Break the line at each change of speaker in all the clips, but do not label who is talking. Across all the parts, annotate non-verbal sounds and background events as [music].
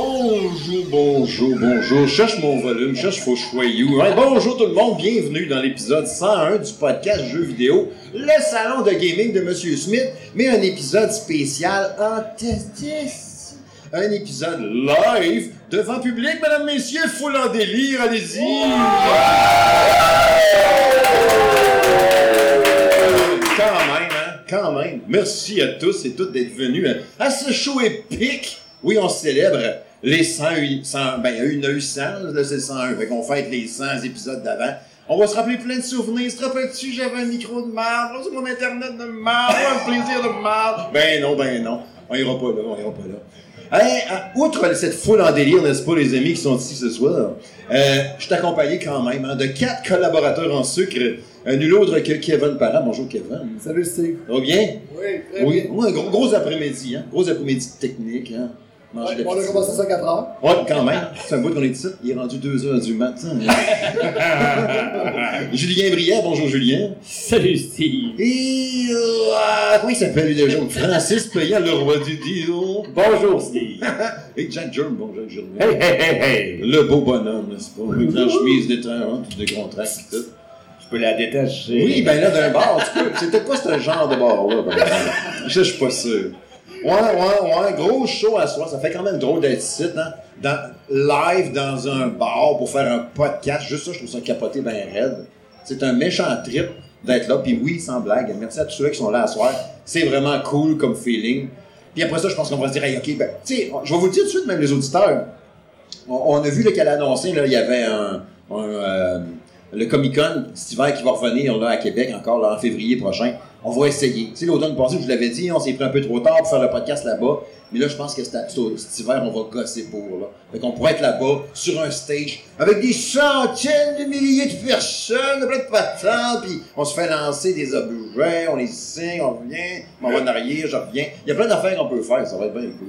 Bonjour, bonjour, bonjour. Cherche mon volume, cherche faut choyou. Hein? Bonjour tout le monde, bienvenue dans l'épisode 101 du podcast Jeux vidéo, le salon de gaming de Monsieur Smith, mais un épisode spécial en test. Un épisode live devant public, mesdames, messieurs, full en délire, allez-y. Euh, Quand même, hein? Quand même. Merci à tous et toutes d'être venus hein, à ce show épique. Oui, on célèbre les 100, 100 ben, il y a eu 900, là, c'est le 101. Fait qu'on fête les 100 épisodes d'avant. On va se rappeler plein de souvenirs. Se rappelles-tu, j'avais un micro de marbre, sur mon internet de marbre, un plaisir de marbre. Ben non, ben non. On ira pas là, on ira pas là. Hey, à- outre cette foule en délire, n'est-ce pas, les amis qui sont ici ce soir, euh, je suis accompagné quand même hein, de quatre collaborateurs en sucre, euh, nul autre que Kevin Parent. Bonjour Kevin.
Salut Steve.
Ça va bien?
Oui, très
Oui, oui, un gros, gros après-midi, hein? Gros après-midi technique, hein? Manger de la
on a
pizza.
commencé ça à 4 heures.
Ouais, quand même. C'est un bout qu'on est ici. Il est rendu 2h du matin. Julien Brière, bonjour Julien.
Salut Steve.
Et. euh, ah, comment il s'appelle lui, déjà Francis Payant, le roi du Dino.
Bonjour Steve.
Et Jack Jerm, bonjour Jack Jerm.
Hey hey hey hey.
Le beau bonhomme, n'est-ce pas Avec la chemise déteinte, de contraste, tout.
Je peux la détacher.
Oui, ben là, d'un bar, tu peux. C'était pas ce genre de bar-là, par exemple. [laughs] Je suis pas sûr. Ouais, ouais, ouais. Gros show à soir. Ça fait quand même drôle d'être ici, hein? Dans, live dans un bar pour faire un podcast. Juste ça, je trouve ça capoté ben raide. C'est un méchant trip d'être là. Puis oui, sans blague. Merci à tous ceux qui sont là à soir. C'est vraiment cool comme feeling. Puis après ça, je pense qu'on va se dire, hey, OK, ben, tu sais, je vais vous le dire tout de suite, même les auditeurs. On, on a vu là, qu'elle a annoncé, là, il y avait un, un, euh, le Comic Con cet hiver qui va revenir là, à Québec encore là, en février prochain. On va essayer. Tu sais, l'automne passé, je vous l'avais dit, on s'est pris un peu trop tard pour faire le podcast là-bas. Mais là, je pense que c'est à- c'est au- cet hiver, on va gosser pour. Là. Fait qu'on pourrait être là-bas, sur un stage, avec des centaines de milliers de personnes, plein de patentes, puis on se fait lancer des objets, on les signe, on revient, on va en arrière, je reviens. Il y a plein d'affaires qu'on peut faire, ça va être bien cool.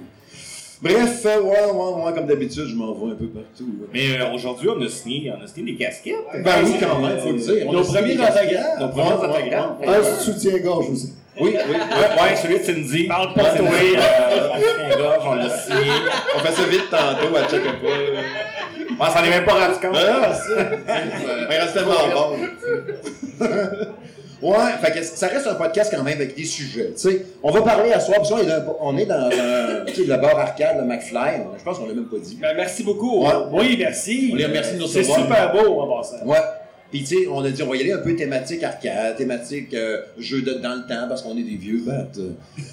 Bref, euh, ouais, ouais, ouais, comme d'habitude, je m'en vais un peu partout. là.
Mais euh, aujourd'hui, on a signé, on a signé des casquettes.
Ben oui, quand même, faut le dire. On
Nos
a signé
premiers
des casquettes.
autographes. Nos premiers
Ouais, ouais,
autographes.
ouais, ouais.
Un soutien-gorge aussi.
Oui, oui, oui.
Ouais, celui de Cindy. Parle pas toi. euh, On l'a signé.
On fait ça vite tantôt à check up.
On s'en est même pas rendu compte.
Ah, ça! Mais reste tellement bon. Ouais, fait que ça reste un podcast quand même avec des sujets. tu sais. on va parler à soir, parce qu'on est dans, on est dans un- tu sais, le bar arcade, le McFly. Je pense qu'on l'a même pas dit.
Ben, merci beaucoup.
Ouais.
Oui, merci.
On les remercie de nous
C'est
recevoir.
super beau en passant.
Ouais. Puis tu sais, on a dit on va y aller un peu thématique arcade, thématique euh, jeu de dans le temps parce qu'on est des vieux battes.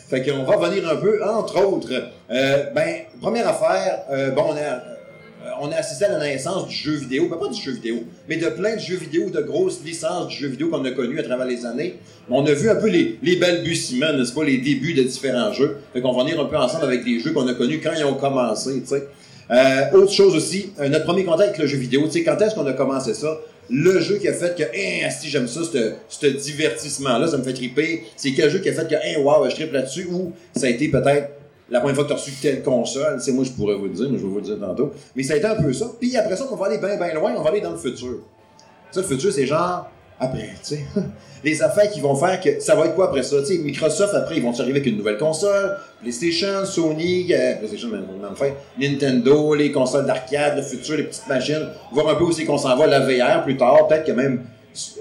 Fait qu'on va revenir un peu, entre autres. euh, ben, première affaire, euh, bon, on a, euh, on a assisté à la naissance du jeu vidéo, ben, pas du jeu vidéo, mais de plein de jeux vidéo, de grosses licences du jeu vidéo qu'on a connues à travers les années. Mais on a vu un peu les, les balbutiements, n'est-ce pas, les débuts de différents jeux. Fait qu'on va venir un peu ensemble avec les jeux qu'on a connus quand ils ont commencé, tu sais. Euh, autre chose aussi, euh, notre premier contact avec le jeu vidéo, tu sais, quand est-ce qu'on a commencé ça? Le jeu qui a fait que, hein, si j'aime ça, ce ce divertissement-là, ça me fait triper. C'est quel jeu qui a fait que, hein, wow, je tripe là-dessus? Ou ça a été peut-être la première fois que tu as reçu telle console. C'est moi, je pourrais vous le dire, mais je vais vous le dire tantôt. Mais ça a été un peu ça. Puis après ça, on va aller bien, bien loin, on va aller dans le futur. Ça, le futur, c'est genre, après, tu sais, [laughs] les affaires qui vont faire que, ça va être quoi après ça? Tu sais, Microsoft, après, ils vont arriver avec une nouvelle console, PlayStation, Sony, euh, PlayStation, mais on en fait, Nintendo, les consoles d'arcade, le futur, les petites machines, voir un peu où c'est qu'on s'en va, la VR plus tard, peut-être que même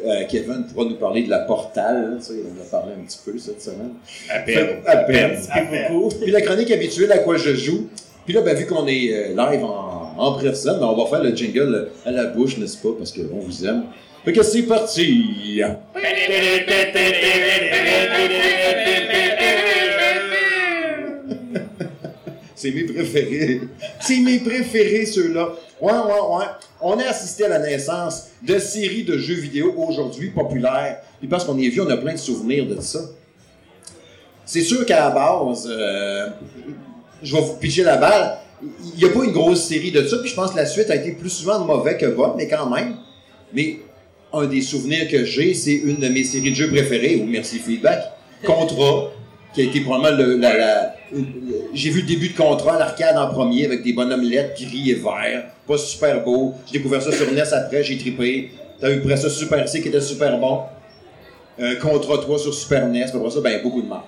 euh, Kevin pourra nous parler de la Portal, tu sais, on en a parlé un petit peu cette semaine.
À
Fait- à peine. Puis la chronique habituelle à quoi je joue. Puis là, ben, vu qu'on est euh, live en, en personne, ben, on va faire le jingle à la bouche, n'est-ce pas? Parce qu'on vous aime. Fait que c'est parti! C'est mes préférés. C'est mes préférés, ceux-là. Ouais, ouais, ouais. On a assisté à la naissance de séries de jeux vidéo aujourd'hui populaires. Puis parce qu'on est vieux, on a plein de souvenirs de ça. C'est sûr qu'à la base, euh, je vais vous pitcher la balle. Il n'y a pas une grosse série de ça, puis je pense que la suite a été plus souvent mauvais que bonne, mais quand même. Mais un des souvenirs que j'ai, c'est une de mes séries de jeux préférées, ou merci feedback, Contra, qui a été probablement le, la, la- une- j'ai vu le début de Contra à l'arcade en premier avec des bonhommes lettres gris et verts, pas super beau. J'ai découvert ça sur NES après, j'ai trippé. T'as eu après ça Super C qui était super bon. Euh, Contra 3 sur E [laughs] Super NES, puis après ça, ben beaucoup de mal.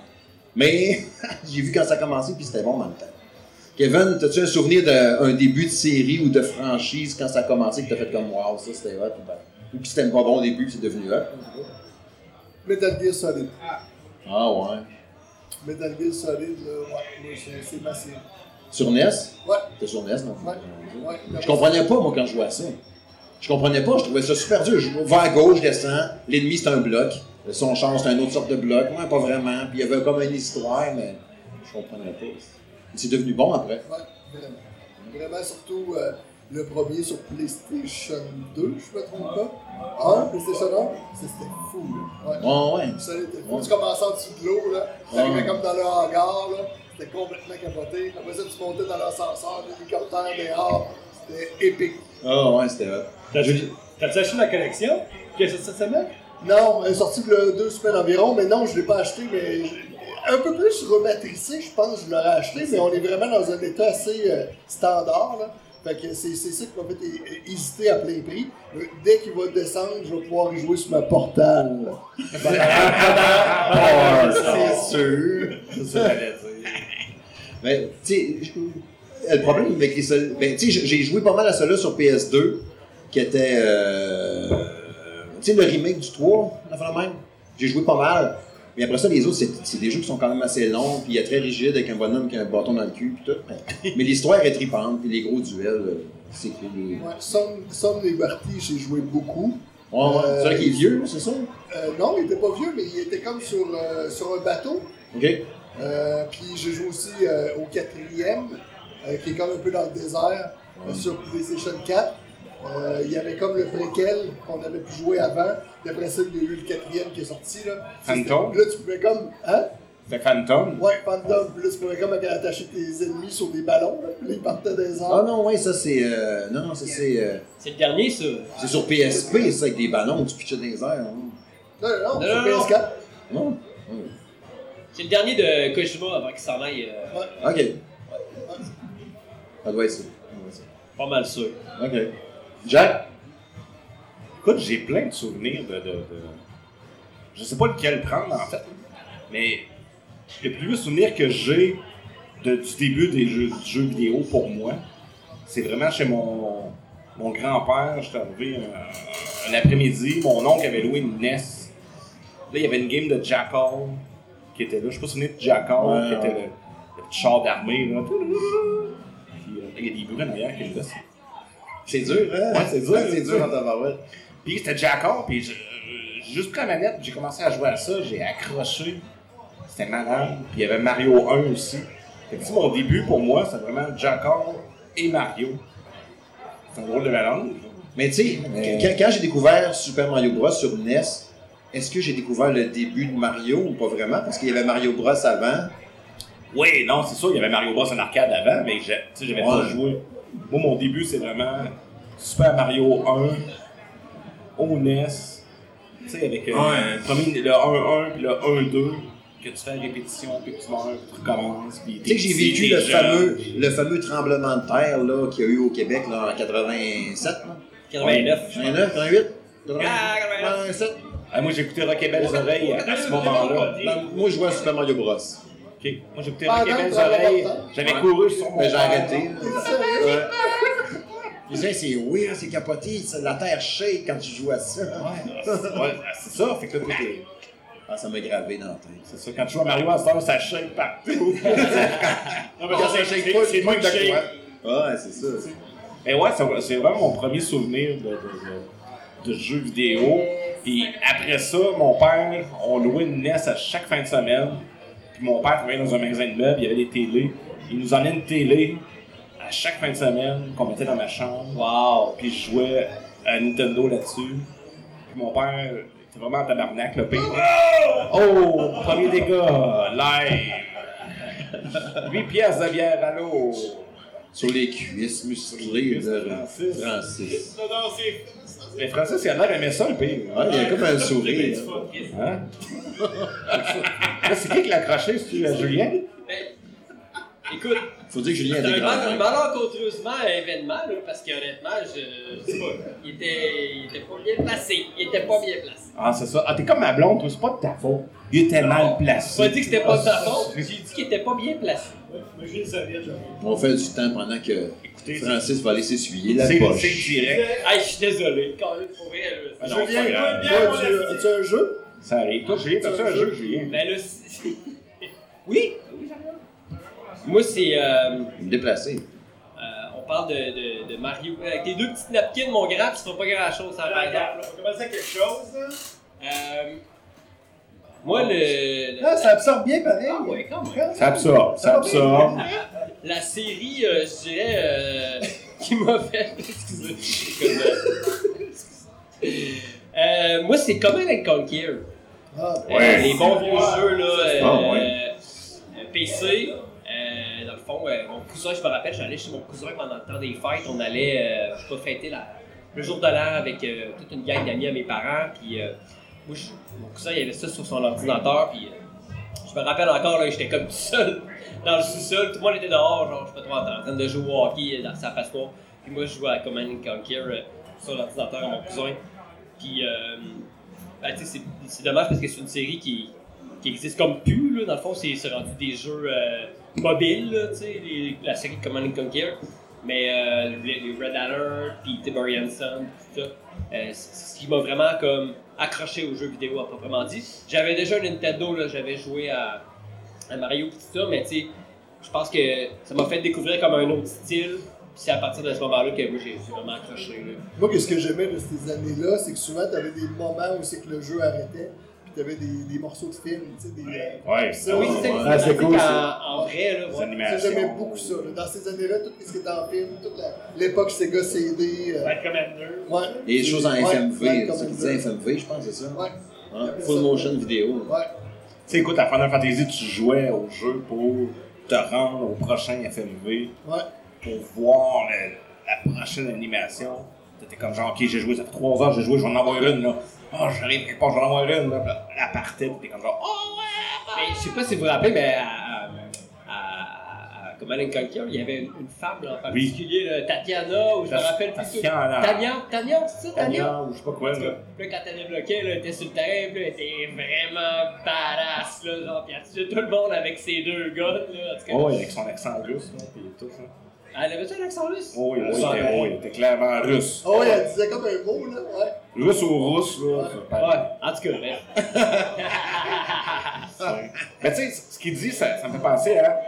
Mais j'ai vu quand ça a commencé, puis c'était bon en même temps. Kevin, as-tu un souvenir d'un début de série ou de franchise quand ça a commencé que t'as fait comme wow, ça c'était hot ou ben, ou que c'était pas bon au début puis c'est devenu hot?
Metal Gear Solid.
Ah ouais.
Metal Gear Solid, là, ouais, moi, c'est- c'est ma série.
Sur NES?
Ouais,
C'était sur NES, non?
ouais, ouais.
Je comprenais pas, moi, quand je jouais à ça. Je comprenais pas, je trouvais ça super dur. Je vais à gauche, je descends, l'ennemi c'est un bloc, son champ c'est une autre sorte de bloc, moi pas vraiment, puis il y avait comme une histoire, mais je comprenais pas. C'est devenu bon après.
Ouais, vraiment. Vraiment, surtout euh, le premier sur PlayStation 2, je me trompe pas. Un, PlayStation 1, ça, c'était fou, là. Ouais.
Ouais, ouais.
Ça, c'était fou.
Ouais.
Tu commençais en dessous de l'eau, là. T'arrivais
Ouais.
comme dans le hangar, là. C'était complètement capoté. Après ça, tu montais dans l'ascenseur, l'hélicoptère, dehors. C'était épique.
Ah ouais, c'était hot.
T'as-tu t'as-tu acheté la collection qui est sortie cette semaine?
Non, elle est sortie il y a deux semaines environ, mais non, je ne l'ai pas acheté, mais je- un peu plus rematricé, je pense, que je l'aurais acheté, mais on est vraiment dans un état assez euh, standard. là. Fait que c'est c'est ça qui m'a fait hé- hésiter à plein prix. Euh, Dès qu'il va descendre, je vais pouvoir y jouer sur ma portable.
Ah, c'est sûr.
[laughs] C'est ça que j'allais dire.
Mais, Ben, tu sais, je- euh, le problème avec les sol- ben, tu sais, j'ai- j'ai joué pas mal à cela sur PS2, qui était, euh, tu sais, le remake du 3, la fin de même. J'ai joué pas mal. Mais après ça, les autres, c'est c'est des jeux qui sont quand même assez longs, puis il y a très rigide avec un bonhomme qui a un bâton dans le cul, puis tout. Mais, mais l'histoire est tripante, puis les gros duels, euh, c'est cool. Ouais,
Ouais, Son, Son Liberty, j'ai joué beaucoup.
ouais.
Euh,
Celui qui est vieux, c'est ça?
Euh, non, il était pas vieux, mais il était comme sur, euh, sur un bateau.
OK.
Euh, puis je joue aussi euh, au quatrième, euh, qui est comme un peu dans le désert, euh, sur PlayStation 4. Euh, Il y avait comme le préquel qu'on avait pu jouer avant. Puis après ça, il y a eu le quatrième qui est sorti. Là,
Phantom?
Là, tu pouvais comme. Hein?
Fait Phantom.
Ouais, Phantom. Puis là, tu pouvais comme attacher tes ennemis sur des ballons. Là, puis là, ils partaient des
Ah
airs.
non, ouais, ça c'est. euh, non, non, ça c'est. euh,
C'est le dernier, ça.
c'est sur PSP, ça, avec des ballons, tu pitchais des airs. hein.
Non, non, non,
Non, non,
sur PS4.
Non?
C'est le dernier de Kojima avant qu'il s'en aille. euh,
Ok. Ça doit être ça. Ça doit être ça.
pas mal sûr.
Ok. Jack?
Écoute, j'ai plein de souvenirs de, de, de- Je sais pas lequel prendre, en fait. Mais le plus vieux souvenir que j'ai de- du début des jeux, du jeu vidéo pour moi, c'est vraiment chez mon, mon grand-père. J'étais arrivé un, un après-midi. Mon oncle avait loué une NES. Là, il y avait une game de Jackal qui était là. Je sais pas si vous vous souvenez de Jackal,
Ouais,
qui était
ouais.
le, le petit char d'armée. là. Puis, euh, il y a des bruits en arrière qui me laissent.
C'est dur, hein?
Ouais, c'est dur.
c'est dur en tabarouette.
Puis c'était Jackal, puis je- euh, j'ai juste pris la manette, puis j'ai commencé à jouer à ça, j'ai accroché. C'était malade. Puis il y avait Mario 1 aussi. Fait que tu sais, mon début pour moi, c'est vraiment Jackal et Mario. C'est un drôle de mélange.
Mais tu sais,
Mais-
quand, quand j'ai découvert Super Mario Bros. sur NES, est-ce que j'ai découvert le début de Mario ou pas vraiment? Parce qu'il y avait Mario Bros. avant.
Oui, non, c'est sûr, il y avait Mario Bros en arcade avant, mais j'ai- tu sais, j'avais
Ouais.
pas joué. Moi, mon début, c'est vraiment Super Mario 1 au NES. Tu sais, avec euh,
Ouais.
le premier, le 1-1 puis le 1-2, que tu fais à répétition, puis que tu meurs, puis tu recommences. puis
Tu sais que j'ai
t'es
vécu
petit,
le
t'es
fameux,
jeune.
le fameux tremblement de terre là, qu'il y a eu au Québec là, en 87, là.
89. je pense.
89, 88?
Ah,
87?
Ah, moi, j'écoutais Rocket Belles Oreilles à, à ce moment-là.
Ben, moi, je vois Super Mario Bros.
Ok, Moi, j'écoutais
Pendant
Rocket
que
Belles
tu avais
Oreilles.
longtemps.
J'avais couru sur mon
Mais j'ai
père.
arrêté. là.
T'es sérieux?
Ouais. Je disais, c'est weird, c'est capoté, ça- la terre shake quand tu joues à ça. [laughs]
Ouais, c'est ça. Fait que là, t'es-
Ah, ça m'a gravé dans la tête.
C'est ça, quand tu joues à Mario à cette heure, ça shake
[laughs]
partout. non, mais
Quand
Ah, c'est-
ça shake
c'est-
pas,
c'est
c'est
moi
pas
qui
de
shake.
quoi. Ouais, c'est ça.
Mais ouais, c'est- c'est vraiment mon premier souvenir de, de, de, de jeux vidéo. Puis après ça, mon père, on louait une NES à chaque fin de semaine. Puis mon père travaillait dans un magasin de meubles, il y avait des télés. Il nous emmenait une télé à chaque fin de semaine qu'on mettait dans ma chambre.
Wow.
Puis je jouais à Nintendo là-dessus. Puis mon père était vraiment en tabarnak, le pire. Oh! Premier dégât! Live! 8 pièces de bière à l'eau!
Sur les cuisses musclées de
Francis.
Francis.
Mais Francis, il a l'air aimé ça, le pire.
Ouais, il y a comme un sourire.
Hein? Là, c'est qui qui l'a accroché? C'est Julien?
Ben, écoute,
Faut dire que Julien a
c'est
des
un mal-
grands mains.
malencontreusement événement, là, parce qu'honnêtement, je, je sais pas, il était, il était pas bien placé. Il était pas bien placé.
Ah, c'est ça. Ah, t'es comme ma blonde, toi, c'est pas de ta faute. Il était mal
Tu
placé.
m'as dit que c'était pas de sa
Ah,
faute,
c'est-
j'ai dit qu'il était pas bien placé.
Ouais, moi, j'ai une serviette, j'en ai.
On fait du temps pendant que
Écoutez, c'est
Francis va aller s'essuyer la
c'est
poche.
direct.
Hey, je suis désolé, Ben quand même, pour réel.
Ah non,
Julien,
c'est pas grave.
toi, tu as-tu un jeu?
Ça arrive. Toi, Julien, t'as ça un jeu, Julien?
Ben là, c'est- [laughs] Oui? Moi, c'est. euh,
Me déplacer.
euh, on parle de, de- de Mario. euh, Avec tes deux petites napkins, mon grand, tu feras pas grand chose, ça, par exemple.
Regarde, là, on commence à quelque chose, hein. là.
Euh, moi, le. le-
Ah, ça absorbe bien pareil.
Ah ouais, quand même.
Ça absorbe, ça absorbe.
La série, euh, je dirais, euh, [laughs] qui m'a fait. Excusez. comme, euh, [laughs] excusez. Euh, moi, c'est Command and Conquer.
Ah,
Euh,
Ouais.
les bons vieux jeux, là. euh,
Ah, ouais.
euh, PC. euh, dans le fond, euh, mon cousin, je me rappelle, j'allais chez mon cousin pendant le temps des fêtes. On allait, euh, je sais pas, fêter la- le jour de l'an avec euh, toute une gang d'amis à mes parents. Puis, euh, moi, je- mon cousin, il avait ça sur son ordinateur. Puis, euh, je me rappelle encore, là, j'étais comme tout seul dans le sous-sol. Tout le monde était dehors, genre, je sais pas trop, en train de jouer au hockey euh, dans sa passoire. Puis moi, je jouais à Command and Conquer euh, sur l'ordinateur à mon cousin. Puis, euh, ben, tu sais, c'est- c'est dommage parce que c'est une série qui, qui existe comme plus, là. Dans le fond, c'est c'est rendu des jeux euh, mobiles, là, tu sais, les- la série de Command and Conquer. Mais euh, les, les Red Alert, puis Tiberian Sun, tout ça, euh, c'est ce qui m'a vraiment comme accroché aux jeux vidéo à proprement dit. J'avais déjà un Nintendo, là, j'avais joué à, à Mario pis tout ça, mais tu sais, je pense que ça m'a fait découvrir comme un autre style. Puis c'est à partir de ce moment-là que moi j'ai j'ai vraiment accroché. Là.
Moi, qu'est-ce que j'aimais de ces années-là, c'est que souvent, t'avais des moments où c'est que le jeu arrêtait, puis t'avais des, des morceaux de film, tu sais, des... euh,
Ouais,
Ah
oui,
ouais.
c'est
Ah, c'est cool, ça.
En, en vrai,
Les
là, ouais.
ça,
animations.
j'aimais beaucoup ça. là. Dans ces années-là, tout ce qui était en film, toute la- l'époque Sega CD... euh,
Bad Commander.
ouais.
Et les choses en
Ouais,
FMV,
ouais,
c'est ça qu'ils
comme
disaient
ça.
FMV, je pense, c'est ça.
Ouais,
Hein, Full motion vidéo.
ouais.
Tu sais, écoute, à Final Fantasy, tu jouais au jeu pour te rendre au prochain FMV,
Ouais.
pour voir le- la prochaine animation. T'étais comme genre, ok, j'ai joué, ça fait trois heures, j'ai joué, je vais en avoir une, là. Ah, j'arrive quelque part, je vais en avoir une, là. Puis là. Elle partait, puis t'es comme genre, oh!
Mais je sais pas si vous vous rappelez, mais à, à, à, à Command and Conquer, il y avait une, une femme là, en
Oui.
particulier, là, Tatiana, ou je me rappelle plus. tout.
Tatiana, là.
Tania, Tania, c'est ça, Tania?
Tania, ou je sais pas quoi, là.
Là, quand elle est bloquée, là, elle était sur le terrain, puis là, elle était vraiment badass, là, genre, puis elle tuait tout le monde avec ses deux gars, là, en tout cas.
Oh, avec son accent russe, là, puis tout, ça.
Elle avait-tu un accent russe?
Oh, il
Ah,
était,
ça,
oh, il était clairement russe.
Ah ouais, elle disait comme un mot, là, ouais.
Russe ou russe, là. c'est pareil.
Ouais, en tout cas, bref.
Mais tu sais, ce qu'il dit, ça, ça me fait penser à.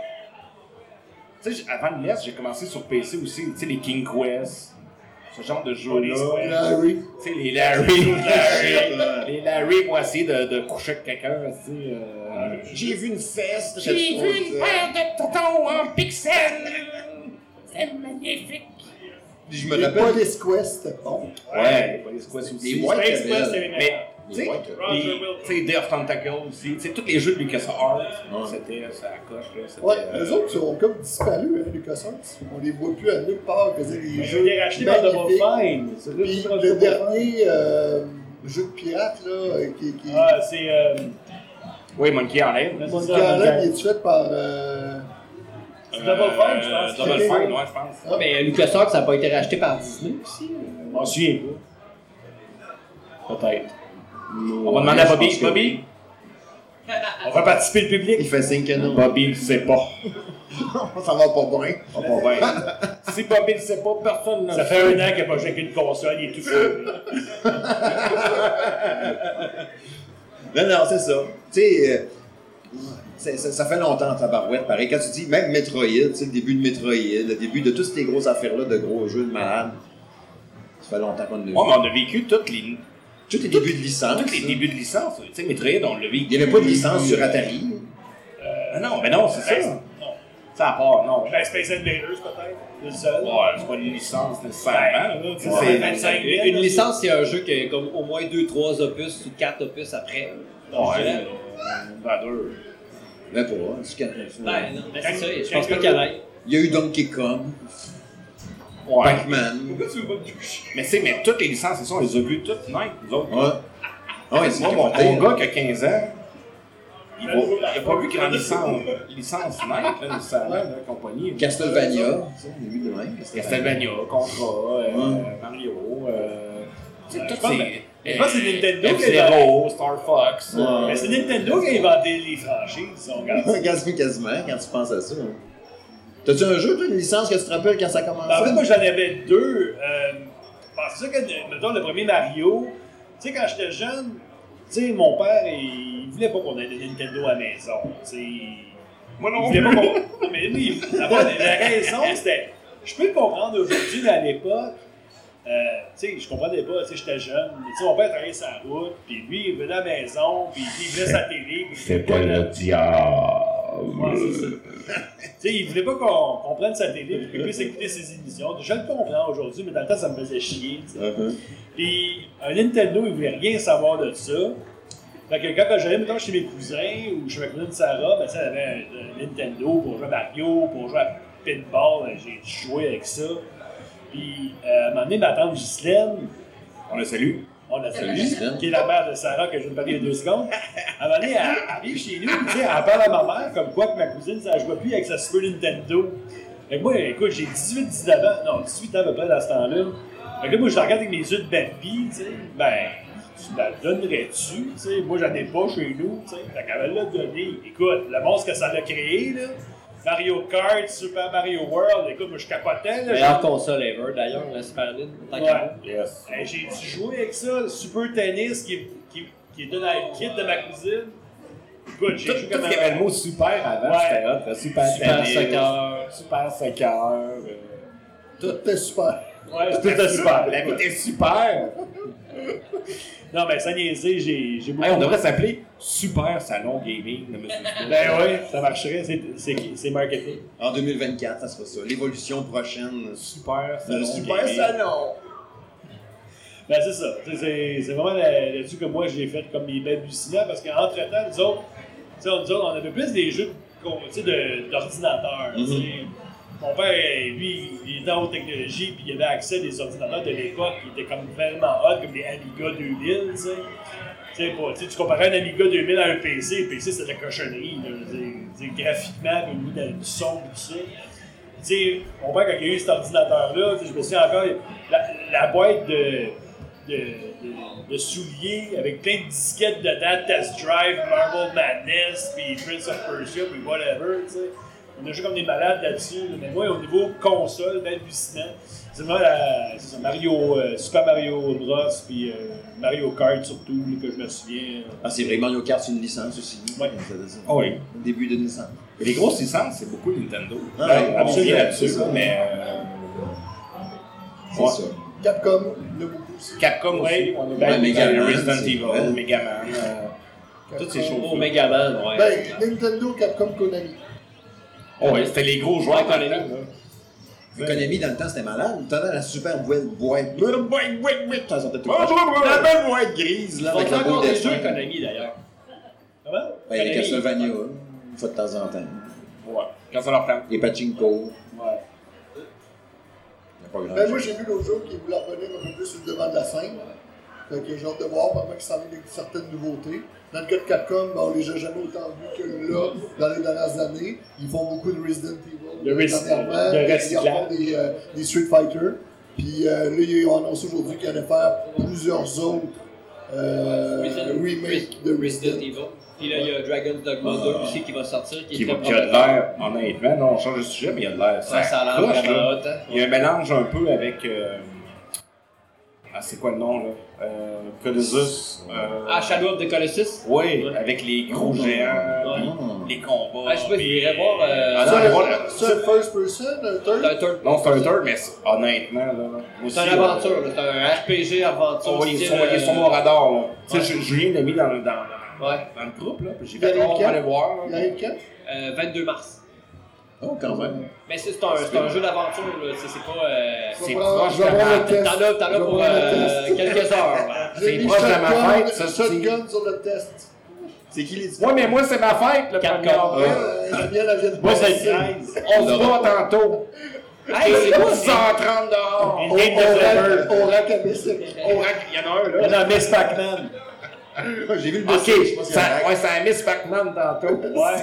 Tu sais, j- avant le NES, j'ai commencé sur PC aussi, tu sais, les King Quest, ce genre de
Les
jeux-là.
Square.
Larry.
Tu sais, les Larry, les Larry, les Larry pour essayer de, de coucher avec quelqu'un, tu sais. euh,
J'ai vu une fesse.
de tonton en pixels! C'est magnifique!
Je me
Les
rappelle.
Police Quest, c'était bon.
Ouais, les Police Quest aussi.
Les White
Space Quest,
Cabell.
c'est les
Mais, tu sais,
Roger
les- tu sais, Day of Tentacle aussi, tu sais, tous les jeux de LucasArts, c'était, ça coche, là, c'était...
Ouais,
euh,
eux autres, ils ont comme disparu, hein, LucasArts. On les voit plus à nulle part, ils faisaient
Ben,
des
Je
jeux
l'ai racheté par Double
magnifiques.
euh,
Fine. C'est là que
Puis
je
le
trouve Double Fine.
dernier euh, jeu de pirate, là, euh, qui... qui...
Ah, c'est. euh,
Oui, Monkey en l'air.
c'est
Mon
ça,
gars-là, il
c'est-
est fait par. Euh...
C'est Double Fine, je pense.
Double Fine, ouais, je pense.
Ouais, mais LucasArts, ça n'a pas été racheté par Disney [laughs] aussi.
Je m'en souviens pas. Peut-être.
On va demander à Bobby. Bobby?
On va participer le public.
Il fait 5 canons.
Bobby ne sait pas.
Ça va pas bien.
On va
[laughs]
voir. Si Bobby ne sait pas, personne ne
Ça fait un an qu'il n'a pas joué qu'une console, il est tout fou.
Non, non, c'est ça. Tu sais, euh, c'est- ça, ça fait longtemps, ta barouette, pareil. Quand tu dis même Metroid, tu sais, le début de Metroid, le début de toutes ces grosses affaires-là, de gros jeux de malades, ça fait longtemps qu'on l'a vu.
Ouais, mais on a vécu toutes les,
Tous les débuts de licence.
tous les
hein.
débuts de licence. Tu sais, Metroid, on l'a vécu.
Il n'y avait pas de licence sur Atari.
Ah non, mais non, c'est ça.
Ben, non.
Ça à part, non.
Ben, Space Invaders, peut-être. C'est le seul. Ben,
Ouais, c'est pas une licence nécessairement. là, tu sais,
Ouais,
c'est-
25 000.
Une licence, c'est un jeu qui a comme au moins 2-3 opus ou 4 opus après.
Ouais,
Je dirais.
euh, ben, deux.
Mais pas, hein, c'est quatre-
Ben, non, ben, c'est ça, je
Quelqu'un-
pense pas qu'il y en ait.
Il y a eu Donkey Kong,
Ouais.
Pac-Man.
Pourquoi tu veux pas me toucher?
Mais tu sais, mais toutes les licences, c'est ça, on les a vues toutes, non, nous autres.
Ouais. Ah Ouais, c'est
Moi, mon,
capoté,
mon
là.
gars qui a 15 ans, il n'a pas vu grand licence, licence Nike, là, nécessairement, la compagnie.
Castlevania, tu sais, début de même.
Castlevania, Contra, euh,
Ouais.
Mario. Euh, tu sais,
Euh,
toutes
je pense
ces-
que-
mais
Je pense que c'est Nintendo qui a
F-Zero, Star Fox.
Ouais.
Mais c'est Nintendo qui a inventé les franchises, on regarde.
quasiment, quasiment, [laughs] quand tu penses à ça. hein. T'as-tu un jeu, toi, une licence que tu te rappelles quand ça commençait?
Ben, En fait, moi, j'en avais deux. Euh, parce que, mettons, le premier Mario, tu sais, quand j'étais jeune, tu sais, mon père, il, il voulait pas qu'on ait de Nintendo à la maison. Tu sais, il-
Moi
il
non
voulait
plus.
pas qu'on. Mais oui, la, bonne- la raison, c'était. Je peux le comprendre aujourd'hui, mais à l'époque, euh, tu sais, je comprenais pas, tu sais, j'étais jeune. Mais tu sais, mon père travaillait sa route, puis lui, il venait à la maison, puis il voulait sa télé, puis il voulait pas. la-
diable.
Ouais, c'est ça. tu sais, il voulait pas qu'on qu'on prenne sa télé et qu'il puisse écouter ses émissions. Je le comprends aujourd'hui, mais dans le temps, ça me faisait chier. tu sais.
Uh-huh.
Puis, un Nintendo, il voulait rien savoir de ça. Fait que quand j'allais, mettons, chez mes cousins ou chez ma cousine Sarah, ben, tu sais, elle avait un, un Nintendo pour jouer à Mario, pour jouer à Pinball, ben, j'ai joué avec ça. Puis, euh, à un moment donné, ma tante Ghislaine,
On le salue.
on l'a
Salut,
saluée,
Ghislaine.
qui est la mère de Sarah, que je vais me parler il y a deux secondes. À un moment donné, elle, elle arrive chez nous, tu sais, elle parle à ma mère comme quoi que ma cousine, ça jouait plus avec sa Super Nintendo. Fait que moi, écoute, j'ai 18, 19 ans, non, 18 ans à peu près dans ce temps-là. Fait que là, moi, je la regarde avec mes yeux de Bambi, tu sais, ben, tu me la donnerais-tu, tu sais, moi, j'en ai pas chez nous, tu sais. Fait qu'elle me l'a donné. Écoute, le monstre que ça l'a créé, là, Mario Kart, Super Mario World, écoute, moi, je capotais, là.
Meilleure console ever, d'ailleurs, la Super Nintendo. tant
Ouais.
qu'à moi.
Yes.
Hey, j'ai dû jouer avec ça, le Super Tennis qui, qui, qui était dans le kit de ma cousine. Écoute, j'ai
Tout,
joué
tout
comme
ce
un...
qui avait le mot super avant,
Ouais.
c'était hot. là. Super,
Super
tennis,
soccer.
Super soccer. euh,
Tout était super.
Ouais,
Tout
c'était
était
super.
super. La vie était super.
Non, mais sans niaiser, j'ai j'ai beaucoup...
Hey, on devrait s'appeler Super Salon Gaming de Monsieur Smith.
Ben ouais, ça marcherait, c'est- c'est c'est marketing.
En 2024, ça sera ça. L'évolution prochaine.
Super Salon
Le super
Gaming.
Ah,
salon!
Ben c'est ça, Tu sais, c'est c'est vraiment là- là-dessus que moi j'ai fait comme mes balbutiants parce qu'entre-temps, nous autres, tu sais, on- nous autres, on avait plus des jeux qu'on- tu sais, de- d'ordinateur. tu sais. Mon père, euh, lui, il était en haute technologie puis il avait accès à des ordinateurs de l'époque qui étaient comme vraiment hot, comme des Amiga 2000, tu sais. Tu sais, pas- tu sais, tu comparais un Amiga 2000 à un PC, le PC c'est de la cochonnerie, là, je veux dire, tu sais, graphiquement, puis au niveau de- du son, tout ça. Tu sais, mon père, quand il y a eu cet ordinateur-là, tu sais, je me souviens encore, la, la boîte de, de, de- de souliers avec plein de disquettes dedans, Test Drive, Marvel Madness, puis Prince of Persia, puis whatever, tu sais. On a joué comme des malades là-dessus, là. mais moi, au niveau console, balbutinant, c'est vraiment la- c'est ça, Mario, euh, Super Mario Bros, puis euh, Mario Kart surtout, là, que je me souviens.
Ah, c'est vrai, Mario Kart, c'est une licence aussi.
Ouais.
Ça veut dire.
Ah oui.
Début de licence.
Les grosses licences, c'est beaucoup Nintendo.
Ah,
Ben,
ouais,
on
absolument,
vient là-dessus,
c'est ça.
mais euh,
C'est
Ouais.
ça.
Capcom, le beaucoup aussi.
Capcom
Ouais,
aussi, on a
ben,
beaucoup
Megaman,
de
c'est
Resident Evil,
vrai.
Megaman, euh, toutes ces
Oh,
choses-là.
Megaman, ouais.
Ben, Nintendo, Capcom, Konami.
Oh, ouais, c'était les gros joueurs qu'on est là.
Konami, dans le temps, c'était malade. T'en as la super boîte boîte. Ça sortait tout croche.
La
belle boîte grise, là,
Ils
avec
font
le beau
encore des
dessin.
jeux Konami, d'ailleurs.
Comment?
Ben, les
Konami.
Castlevania, une fois de temps en temps.
Ouais, quand ça leur tente.
Les Pachinko.
Ouais.
Il a pas grand
Ben, moi, j'ai vu l'autre jour qu'ils voulaient revenir un peu plus sur le devant de la scène. Fait que j'ai hâte de voir, probablement qu'ils s'en viennent avec certaines nouveautés. Dans le cas de Capcom, ben, on les a jamais autant vus que là, dans les dernières années. Ils font beaucoup de Resident Evil.
De Resident-
dernièrement.
de
Ils
recyclage.
font des, euh, des Street Fighter. Puis euh, là, ils ont annoncé aujourd'hui qu'ils allaient faire plusieurs autres euh,
Resident-
remakes de
Resident
Resident.
Evil. Puis là, il y a Dragon's Dogma 2 aussi qui va sortir, qui,
qui,
est très
qui a de
prometteur.
l'air, honnêtement, non, on change de sujet, mais il y a de l'air.
Ouais, ça a l'air
coche,
vraiment
là.
hot, hein.
Il y a un mélange un peu avec. euh, Ah, c'est quoi le nom, là euh, Colossus. euh,
Ah, Shadow of the Colossus?
Oui, avec les gros géants,
Ouais.
puis les combats.
Ah, je sais pas, je
puis-
voudrais voir, euh,
Ah, non,
Ça,
allez voir, là.
ça, first person, un third?
C'est un third-
Non, c'est un third, mais c'est- honnêtement, là. moi aussi,
C'est une
là,
aventure, là. c'est un RPG aventure.
Oh, il est
style,
sur, il est sur mon
euh,
radar, là. Tu
Ouais.
sais, Ju- Julien l'a mis dans, le- dans,
Ouais,
dans le groupe, là. puis J'ai
Il
fait,
arrive
oh, on
quand?
va aller voir.
Il
là.
arrive quand?
euh, 22 mars.
Oh, quand même.
Mais c'est c'est un, c'est un jeu d'aventure, là. C'est c'est pas. euh,
Je vais
C'est
prendre-
proche
je vais
de
prendre
la-
le test.
T'en as t'en as
Je vais
pour
prendre le
euh,
test.
quelques
[laughs]
heures. là.
J'ai
C'est
mis
proche de ma
shotgun-
fête, ça, c'est-
Shotgun sur le test.
C'est qui les
Ouais, mais moi, c'est ma fête, le
Capcom.
1er avril.
Euh, j'aime bien la vie de
Moi, c'est
passer.
le 13. On se voit tantôt.
Hey, c'est quoi ça?
130 dehors.
On, on, rac- on racamait ça.
Au rack, il y en a un, là.
Non, Miss Pac-Man.
J'ai vu le
Ok,
dessin, je pense qu'il y en a
ça, ouais, c'est un Miss Pac-Man tantôt.
Ouais.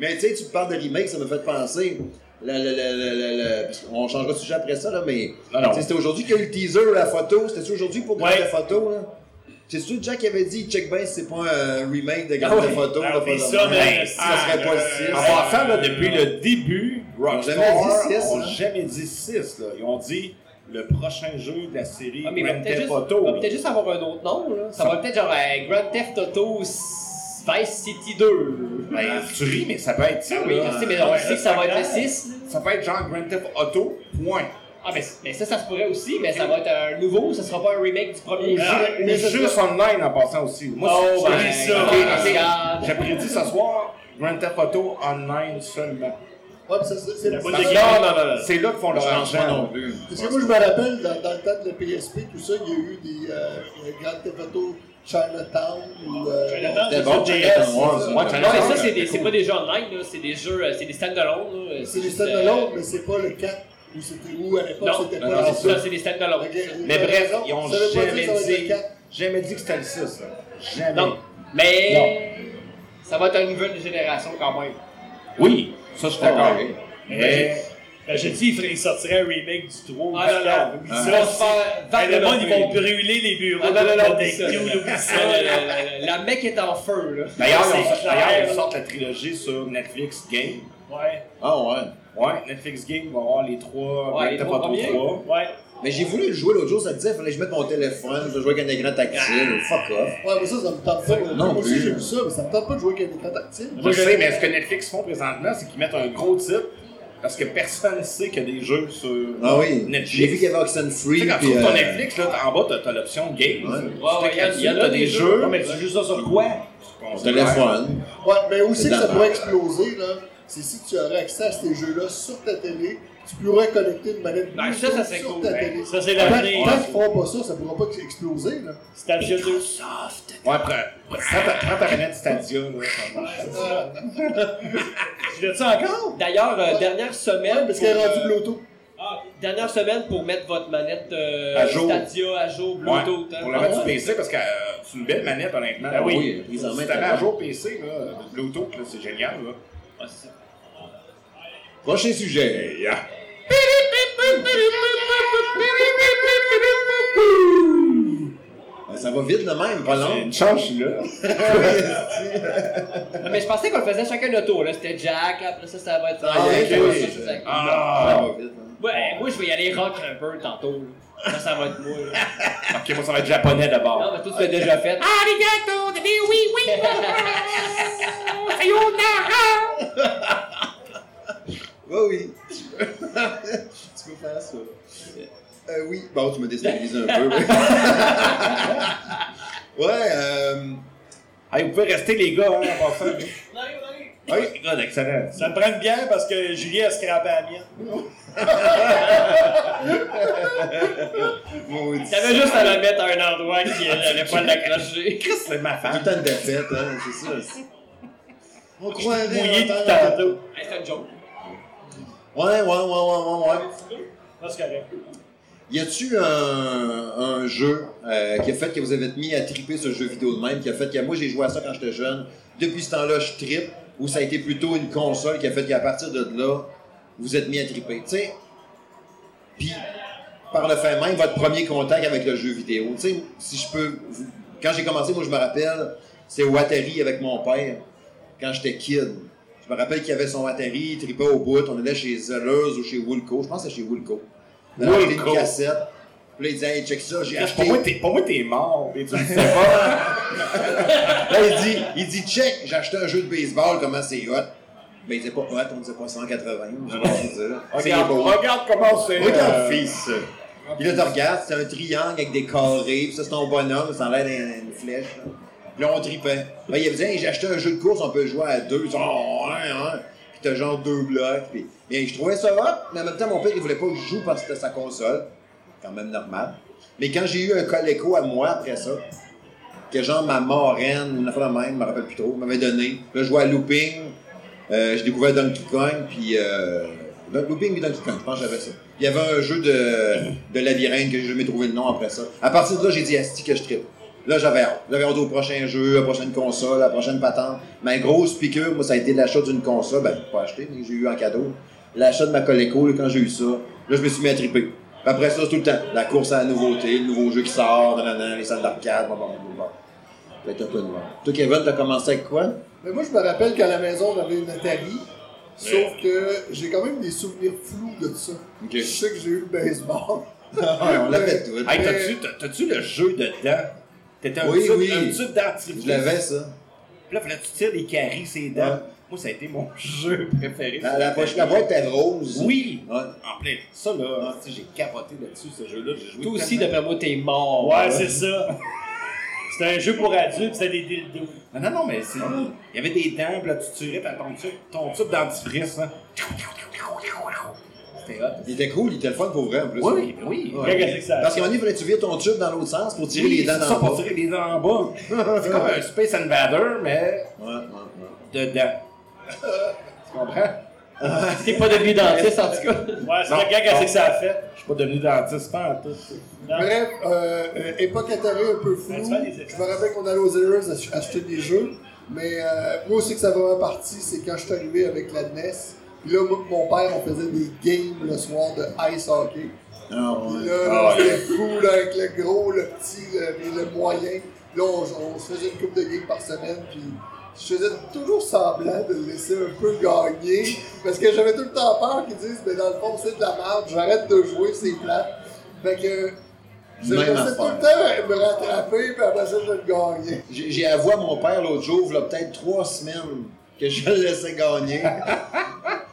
Mais tu sais, tu parles de remake, ça me fait penser. la- la- la- la- la- la- parce qu'on on changera de sujet après ça, là, mais
Alors,
Tu sais, C'était aujourd'hui qu'il y a eu le teaser, la photo. C'était-tu aujourd'hui pour Grand
Ouais.
la photo, là? C'est sûr que Jack avait dit, check ben si c'est pas un remake de Grand la
Ah ouais.
photo.
Alors,
là,
mais
pas
ça,
de-
mais-
Ouais, ça serait pas le six.
En passant, là, depuis le début, Rockstar
jamais dit six,
on
hein.
jamais dit 6. Ils ont dit le prochain jeu de la série
Ah, mais il va
Grand
peut-être
Theft
juste,
Auto.
va peut-être juste avoir un autre nom. Là. Ça va peut-être genre euh, Grand Theft Auto S- Vice City 2.
Ben, tu ris, mais ça peut être ça.
Ah oui,
là.
je sais, mais on
Ouais,
sait que ça va être le
clair.
6.
Ça peut être genre Grand Theft Auto, point.
Ah, mais, mais ça, ça se pourrait aussi, mais ça va être un nouveau, ça sera pas un remake du premier jeu.
Ah,
Mais juste online en passant aussi. Moi, si
Oh,
tu
ben,
ris,
ça.
oh
ok,
my
ok.
God.
J'ai prédit ce soir Grand Theft Auto online seulement.
Ouais, puis ça, c'est- c'est
La bonne
Parce que
Non, non, non, non.
C'est là qu'ils font leur argent.
plus.
Parce que moi, je me rappelle, dans, dans le temps de la PSP, tout ça, il y a eu des euh, Grand Theft Auto Chinatown ou... euh,
Chinatown,
C'était bon,
c'est
Jack and
ça.
Warren,
Ouais,
Non, mais ça, c'est, des- c'est pas des jeux online, là, c'est des jeux, euh, c'est des standalone. là.
C'est les
juste,
standalone,
euh,
mais c'est pas le 4 où c'était où à l'époque
Non,
c'était
non,
pas
non,
la
c'est
suite.
ça, c'est des standalone.
Ok,
Mais
t'as
bref,
raison,
ils ont
ça veut pas
jamais
dire que ça va être
dit-
le 4.
Jamais dit que c'était le 6. là. Jamais.
Non, mais ça va être une nouvelle génération quand même.
Oui, ça, je
Ah
suis d'accord.
Eh.
Mais
Ben, j'ai dit, il ferait- il sortirait un remake du trou.
Ah, non, non.
Oublie
Ça
ça,
va se
c'est-
faire
Ben, le monde, ils vont
vendre.
brûler les bureaux.
Ah, non, non, non, oublie
Des
ça.
gueules, oublie ça.
Ah, la- la- La mec est en feu, là.
d'ailleurs,
C'est
ils ont-
clair.
d'ailleurs, ils sortent la trilogie sur Netflix Game.
Ouais,
Ah ouais.
Ouais, Netflix Game va avoir les trois ben,
Ouais, les
Grand
trois
Theft Auto
premiers.
3.
ouais.
Mais j'ai voulu le jouer l'autre jour, ça me disait, fallait que je mette mon téléphone, je jouais avec un écran tactile. Fuck off.
Ouais, mais ça, ça me tente pas.
Non
Moi aussi,
plus.
j'ai vu ça, mais ça me tente pas de jouer avec un écran tactile.
Je sais, mais ce que Netflix font présentement, c'est qu'ils mettent un gros titre parce que personne ne sait qu'il y a des jeux sur
Ah oui.
Netflix.
J'ai vu qu'il y avait Oxen
Tu
Free.
sais, quand tu
puis,
trouves ton
euh,
Netflix, là, en bas, t'as- t'as l'option Game.
Ouais.
Ouais, ouais,
Tu
y a- y a
t'as
des
des
jeux.
jeux.
Non, mais tu joues ça sur quoi?
Ton
Téléphone.
Ouais, mais où c'est que ça
D'accord.
pourrait exploser, là? C'est si tu aurais accès à ces jeux-là sur ta télé, tu pourrais connecter une manette
Ben,
Bluetooth
ça, ça serait
sur
cool,
ta
ben.
télé.
Ça, c'est
Tant tant
l'avenir.
qu'ils feront pas ça, ça pourra pas exploser, là.
Stadia 2.
Ouais, prends, prends ta, prends ta manette Stadia. Là, ça marche.
Ah,
Tu l'as-tu encore?
D'ailleurs, euh, dernière semaine.
parce qu'elle
pour,
est rendue
euh,
Bluetooth.
ah, Dernière semaine pour mettre votre manette euh,
À jour.
Stadia à jour,
Ouais,
Bluetooth. hein.
pour le mettre sur PC, parce que euh, c'est une belle manette, honnêtement.
Ben oui.
Oui, la prise en main.
Si t'avais à jour PC, là, Bluetooth, là, c'est génial. Là.
Ouais, c'est ça.
Prochain sujet. Ben, Ça va vite de même, pas long.
Une chance, je suis là.
Ah, mais je pensais qu'on le faisait chacun notre tour. là. C'était Jack, là, après ça, ça va être.
Ah, il y a un
Ouais, ça
tour,
va être-
c'est- Ça
Ah!
va vite, hein.
Ouais, moi, je vais y aller rock un peu tantôt. là. Ça, ça va être moi. là.
Ok, moi, ça va être japonais d'abord.
Non, mais Ah, ben, tout, tu l'as déjà fait. [laughs]
Oui, oui. [laughs] tu peux faire ça. Euh, oui. Bon, tu me déstabilises un peu. oui. [laughs] ouais, euh...
Hey, vous pouvez rester, les gars, hein, en passant. Oui, les gars, excellent.
Ça me prend une bière parce que Julien a scrapé la mienne.
maudit.
T'avais juste à la mettre à un endroit qui n'allait pas l'accrocher.
Chris, c'est ma
Tout le
femme.
temps de défaite, hein, c'est ça. On croirait...
Mouillé tout
entendre-
tantôt.
Hey, C'est un joke.
Ouais, ouais, ouais, ouais, ouais, ouais.
Ah, c'est correct.
Y a-tu un, un jeu euh, qui a fait que vous avez mis à triper ce jeu vidéo de même, qui a fait que moi j'ai joué à ça quand j'étais jeune, depuis ce temps-là je tripe, ou ça a été plutôt une console qui a fait qu'à partir de là, vous êtes mis à triper, tu sais? Puis, par le fait même, votre premier contact avec le jeu vidéo, tu sais, si je peux... vous- Quand j'ai commencé, moi je me rappelle, c'est au Atari avec mon père, quand j'étais kid. Je me rappelle qu'il avait son Atari, il tripait au bout, on allait chez Zellers ou chez Woolco, je pense que c'est chez Woolco. On avait acheté
Woolco.
une cassette. Puis là, il dit, hey, check ça, j'ai
Chris,
acheté.
Pour moi, t'es- pour moi, t'es mort. Et tu le sais pas.
Là, il dit, il dit, check, j'ai acheté un jeu de baseball, comment c'est hot. Mais il disait pas hot, on disait pas 180. je sais pas ce qu'il disait. C'est
Ah,
Regarde,
beau.
regarde comment c'est.
Regarde,
euh,
fils. Puis là, tu regardes, c'est un triangle avec des carrés, puis ça, c'est ton bonhomme, ça a l'air d'une une flèche. là. Puis là, on tripait. Là, il a dit, Hey, j'ai acheté un jeu de course, on peut jouer à deux. Ils oh, ouais, ouais. Puis t'as genre deux blocs. Puis... Mais je trouvais ça hot, mais en même temps, mon père, il voulait pas que je joue parce que c'était sa console. Quand même normal. Mais quand j'ai eu un Coleco à moi après ça, que genre ma marraine, une affaire de même, je me rappelle plus trop, m'avait donné. Là, je jouais à Looping, euh, j'ai découvert Donkey Kong, puis... Euh, Don- Looping et Donkey Kong, je pense que j'avais ça. Il y avait un jeu de, de labyrinthe que j'ai jamais trouvé le nom après ça. À partir de là, j'ai dit Asti que je tripe. Là, j'avais hâte. J'avais hâte au prochain jeu, à la prochaine console, à la prochaine patente. Ma grosse piqûre, moi, ça a été l'achat d'une console. Ben, j'ai pas acheté, mais j'ai eu en cadeau. L'achat de ma Coleco, là, quand j'ai eu ça, là, je me suis mis à triper. Puis Après ça, c'est tout le temps. La course à la nouveauté, le nouveau jeu qui sort, nanana, les salles d'arcade, bon, bon, bon, bon. Fait que t'as pas de voir. Toi, Kevin, t'as commencé avec quoi?
Mais moi, je me rappelle qu'à la maison, j'avais une Atari. Sauf que j'ai quand même des souvenirs flous de ça.
Ok. [laughs]
Je sais que j'ai eu le baseball.
Ouais, on l'avait tout.
Hey, t'as-tu- t'as- t'as-tu le jeu dedans? T'étais un
Oui,
type,
oui.
un type d'artifice.
Je l'avais, ça.
Puis là, fallait que tu tires des caries ses dents.
Ouais.
Moi, ça a été mon jeu préféré.
La, la, poche- la boîte était rose.
Oui!
Ouais.
En plein. Ça, là, hein, tu sais, j'ai capoté là-dessus, ce jeu-là. J'ai joué
Toi aussi,
tellement.
d'après moi, t'es mort.
Ouais, c'est ça. C'était un jeu pour adultes, c'était des dildos.
Non, non, non, mais c'est. Il y avait des dents, puis là, tu tirais ta- ton tube, ton tube dentifrice, hein. C'était hot.
Il était cool, il était le fun pour vrai, en plus.
Oui, ben oui.
Ouais.
Regarde, qu'est-ce que ça
Parce qu'à un moment donné, il fallait que tu vires ton tube dans l'autre sens pour tirer
Oui,
les dents
c'est
dans
ça,
le
pour
bas.
tirer les dents en bas. C'est comme un Space Invader, mais
Ouais, ouais, ouais.
dedans. [laughs] tu comprends?
T'es pas devenu dentiste, en
[laughs]
tout cas.
Ouais, c'est
Non,
regarde, qu'est-ce que ça a fait.
Je suis pas devenu dentiste, pas en tout.
Non.
Bref, euh, euh, époque Atari un peu floue.
Ben, tu fais des efforts.
Je me rappelle qu'on allait aux Zellers ach- acheter des jeux. Mais euh, moi aussi que ça m'a parti, c'est quand je suis arrivé avec la NES. Puis là, moi et mon père, on faisait des games le soir de ice hockey.
Ah,
Puis
ouais.
là, là, c'était fou, là, avec le gros, le petit, le, puis le moyen. Là, on, on se faisait une coupe de games par semaine, puis je faisais toujours semblant de le laisser un peu gagner, parce que j'avais tout le temps peur qu'ils disent « Mais dans le fond, c'est de la merde, j'arrête de jouer, c'est plat. » Fait que je
Même
me tout
affaire.
le temps me rattraper, puis après ça, je le gagnais.
Ah, J'ai j'ai avoué à mon père l'autre jour, il y a peut-être trois semaines, que je le laissais gagner.
[laughs]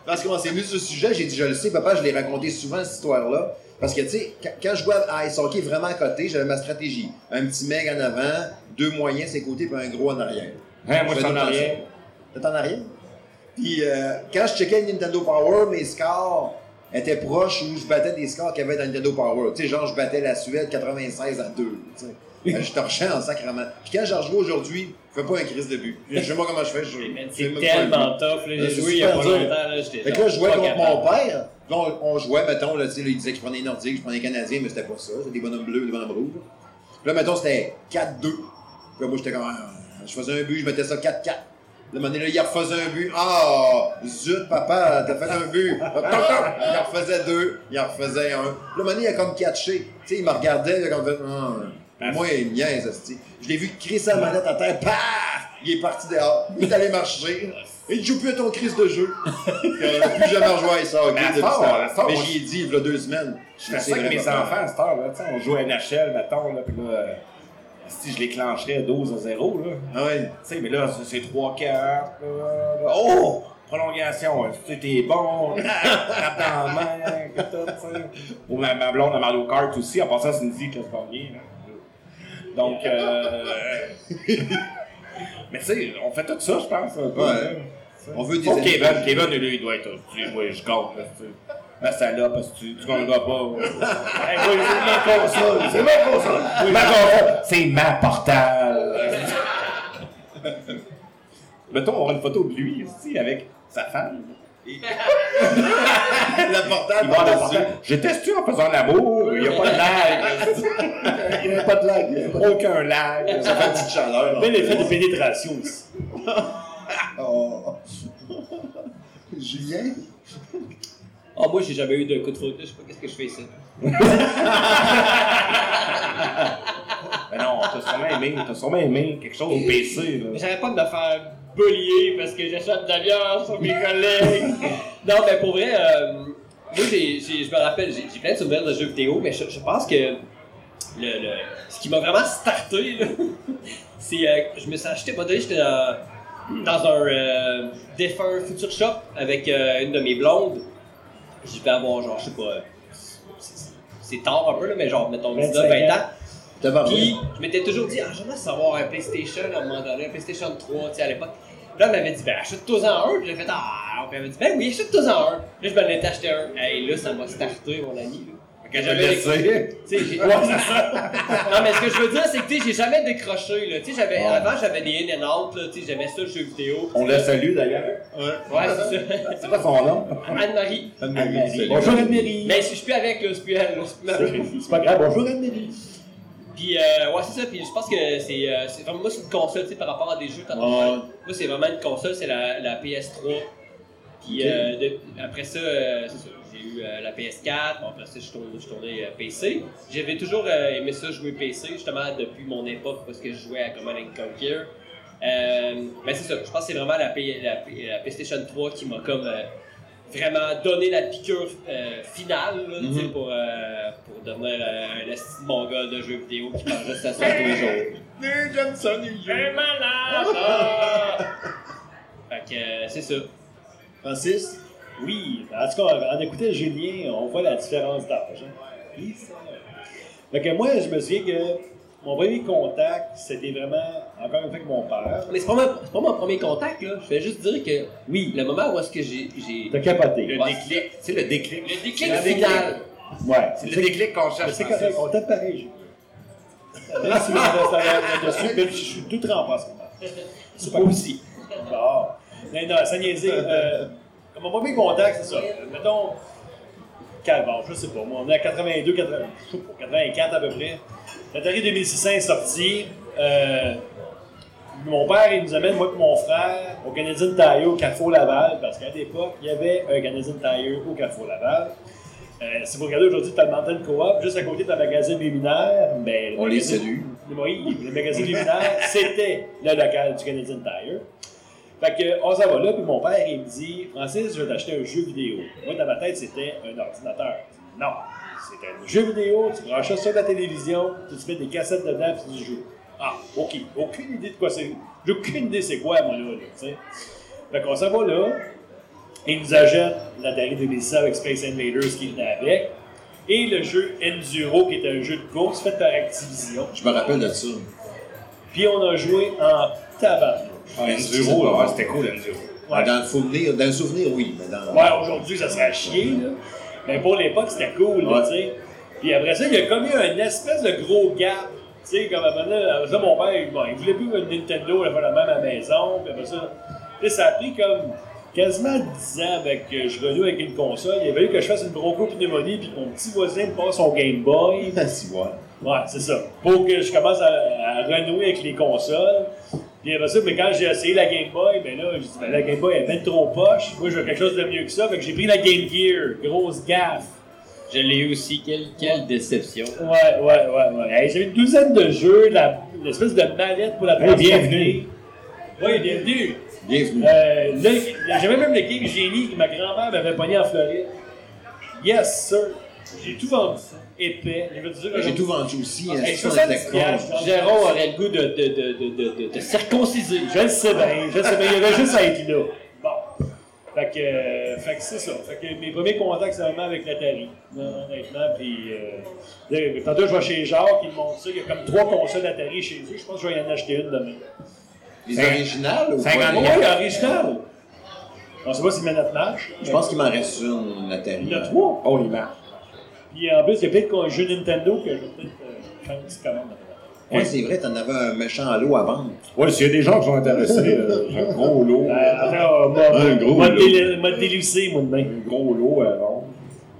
Parce qu'on s'est mis sur le sujet, j'ai dit, je le sais, papa, je l'ai raconté souvent, cette histoire-là. Parce que, tu sais, quand, quand je jouais à ice hockey vraiment à côté, j'avais ma stratégie. Un petit mec en avant, deux moyens à ses côtés, puis un gros en arrière. Je
Hein, moi, je
fais
suis
tout
en
le temps
arrière.
ça. T'es en arrière? Puis euh, quand je checkais le Nintendo Power, mes scores étaient proches où je battais des scores qu'il y avait dans le Nintendo Power. Tu sais, genre, je battais la Suède 96 à 2. tu sais. Euh, je torchais en sacrament. Puis quand j'en rejoue aujourd'hui, je fais pas un crise de but. Je sais pas comment je fais. Je,
Mais
je sais
C'est
même pas
tellement
Ah,
tough, là. J'ai
c'est
joué il y a
super
pas
dur.
longtemps, là. J'étais
fait que
genre
là, je jouais
pas
contre
capable.
mon père. Là, on, on jouait, mettons, là, tu sais, là, il disait que je prenais les Nordiques, je prenais les Canadiens, mais c'était pas ça. C'était des bonhommes bleus, des bonhommes rouges. Puis là, mettons, c'était 4-2. Puis là, moi, j'étais comme. ah, Je faisais un but, je mettais ça 4-4. Là, à un moment donné, là, il refaisait un but. Ah, zut, papa, t'as fait un but. Toc, toc, toc. Il en refaisait deux, il en refaisait un. Là, à un moment donné, il a comme catché. Tu sais, il me regardait, il a comme fait. Ah, moi, il me niaise, hostie. Je l'ai vu crisser sa manette à terre. Paf! Il est parti dehors. Il est allé marcher. Il joue plus à ton crise de jeu. Il a plus jamais rejoué ça.
Mais à fort, à fort,
Mais
moi,
j'y ai dit, il y a deux semaines.
Je fais ça avec mes enfants à cette heure, là. Tu sais, on joue à NHL, mettons, là, puis là. euh, Si je les clencherais à 12 à 0, là.
Ah ouais.
Tu sais, mais là, c'est- c'est 3 4 Oh! Prolongation, hein. tu sais, t'es bon, [laughs] tape dans la main, que tout, tu sais. Ou ma, ma blonde à Mario Kart aussi, en passant, c'est une vie que je gagne bien, là. Donc, euh... Mais tu sais, on fait tout ça, je pense, un peu,
Ouais.
là.
On veut des
Pour
amis.
Kevin, Kevin, ben, lui, il doit être, tu sais, moi, je compte, là, tu sais. Ma salope, parce que tu, tu gagneras pas.
Hey, moi, j'ai-
c'est ma console! Ma console! C'est ma portale! [laughs] Mettons, on aura une photo de lui ici avec sa femme.
La
Il
portable
va avoir la
par-dessus.
portale. J'ai testé en faisant l'amour, il n'y a pas de lag,
Il n'y avait pas de lag. il y avait pas de-
aucun lag.
Ça fait une petite chaleur.
Mais
là.
l'effet de pénétration aussi.
Oh. Julien?
Ah, moi, j'ai jamais eu de coup de faute. Je sais pas qu'est-ce que je fais ici.
Mais non, t'as sûrement aimé, t'as sûrement aimé quelque chose au PC. Là.
Mais J'arrête pas de me faire bullier parce que j'achète de la bière sur mes collègues. [laughs] non, mais pour vrai, euh, moi, j'ai- j'ai- je me rappelle, j'ai j'ai plein de souvenirs de jeux vidéo, mais je, je pense que le, le- ce qui m'a vraiment starté, là, [laughs] c'est euh, je me suis acheté, pas donné, j'étais dans, dans un euh, défunt Future Shop avec euh, une de mes blondes. Je vais avoir, genre, je sais pas, euh, c'est- c'est tard un peu, là, mais genre, mettons 19, 20 ans.
T'as pas
Puis, je m'étais toujours dit, ah, j'aimerais savoir un PlayStation à un moment donné, un PlayStation 3, tu sais, à l'époque. Puis Là, elle m'avait dit, ben, achète-toi-en un. Puis j'ai fait, ah, puis elle m'a dit, ben oui, achète-toi-en un. Là, je m'en étais acheté un. Hey, là, ça m'a starté, mon ami. Là. Quand j'avais. Tu
sais.
sais, j'ai- [laughs] non, mais ce que je veux dire, c'est que, tu sais, j'ai jamais décroché, là. Tu sais, j'avais. Avant, j'avais des in and out, là. Tu sais, j'aimais ça, le jeu vidéo.
On le salue d'ailleurs.
Ouais, c'est ça. [laughs]
C'est pas son nom.
Anne-Marie.
Bonjour Anne-Marie. [laughs]
Mais si je suis plus avec, là, c'est plus elle, là. c'est plus ma blonde.
C'est pas grave, bonjour Anne-Marie.
Puis, euh, ouais, c'est ça. Puis, je pense que c'est euh, c'est vraiment. Moi, c'est une console, tu sais, par rapport à des jeux. tantôt,
Ouais.
Moi, c'est vraiment une console, c'est la, la PS3. Puis,
Ok.
euh, de- après ça, euh, c'est ça, j'ai eu euh, la PS4. Bon, après ça, je tournais, je tournais, euh, PC. J'avais toujours euh, aimé ça jouer PC, justement, depuis mon époque, parce que je jouais à Command and Conquer. Euh, mais c'est ça, je pense que c'est vraiment la, P- la P- la PlayStation 3 qui m'a comme euh, vraiment donné la piqûre euh, finale là, tu sais,
Mhm.
pour, euh, pour devenir euh, un esti de mongol de jeux vidéo qui parle juste à ça tous les jours.
J'aime ça, New
J'ai malade! ah! fait que euh, c'est ça.
Francis?
Oui, en tout cas, en écoutant Julien, on voit la différence d'âge. hein. Oui, ça. Fait que moi, je me souviens que mon premier contact, c'était vraiment, encore une fois, avec mon père.
Mais c'est pas, mon- c'est pas mon premier contact, là. Je vais juste dire que oui, le moment où est-ce que j'ai. j'ai-
T'as capoté.
Le déclic. C'est le déclic.
Le déclic
Le déclic.
final!
Ouais.
C'est le déclic qu'on
Mais
cherche.
C'est
Francis.
correct, on tape pareil. Julien. Même si le restaurant est dessus, même si je suis tout trempé en ce moment. C'est pas aussi. [laughs] Bon. Non, non, ça niaisait. Euh, mon premier contact, c'est ça. Euh, Mettons, quel bon, je sais pas, moi, on est à 82, 80, je sais pas, 84 à peu près. L'Atari 2600 est sorti. Euh, mon père, il nous amène, moi et mon frère, au Canadian Tire au Carrefour Laval, parce qu'à l'époque, il y avait un Canadian Tire au Carrefour Laval. Euh, si vous regardez aujourd'hui, tu as le Mountain Co-op, juste à côté d'un magasin luminaire. Ben, le
On les
magasin-
salue.
Oui, le magasin luminaire, c'était le local du Canadian Tire. Fait que, on s'en va là, puis mon père, il me dit Francis, je vais t'acheter un jeu vidéo. Moi, dans ma tête, c'était un ordinateur. Je dis, Non, c'est un jeu vidéo, tu branches ça sur la télévision, tu te mets des cassettes dedans, puis tu joues. Ah, ok, aucune idée de quoi c'est. J'ai aucune idée c'est quoi, moi, là, là, tu sais. Fait qu'on s'en va là, et il nous achète l'Atari 2006 avec Space Invaders qui venait avec, et le jeu Enduro, qui est un jeu de course fait par Activision.
Je me rappelle de ça.
Puis on a joué en tabac.
Ah, Enduro, là, ouais, c'était cool, Enduro.
Dans, le souvenir, dans le souvenir, oui. Mais dans...
Ouais, aujourd'hui, ça serait à chier, là. Mais pour l'époque, c'était cool, là,
Ouais.
tu sais. Puis après ça, il y a comme eu un espèce de gros gap. Tu sais, comme après là, après ça, mon père, il, bon, il voulait plus une Nintendo, il faire la même à la maison. Puis après ça, tu sais, ça a pris comme quasiment 10 ans avec que je renoue avec une console. Il a fallu que je fasse une bronchopneumonie, puis que mon petit voisin me passe son Game Boy.
Ah, si, ouais.
Ouais, c'est ça. Pour que je commence à, à renouer avec les consoles. Puis après ça, mais quand j'ai essayé la Game Boy, ben là, j'ai dit, ben, la Game Boy, elle est bien trop poche. Moi, je veux quelque chose de mieux que ça. Fait que j'ai pris la Game Gear. Grosse gaffe.
Je l'ai eu aussi. Quelle, quelle déception.
Ouais, ouais, ouais, ouais. Hey, J'avais une douzaine de jeux, la- l'espèce de mallette pour la
Hey,
transporter.
bienvenue.
Oui, bienvenue.
Bienvenue.
Euh, le- J'avais même le Game Genie que ma grand-mère m'avait pogné en Floride. Yes, sir. J'ai tout vendu. Épais. Je veux dire,
J'ai tout vendu aussi. hein,
Hey,
Est-ce
Euh, Ah, c'est
qu'on
ça,
était
le
con?
gage.
Jérôme aurait le goût de, de, de, de, de, de, de circonciser.
Je le sais bien, je le sais bien, il y avait juste à être là. Bon. Fait que, euh, fait que c'est ça. Fait que mes premiers contacts, c'est vraiment avec l'Atari. Non, Honnêtement, puis. euh, là, tantôt, je vais chez Jacques, il me montre ça. Il y a comme trois consoles Atari chez eux. Je pense que je vais y en acheter une demain.
Les originales ou
Ah,
pas?
ouais, l'original! On sait pas si Manette marche.
Je pense qu'il m'en reste une, Nathalie.
Il y en a trois.
Oh, il marche.
Puis en plus, il y a peut-être un jeu Nintendo que je vais peut-être euh, faire une petite commande.
Ouais, c'est vrai, t'en avais un méchant lot à vendre.
Ouais, s'il y a des gens qui sont intéressés, euh, j'ai un gros lot.
Euh, attends,
Un gros
moi,
lot.
m'a délucé, moi, demain.
Un gros lot euh, à vendre.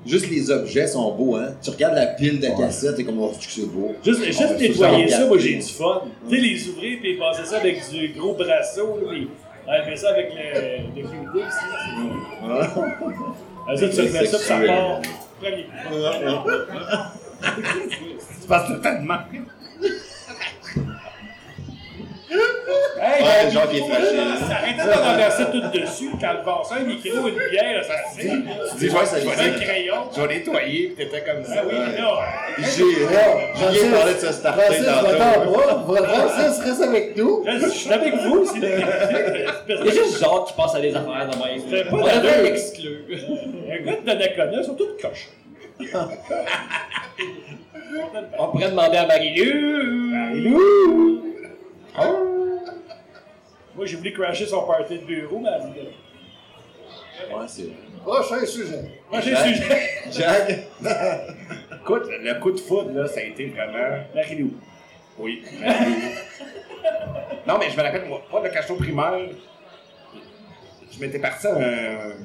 Juste les objets sont beaux, hein. Tu regardes la pile de cassettes et comme, oh, tu que c'est beau.
Juste,
On
juste
va
nettoyer
tous en
ça, moi
regarder.
j'ai du fun. Tu sais, les ouvrir puis passer ça avec du gros brasso, là, puis enlever ça avec le, le Q-tips. là, c'est- Ah, Ça, tu mets ça, puis ça
Sexuel.
part. Premier coup.
Tu passes tout le temps de mal.
Hey,
Ouais,
ben,
c'est genre qui est fragile.
ça arrêtait de renverser tout dessus, quand le vent, un micro, une bière, là, ça se
Tu
dit.
dis, ouais, ça je
Un
vais nettoyer.
crayon.
Je vais nettoyer, puis t'étais comme
Ah
ça.
oui, mais là,
J'ai. Julien parlait de se starter
Francis,
tantôt.
va-t'en pas. Francis, reste avec nous.
je je suis avec vous, c'est
Il y a juste genre qui passe à des affaires dans ma
C'est pas
On
la
devrait
deux.
l'exclure.
Un gars de Donnacona, ils sont tous cochons.
On pourrait demander à Marie-Lou.
Moi, j'ai voulu crasher son party de bureau, mais elle dit,
Ouais, c'est vrai.
Prochain sujet.
Moi, j'ai le sujet.
Jack,
Écoute, le coup de foudre, là, ça a été vraiment.
Marie-Lou.
Oui. non, mais je me rappelle, moi, pas de cachot primaire. Je m'étais parti à un-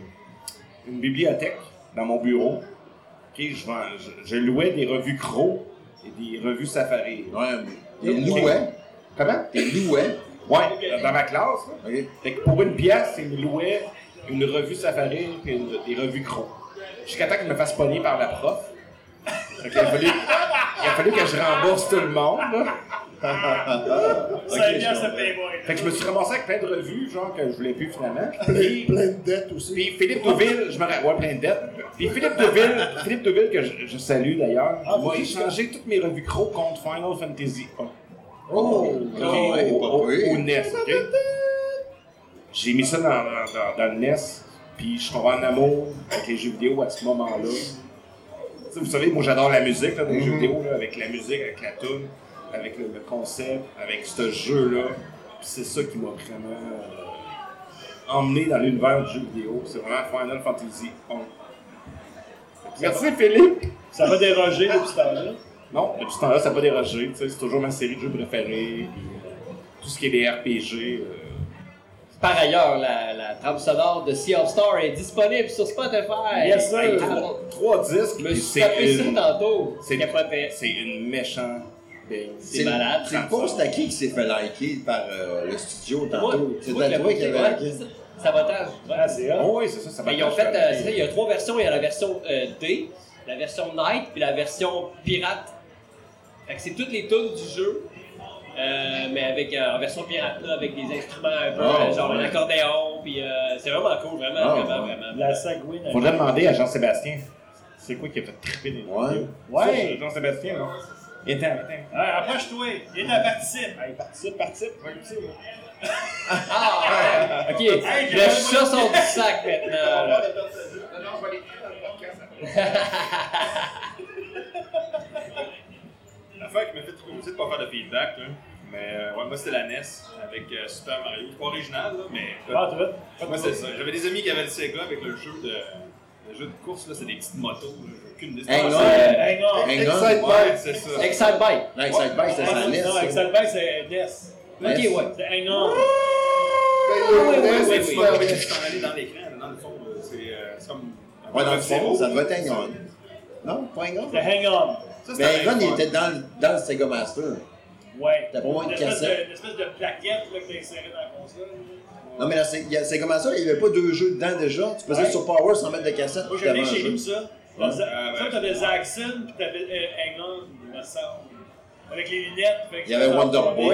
une bibliothèque dans mon bureau. Ok, je, vends- je- je louais des revues Crow et des revues Safari.
Ouais, mais t'es
hein?
louet.
Comment?
T'es louet.
Ouais, euh, dans ma classe. Là.
OK.
Fait que pour une pièce, il me louait une revue Safari et une- des revues Cro. Jusqu'à temps qu'il me fasse pogner par la prof. Fait qu'il a fallu, il a fallu que je rembourse tout le monde. là.
Ça
Ok,
vient,
je
ça
comprends.
paye moins. là.
Fait que je me suis ramassé avec plein de revues, genre que je voulais plus finalement.
Plein,
Puis-
plein de dettes aussi.
Puis Philippe Deauville, je me rappelle, ouais, plein de dettes. Puis Philippe Deauville, Philippe Deauville que je, je salue d'ailleurs,
Ah,
m'a
oui,
échangé toutes mes revues Cro contre Final Fantasy.
Oh!
Ok,
oh,
au- au,
pas pire.
au NES, ok? J'ai mis ça dans, dans- dans- dans le NES, puis je suis tombé en amour avec les jeux vidéo à ce moment-là. Tu sais, vous savez, moi j'adore la musique là, dans les jeux vidéo, là, avec la musique, avec la tune, avec le, le concept, avec ce jeu-là. Puis C'est ça qui m'a vraiment euh, emmené dans l'univers du jeu vidéo. C'est vraiment Final Fantasy 1. Merci Philippe!
Ça va déroger depuis ce temps-là.
Non, depuis ce temps-là, ça n'a pas dérogé. tu sais, C'est toujours ma série de jeux préférés. puis, euh, tout ce qui est des RPG. euh,
Par ailleurs, la, la trame sonore de Sea of Star est disponible sur Spotify.
Yes, sir.
Hey, ah,
trois, trois disques.
Je me
puis c'est
suis tapé ça
une,
tantôt.
c'est-
Capotais.
c'est une méchante belle.
C'est malade.
C'est le post à qui qui s'est fait liker par euh, le studio
Moi,
tantôt?
tu
oh, C'est
vois que
à
la
toi qui avait
boîte-
liké.
ouais, c'est ça. Sabotage.
Ah, c'est hot.
Oh oui, c'est ça, ça
Ben, ils ont fait, euh, c'est ça, il y a trois versions. Il y a la version euh, D, la version Night, puis la version Pirate. Fait que c'est toutes les tunes du jeu, euh, mais avec, euh, en version pirate, là, avec des instruments un peu,
Oh,
euh, genre
ouais.
un accordéon, puis euh, c'est vraiment cool, vraiment,
Oh,
vraiment,
ouais.
vraiment.
La sagouine. elle-
Faudrait demander à Jean-Sébastien, c'est quoi qui a fait triper les
Ouais.
vidéos?
Ouais.
Ça, Jean-Sébastien, non? Attends, attends.
Ouais, Approche-toi. Viens à participe.
Hey, participe, participe, participe.
Ah, ouais, ok,
Hey,
le chat sort du sac maintenant. là.
L'affaire qui m'a fait trop c'est de pas faire de feedback, là. Mais euh, ouais, moi, c'était la NES avec euh, Super Mario. C'est pas original, là, mais.
Ah,
Pas tout.
Moi, c'est ça. J'avais des amis qui avaient le Sega avec le jeu de. Le jeu de course, là, c'est des petites motos. là. J'ai aucune idée.
Hang on.
Ouais.
Hang on.
Hang on.
Excite
Ouais, c'est ça.
Excite Bike.
Non, Excite Bike, c'était sa
Non,
liste.
Excel Bank, ben, c'est Ness.
Ok,
Yes.
ouais.
C'est Hang on.
Ben,
oui,
ouais,
oui,
c'est
oui,
Ouais, tu
super
vas
bien.
t'en aller dans l'écran, là, dans le fond. là. C'est euh, c'est comme.
Ouais, dans le fond, ça devait être Hang On. Non, pas Hang On?
C'est Hang on.
Ça, c'était
Mais Hang On, il
fun.
était dans, le- dans le Sega Master.
Ouais.
T'as pas moins
Une
de
espèce de,
cassette.
une espèce de plaquette là, que t'as insérée dans la console.
Non, mais la Se- il y a- Sega Master, il n'y avait pas deux jeux dedans déjà. Tu pesais
Ouais.
sur Power sans mettre de cassette.
Moi,
puis t'avais
j'avais
un
chez
jeu.
nous ça.
Ouais.
Ça,
Ah,
ça,
ouais.
t'avais Zaxxon, puis t'avais euh, Hang on, il me semble. Avec les lunettes. fait que
Il y avait
ça,
Wonder
ça,
Boy.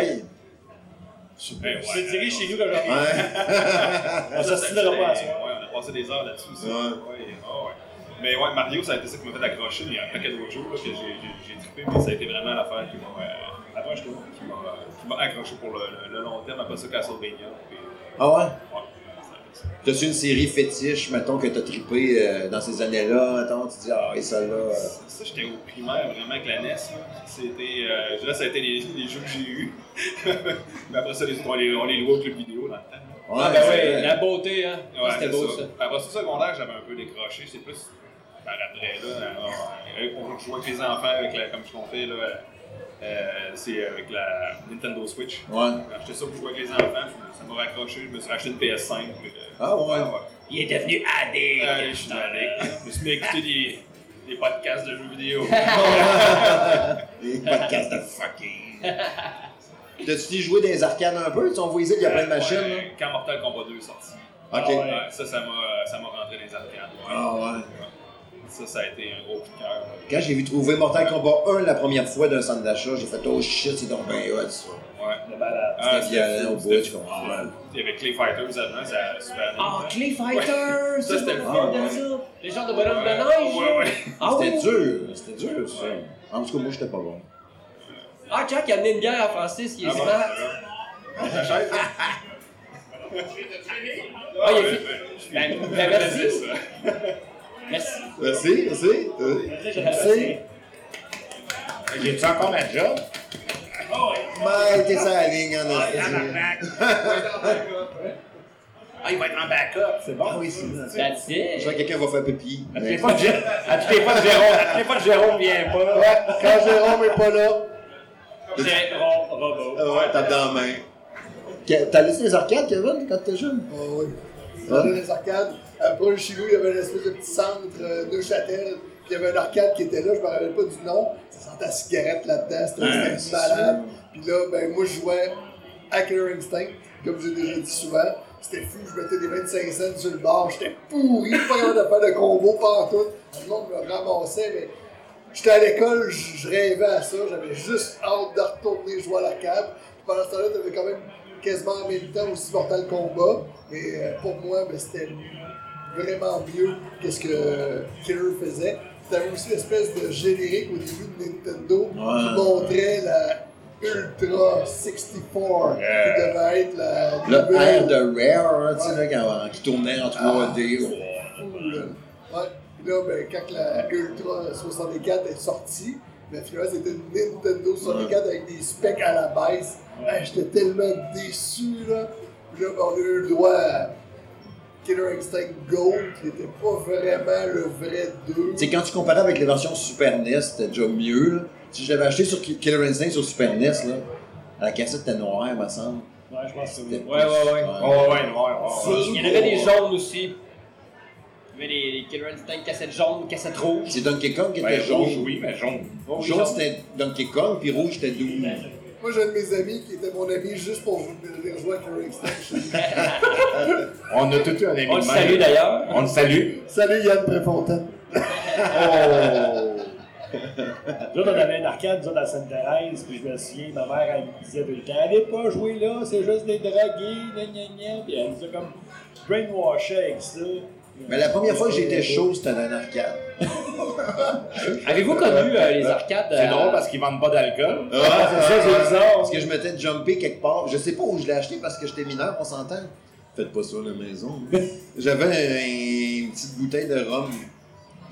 Ben, ouais,
Je te dirais
non.
chez nous quand j'en ai.
Ouais.
On
Ça, hein.
s'assinera pas à
c'était-
ça.
Ouais, on a passé des heures là-dessus aussi.
Ouais.
Ouais, ah ouais. Mais ouais, Mario, ça a été ça qui m'a fait accrocher. Il y a un paquet d'autres jeux là, que j'ai- j'ai- j'ai trippé, mais ça a été vraiment l'affaire qui m'a euh,
Approche-toi.
qui m'a, euh, qui m'a accroché pour le, le- le long terme. Après ça, Castlevania. puis, euh,
Ah ouais?
ouais, ça a été ça.
T'as-tu une série fétiche, mettons, que t'as trippé euh, dans ces années-là? Attends, tu dis, ah, et celle-là. euh,
Ça, j'étais au primaire vraiment avec la NES. là. C'était, euh, là, ça a été les, les jeux que j'ai eus. [laughs] mais après ça, les autres, on les, on les louait au club vidéo dans le temps.
Ouais,
Ah, ben
c'est
ouais,
vrai.
la beauté, hein.
Ouais,
C'était
c'est
beau
ça.
ça.
Après ça, secondaire, j'avais un peu décroché. C'est plus par après, là. alors, euh, on jouait avec les enfants, avec la, comme je comptais, là. euh, c'est avec la Nintendo Switch.
Ouais.
J'ai acheté ça pour jouer avec les enfants, je- ça m'a raccroché. Je me suis racheté une PS5. mais, euh,
Ah ouais.
Il est devenu addict.
Allez, je suis allé. Je me suis mis à écouter des, des podcasts de jeux
[laughs]
vidéo.
Les podcasts de fucking. T'as-tu joué dans les arcades un peu? Tu on voyait qu'il y a plein de machines, là?
Ah, Ouais, Quand Mortal Kombat 2 est sorti.
Ok.
Ah ouais.
Ouais, ça, ça m'a ça m'a rentré dans les arcades.
Ah ouais.
Ça, ça a été un gros coup de cœur.
Quand j'ai vu trouver Mortal Kombat 1 la première fois d'un centre d'achat, j'ai fait « Oh shit, c'est donc bien hot, ça!
Ouais.
Le balade.
Ah,
C'était
c'était
violent au
fou, c'était
bout, je
fou,
comprends.
c'était fou. Il y avait Clay Fighters avant, ça super
Ah, Clay
Ouais.
Fighter!
Ça, c'était le
fun, oh. ouais.
Les genres de bonhomme de
Ouais,
neige!
ouais, ouais.
là. Ah,
C'était
oui.
dur, c'était dur, ça. En tout cas, moi, j'étais pas bon.
Ah, Jack a amené une bière à Francis, il est
Ah, bon,
smart.
c'est là. Ta chaise, hein?
Ah, il a fait-
ouais, ouais, je suis-
Ben, ben, merci.
C'est ça.
Merci.
Merci, merci.
Merci.
J'ai-tu encore ma job?
Ah,
Mais t'es sur la ligne, hein, en effet. [laughs]
Ah, il va être en backup, c'est
Ah
bon.
oui, c'est ça.
That's it.
Je vois que quelqu'un va faire pipi.
Appelez pas de
[laughs]
Jé- appelez pas de Jérôme, appelez pas de Jérôme, viens pas.
Quand Jérôme est pas là,
J'ai rond robot.
Ah ouais, tape dans la main. Que- T'as laissé les arcades, Kevin, quand t'étais jeune?
Ah oui. Dans les arcades. euh, proche de chez nous, il y avait une espèce de petit centre euh, de Châtel, puis il y avait un arcade qui était là, je me rappelle pas du nom. Ça sentait la cigarette là-dedans, c'était
Ouais,
c'était
c'est
malade. Puis là, ben, moi, je jouais à Killer Instinct, comme j'ai déjà dit souvent. C'était fou, je mettais des 25 cents sur le bord, j'étais pourri, pas capable de faire de combo partout. Le monde me ramassait, mais J'étais à l'école, je je rêvais à ça, j'avais juste hâte de retourner jouer à l'arcade. Puis Pendant ce temps-là, t'avais quand même quasiment en même temps aussi Mortal Kombat, mais euh, pour moi, ben, c'était vraiment mieux que ce que euh, Killer faisait. T'avais aussi l'espèce de générique au début de Nintendo qui montrait la Ultra 64, qui devait être la
Le
nouvelle-
air de Rare, hein, tu sais, là, quand- qui tournait en 3D. ouais.
fou, là. Ouais. Puis là, ben, quand la Ultra 64 est sortie, ben, finalement, c'était une Nintendo 64 avec des specs à la baisse. Hey, J'étais tellement déçu, là. Puis là, ben, on a eu le droit à Killer Instinct Gold, qui n'était pas vraiment le vrai 2.
Tu sais, quand tu comparais avec les versions Super NES, c'était déjà mieux. Là. Si je l'avais acheté sur Ki- Killer Instinct sur Super NES, là, la cassette était noire, me semble.
Ouais, je pense que
C'était
c'est
ouais, ouais, ouais.
Oh, ouais, ouais, ouais.
Il y en avait des jaunes aussi. Il y avait des, des Killer Instinct cassettes jaunes, cassettes rouges.
C'est Donkey Kong qui était
Ben,
jaune.
jaune, oui, mais jaune.
Bon, les
Oh, Jaune,
jaunes.
c'était Donkey Kong, puis rouge, c'était Doom.
Moi, j'ai un de mes amis qui était mon ami juste pour venir jouer à Killer Instinct.
On a tout eu un ami
On le
de
salue
même.
d'ailleurs.
On le salue.
Salut Yann Préfontaine.
Nous, autres, on avait une arcade, nous autres, à Sainte-Thérèse, puis je me souviens, ma mère, elle me disait tout le temps, allez pas jouer là, c'est juste des dragués, gna gna gna, puis elle nous a comme brainwashed avec ça.
Mais la première fois que j'étais chaud, c'était dans un arcade.
Avez-vous connu euh, les arcades
C'est
euh,
drôle parce qu'ils vendent pas d'alcool.
Ah,
c'est ça, c'est bizarre.
Parce que je m'étais jumpé quelque part. Je sais pas où je l'ai acheté parce que j'étais mineur, on s'entend. Faites pas ça à la maison. [laughs] J'avais un- une petite bouteille de rhum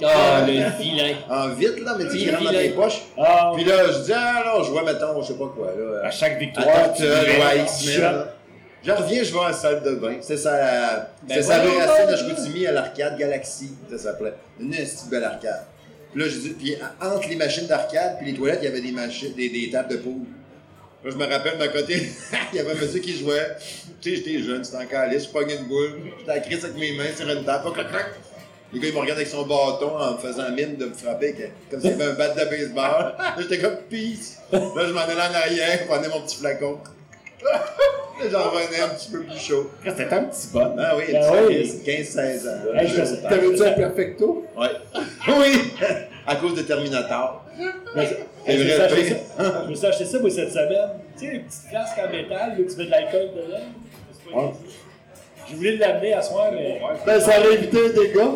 Ah, le vilain.
en vite, là, mais tu sais, qui
Oui,
rentre dans
oui,
tes
oui.
poches.
Ah,
Puis là, je dis, ah non, je vois, mettons, je sais pas quoi, là.
À chaque
À
victoire,
Tortue,
tu
ou à
devais-
X-Men. là. Je reviens, je vais à la salle de bain. C'est sa,
Ben
c'est sa
voyons
racine
donc.
à Chicoutimi à l'arcade Galaxy, ça s'appelait. Une petite belle arcade. Puis là, j'ai dit, puis entre les machines d'arcade puis les toilettes, il y avait des machines, des, des tables de poule. Là, je me rappelle d'un côté, [laughs] il y avait un monsieur qui jouait. Tu sais, j'étais jeune, c'était encore lisse, je pognais une boule, j'étais à la crise avec mes mains sur une table, clac, clac. Le gars, il me regarde avec son bâton en me faisant mine de me frapper que- comme s'il avait un bat de baseball. Là, j'étais comme peace. Là, je m'en allais en arrière, je prenais mon petit flacon. [laughs] Là, J'en revenais un petit peu plus chaud.
C'était un petit bon.
Ah oui,
Ben oui.
15-16 ans.
Hey, je faisais-
T'avais-tu un perfecto?
Ouais. oui! À cause de Terminator.
Mais je-
C'est
je me suis
vrai,
acheté
oui. Hein?
ça- Je me suis acheté ça, moi, cette semaine. Tu sais, les petites flasques en métal, là, que tu mets de l'alcool dedans. C'est pas-
Ouais.
Je voulais l'amener à soir, mais. Ouais,
Ben, ça aurait évité un dégât.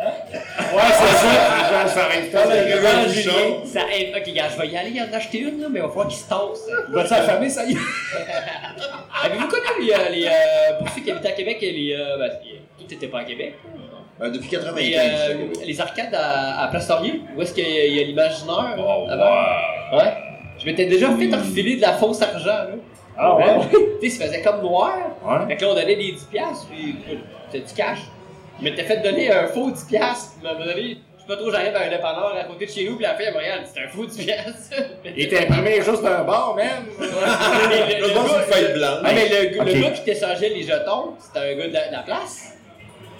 c'est ça!
Genre, ça reste pas.
Ah, le
c'est
grand
vraiment du jaune.
Julien, ça aime. Ok, gars, je vais y aller y en acheter une, là, mais il va falloir qu'il se tasse.
Va-tu affamer, ça y est?
[laughs] Avez-vous connu les, euh, les, euh, pour ceux qui habitent à Québec, les, euh, ben, tout n'était pas à Québec,
Ben, depuis
mais
95.
euh, les arcades à, à Place Laurier, où est-ce qu'il y a- il y a l'imaginaire
Oh,
avant? Ouais. Je m'étais déjà fait enfiler de la fausse argent, là.
Ah ouais?
tu sais, ça faisait comme noir.
Ouais.
Fait que là, on donnait des 10 piastres, puis euh, c'était du cash. Je m'étais fait donner un faux 10 piastres, puis à un moment donné, je sais pas trop, j'arrive à un dépanneur à côté de chez nous, puis la fille, elle me regarde, c'est un faux 10 piastres.
[laughs] Il était imprimé juste d'un bord, man.
Le-
Le
le
bon,
gars-
c'est une feuille blanche.
Ah, mais le,
Ok.
le gars qui t'échangeait les jetons, c'était un gars de la, de la place.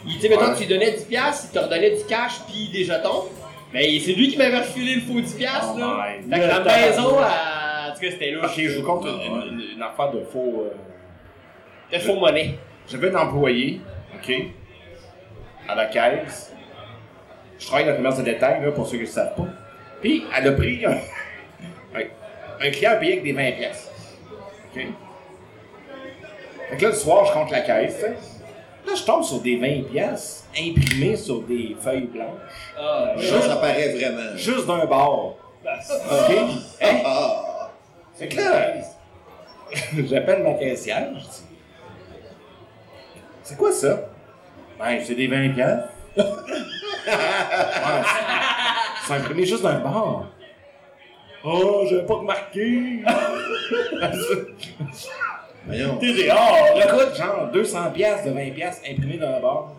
Il disait, mettons,
Ouais.
tu lui donnais 10$, piastres, il te redonnait du cash puis des jetons. Mais c'est lui qui m'avait refilé le faux 10$, piastres,
Oh
là.
my
Fait que la
God.
maison, à... en tout cas, c'était louche.
Ok, je vous compte une, une- une affaire de faux. euh,
C'était faux monnaie.
J'avais un employé, OK, à la caisse. Je travaille dans le commerce de détail, là, pour ceux qui ne le savent pas. Puis, elle a pris un, [laughs] un- un client payé avec des 20 pièces. OK? Fait que là, le soir, je compte la caisse. hein. Là, je tombe sur des 20 pièces imprimées sur des feuilles blanches.
Ah, ouais.
Ça, ça paraît vraiment.
Juste d'un bord. OK? Hein?
Ah!
Fait que là, [laughs] j'appelle ma caissière. je dis, C'est quoi ça? Ben, c'est des 20 piastres. [laughs] Ouais, c'est- c'est imprimé juste dans le bar. Oh, j'avais pas
[laughs]
remarqué.
Voyons.
[laughs]
T'es dehors,
Ça
là!
coûte genre 200 piastres de 20 piastres imprimés dans le bar.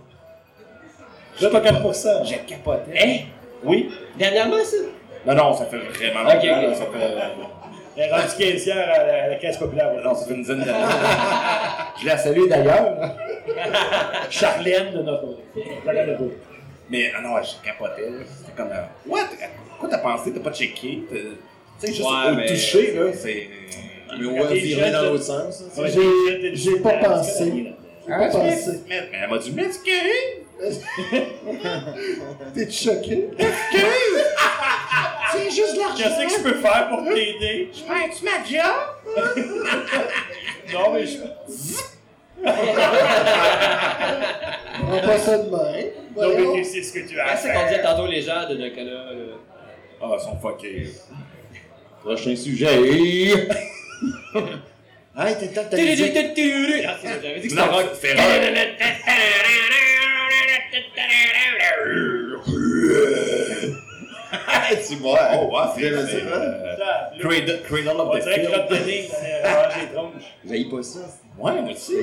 Là, t'as 4%.
J'ai capoté.
Hein?
Oui.
Dernièrement, ça?
Non, non, ça fait vraiment
Ok,
longtemps. là,
ok.
Ça fait... euh,
Elle est rendue caissière à la, à la caisse populaire.
[laughs]
Non, ça fait une dizaine d'années. Je la salue d'ailleurs.
Charlène de notre Charlène de notre-
Mais ah non, ouais, je capotais. là. C'était comme. euh, What? Quoi t'as pensé? T'as pas checké? T'as- Tu sais, juste
Ouais,
au
mais-
toucher, là, c'est.
Mais on va
Et
virer
je-
dans l'autre sens.
Ouais,
J'ai-
j'ai-
j'ai pas pensé. J'ai pas
Ah,
pensé.
Mais mais elle m'a dit, mais tu que?
T'es choqué?
C'est juste l'argent!
Qu'est-ce que je peux faire pour t'aider?
Je perds-tu ma job?
Non, mais je.
On pas ça de même.
Non, mais
Voyons.
tu sais ce que tu as à
Qu'est-ce Ah, qu'on
faire.
disait tantôt les gens de Nicolas? là?
Ah, ils sont fuckés.
Prochain sujet. [laughs] Hey, t'es t'as- t'as dit-
Ah, c'est ça, j'avais dit que c'était
Non,
rock.
c'est rock.
[laughs] tu vois.
Oh, ouais, c'est
Vraiment, c'est vrai.
euh,
Attends, là,
Cradle Cradle
On
of the
dirait que
Field.
Rob Denis,
[laughs]
euh, range les tronches.
J'haïs pas ça.
Ouais, moi aussi.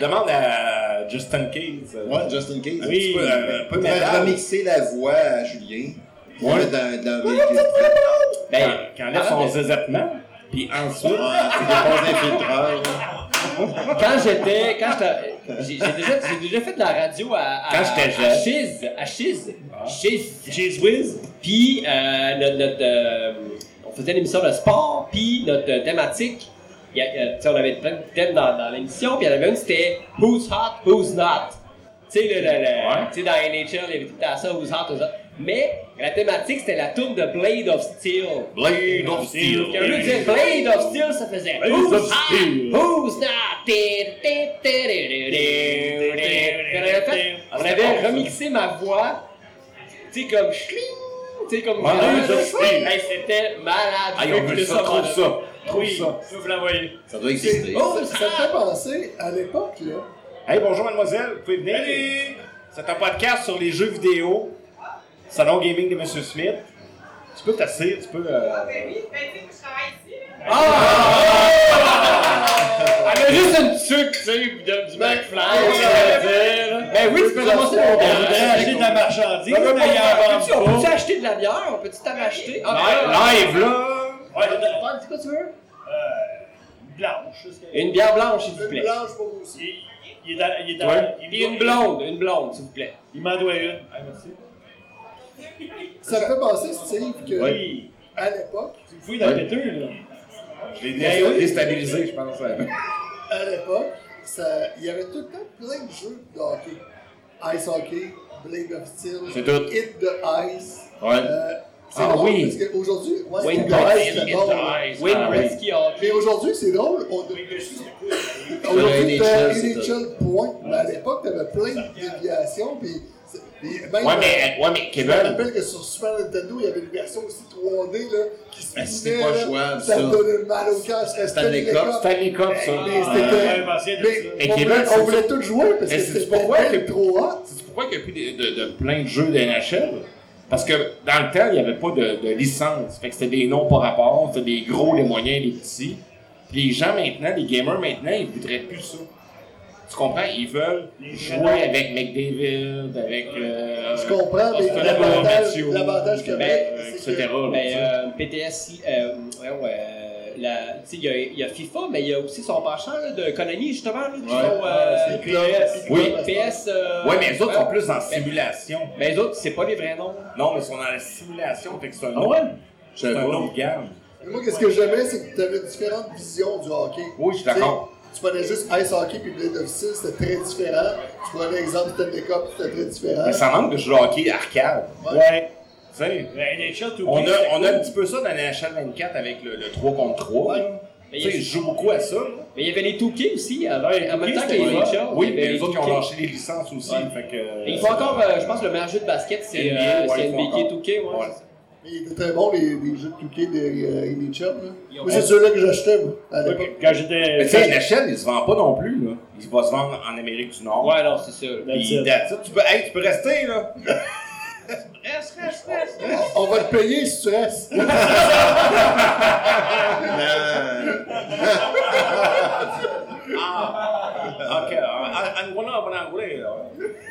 Demande à Justin Case. euh,
Ouais, Justin Case.
un petit peu, euh, un peu
On va
métal.
remixer la voix à Julien. Ouais. Dans, dans mes...
Ben,
Ben,
qui enlève son zézettement, puis ensuite,
quand j'étais. Quand j'étais. J'ai j'ai déjà, j'ai déjà fait de la radio à. à
Quand j'étais
À
jeune.
Chiz. À Chiz. Chiz.
Cheese Whiz?
Puis, euh, notre. notre, euh, on faisait l'émission de sport, puis notre euh, thématique. il y a- euh, tu sais, on avait plein de thèmes dans, dans l'émission, puis il y en avait une, c'était Who's Hot, Who's Not. Tu sais, le, le- le- tu sais, dans NHL, il y avait tout le temps ça, Who's Hot, Who's Not. Mais la thématique, c'était la tourne de Blade of Steel.
Blade of
Quand lui
Steel.
disait Blade of Steel, ça faisait
Blade
Who's
of
hot?
Steel.
Who's not? On avait, fait- on
Ah,
avait remixé ma voix, tu sais, comme schling, tu sais, comme.
Blade of Steel.
Hey, C'était malade.
Aïe, on veut ça, trouve ça. Trouve
Oui, je
ça.
peux vous l'envoyer.
Ça doit exister.
Oh,
Ça me fait penser à l'époque, là.
Hey, bonjour mademoiselle, vous pouvez venir. C'est un podcast sur les jeux vidéo, salon gaming de M. Smith. Tu peux t'asseoir, tu peux... euh, Ah!
Elle a Ah! juste une tuque, tu sais, de- du McFly. tu sais, là. Ben oui, tu peux ramasser
On
mon
voudrait acheter de la marchandise, mais il y en
On
vend
peut-tu
pas.
acheter de la bière? On peut-tu t'en acheter? Ah, ben,
Live, là!
Ouais, je donne-
Dis quoi tu veux?
euh, Blanche, c'est ce que-
Une bière blanche, s'il vous
Une
plaît.
blanche pour vous aussi.
Il- Il est dans. Il est dans.
Ouais.
il
Et
me-
une blonde, une blonde, s'il vous plaît.
Il m'en doit une. Ah, merci.
Ça me fait penser, Steve, que
Oui.
à l'époque,
Tu me fouilles dans le péteux, là.
Je l'ai
Ben oui.
déstabilisé, je pense.
à l'époque, ça- il y avait tout le temps plein de jeux de hockey. Ice hockey, Blade of Steel,
C'est tout.
Hit the Ice.
Ouais.
Euh, c'est
Ah
drôle
oui.
parce qu'aujourd'hui, ouais,
Wayne
Hit the Ice,
Gretzky,
c'est bon. là.
Wayne
Ah,
Gretzky hockey.
Mais aujourd'hui, c'est drôle. On... Aujourd'hui,
Le
t'as
NHL, c'est
NHL point. Mais à l'époque, t'avais plein de déviations. Puis, c'est- puis même, euh,
Ouais, mais, ouais, mais
Je me
Kevin,
rappelle que sur Super Nintendo, il y avait une version aussi 3D là, qui se
Ah, c'était
vidait,
pas
là.
jouable,
Ça
ça.
me donnait mal au cœur. C'était
Stanley Cup,
Stanley Cup, ça.
Mais
Ah, Ouais,
c'était.
pensez de ça.
Mais
Et
on
Kevin,
voulait-
c'est-
on voulait tout jouer parce que
Mais c'est-tu
c'était
pourquoi
tellement
que-
trop hot.
C'est pourquoi il n'y a plus de, de- de plein de jeux de NHL? Parce que dans le temps, il n'y avait pas de, de licence. Fait que c'était des noms par rapport, c'était des gros, des moyens, des petits. Puis les gens maintenant, les gamers maintenant, ils voudraient plus ça. Tu comprends? Ils veulent
Les
jouer
jeux.
avec McDavid, avec. euh,
Je comprends, mais
Austin
l'avantage-
Matthews,
l'avantage que-
Québec,
c'est
etc.
que-
là, tu
Ben,
sais.
euh, PTS, euh, voyons, euh, la- tu sais, il y a, il y a FIFA, mais il y a aussi son penchant là, de Konami, justement, là, qui font, euh,
Puis là,
Oui.
PS. euh,
Ouais, mais les autres
ouais.
sont plus en simulation.
Mais les autres, c'est pas les vrais noms.
Non, mais ils sont dans la simulation, fait que c'est un
Ah ouais?
Je
c'est
sais
un
pas.
autre gamme.
Mais Moi, qu'est-ce que j'aimais, c'est que tu avais différentes visions du hockey.
Oui, je suis d'accord.
Tu sais, Tu prenais juste Ice Hockey puis Blade of Steel, c'était très différent. Tu prenais exemple Stanley Cup, c'était très différent.
Euh,
Mais ça manque de jeux de hockey arcade. Tu
Ouais.
sais,
Ben, les chats, tout
On a,
oublié, c'est
on a un
cool.
petit peu ça dans NHL 24 avec le, le 3 contre 3. là. Tu
Mais il y a-
sais, je joue beaucoup à ça. là.
Mais il y avait les Touquets aussi, avant,
Ouais, les
en même temps que
Touquets,
les
c'était
Rangers.
Oui,
il y avait
mais les autres qui ont
Touquets.
lâché les licences aussi.
Ouais.
Fait que,
Et ils font encore, euh, je pense, le meilleur jeu de basket, c'est
NBA,
euh,
ouais,
c'est
ils font
NBA
encore.
Touquet. ouais.
Ouais.
Mais il était très bon, les, les jeux de touquet de euh, NHL. là.
Ils ont-
Moi, c'est ceux-là que j'achetais, moi, à l'époque.
Quand j'étais.
Mais tu sais, NHL, ils se vendent pas non plus. Là. Ils vont se vendre en Amérique du Nord.
Ouais, non, c'est ça. là.
Puis,
That's it.
that's it. tu, peux, hey, tu peux rester. là.
On va te payer si tu restes.
euh,
Ok, en- en- en voilà, en anglais. là.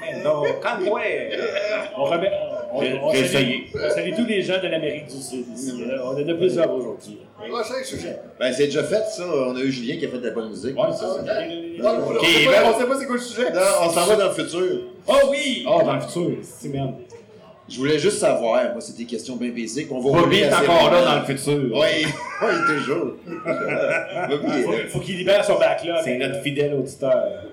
Mais non, quand ouais.
euh,
On remet. on-
on-
J'ai
on-
j'ai essayé.
Salut tous les gens de l'Amérique du Sud ici. là. On en a plusieurs aujourd'hui.
Prochain sujet.
Ben, c'est déjà fait, ça. On a eu Julien qui a fait de la bonne musique. ben,
Ouais,
Oh,
ça, c'est-
Non, on- on sait pas- on sait pas c'est quoi le sujet.
Non, on s'en va dans le futur.
Oh oui!
Ah, dans le futur, c'est merde.
Je voulais juste savoir, moi, c'est des questions bien basiques. On va
Bobby
revenir
est
assez
encore là
rapidement.
dans le futur.
Oui, oui, toujours. [laughs] Bobby est
Ah,
Faut,
là.
faut qu'il libère son backlog.
C'est notre fidèle auditeur.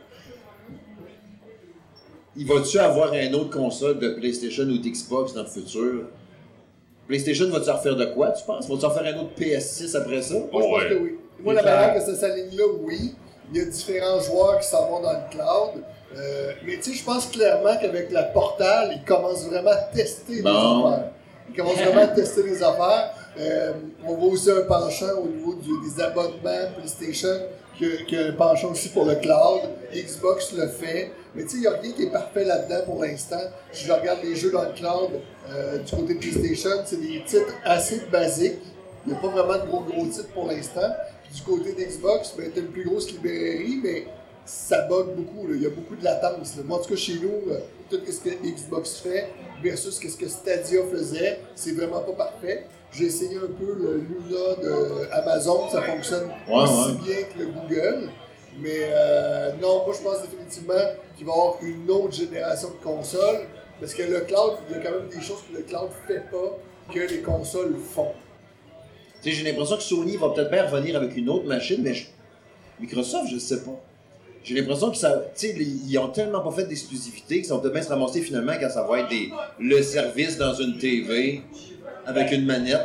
Il va-tu avoir un autre console de PlayStation ou d'Xbox dans le futur? PlayStation va-tu en faire de quoi, tu penses? Va-tu en faire un autre PS6 après ça?
Moi, je pense
Ouais.
que oui. Moi, la manière que ça s'aligne là, oui. Il y a différents joueurs qui s'en vont dans le cloud. Euh, mais tu sais, je pense clairement qu'avec la Portal, ils commencent vraiment à tester les
Bon.
affaires. Ils commencent vraiment à tester les affaires. Euh, on voit aussi un penchant au niveau du- des abonnements PlayStation, que, que un penchant aussi pour le cloud. Xbox le fait. Mais tu sais, il n'y a rien qui est parfait là-dedans pour l'instant. Si je regarde les jeux dans le cloud euh, du côté de PlayStation, c'est des titres assez basiques. Il n'y a pas vraiment de gros gros titres pour l'instant. Puis du côté d'Xbox, ben, t'as une plus grosse librairie, mais ça bug beaucoup. là. Il y a beaucoup de latence. là. Moi, en tout cas, chez nous, euh, tout ce que Xbox fait versus ce que Stadia faisait, c'est vraiment pas parfait. J'ai essayé un peu le Luna de Amazon, ça fonctionne
Ouais,
aussi
ouais.
bien que le Google. Mais euh, non, moi je pense définitivement qu'il va y avoir une autre génération de consoles. Parce que le cloud, il y a quand même des choses que le cloud fait pas que les consoles font.
Tu sais, j'ai l'impression que Sony va peut-être bien revenir avec une autre machine, mais je- Microsoft, je sais pas. J'ai l'impression que ça. Tu sais, les- ils ont tellement pas fait d'exclusivité qu'ils vont peut-être bien se ramasser finalement quand ça va être des- le service dans une TV avec une manette.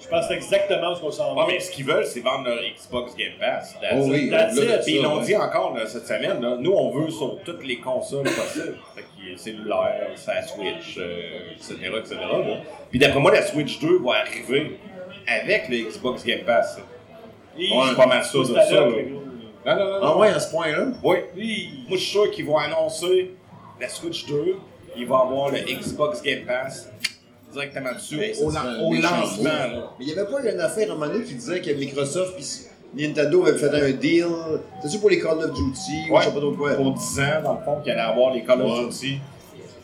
Je pense que c'est exactement ce qu'on s'en
Ouais,
va.
mais ce qu'ils veulent, c'est vendre leur Xbox Game Pass. that's
Oh
it.
oui,
that's
au-delà de
it.
ça,
Puis ils l'ont
ouais.
dit encore là, cette semaine, là, nous on veut sur toutes les consoles possibles. Fait que cellulaire, sa Switch, euh, etc. etc. là. Puis d'après moi, la Switch 2 va arriver avec le Xbox Game Pass.
Et-
Je suis pas mal sûr de
C'est à
ça. là.
l'heure,
Non,
le gros, là.
non, non, non.
Ah ouais, à ce point-là?
Oui. Moi, je suis sûr qu'ils vont annoncer la Switch 2. Ils vont avoir le Xbox Game Pass directement dessus
Ben, ça
au,
serait
lan-
un
au
méchant
lancement.
move.
là.
Mais il n'y avait pas une affaire à un moment donné qui disait que Microsoft et Nintendo avaient fait un deal. C'est-tu pour les Call of Duty ou
Ouais.
je sais pas trop quoi?
Pour 10 ans, dans le fond, qu'il allait avoir les Call
Ouais.
of Duty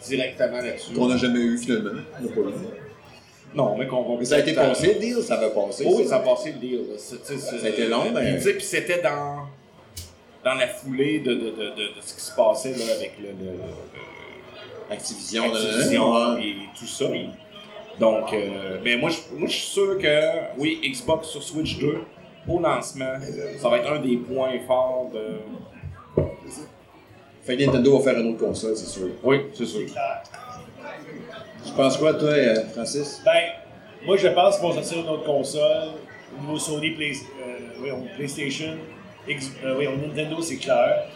directement là-dessus.
Qu'on n'a jamais eu finalement. On n'a pas eu.
Non, mais qu'on va.
Mais ça a été passé le deal, ça avait passé.
Oh, oui, ça a passé le deal. là. C'est- tu sais, c'est-
Ça a été long, ben. mais-
Puis, tu sais, Puis c'était dans, dans la foulée de, de, de, de- de ce qui se passait là, avec le, le, le-
Activision,
Activision
nanana. Ouais.
et hein, tout ça. Donc, euh, ben moi, je, moi, je suis sûr que, oui, Xbox sur Switch 2, au lancement, ça va être un des points forts de...
Fait que Nintendo va faire une autre console, c'est sûr.
Oui, c'est sûr.
Tu penses quoi, toi, euh, Francis?
Ben, moi je pense qu'ils vont sortir une autre console. Au niveau Sony, Play- euh, voyons, PlayStation, X- euh, voyons, Nintendo, c'est clair.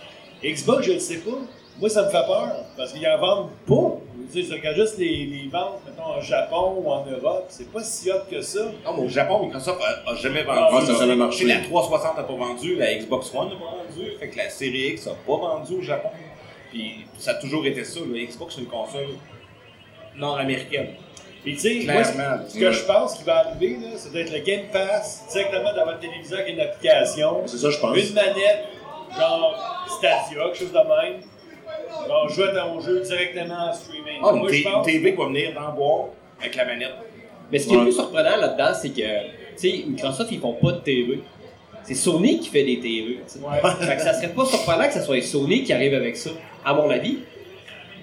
Xbox, je ne sais pas. Moi, ça me fait peur parce qu'ils en vendent pas. Tu sais, je regarde juste les, les ventes, mettons, en Japon ou en Europe. C'est pas si hot que ça.
Non, mais au Japon, Microsoft a, a jamais vendu.
Ah, ça a jamais marché.
La 360 n'a pas vendu, la Xbox One n'a pas vendu, fait que la série X n'a pas vendu au Japon. Puis ça a toujours été ça, la Xbox c'est une console nord-américaine.
Puis tu sais, moi,
Clairement, là.
ce- ce que je pense qui va arriver, là, c'est d'être le Game Pass directement dans votre téléviseur avec une application.
C'est ça, je pense.
Une manette, genre Stadia, quelque chose de même. Genre, jouer à ton jeu directement en streaming.
Ah, une
moi, je
T- une
pense.
TV qui va venir dans boire avec la manette.
Mais ce qui est le
Ouais.
plus surprenant là-dedans, c'est que, tu sais, Microsoft, ils font pas de TV. C'est Sony qui fait des TV. tu sais. Fait que ça serait pas surprenant que ce soit Sony qui arrive avec ça, à mon avis.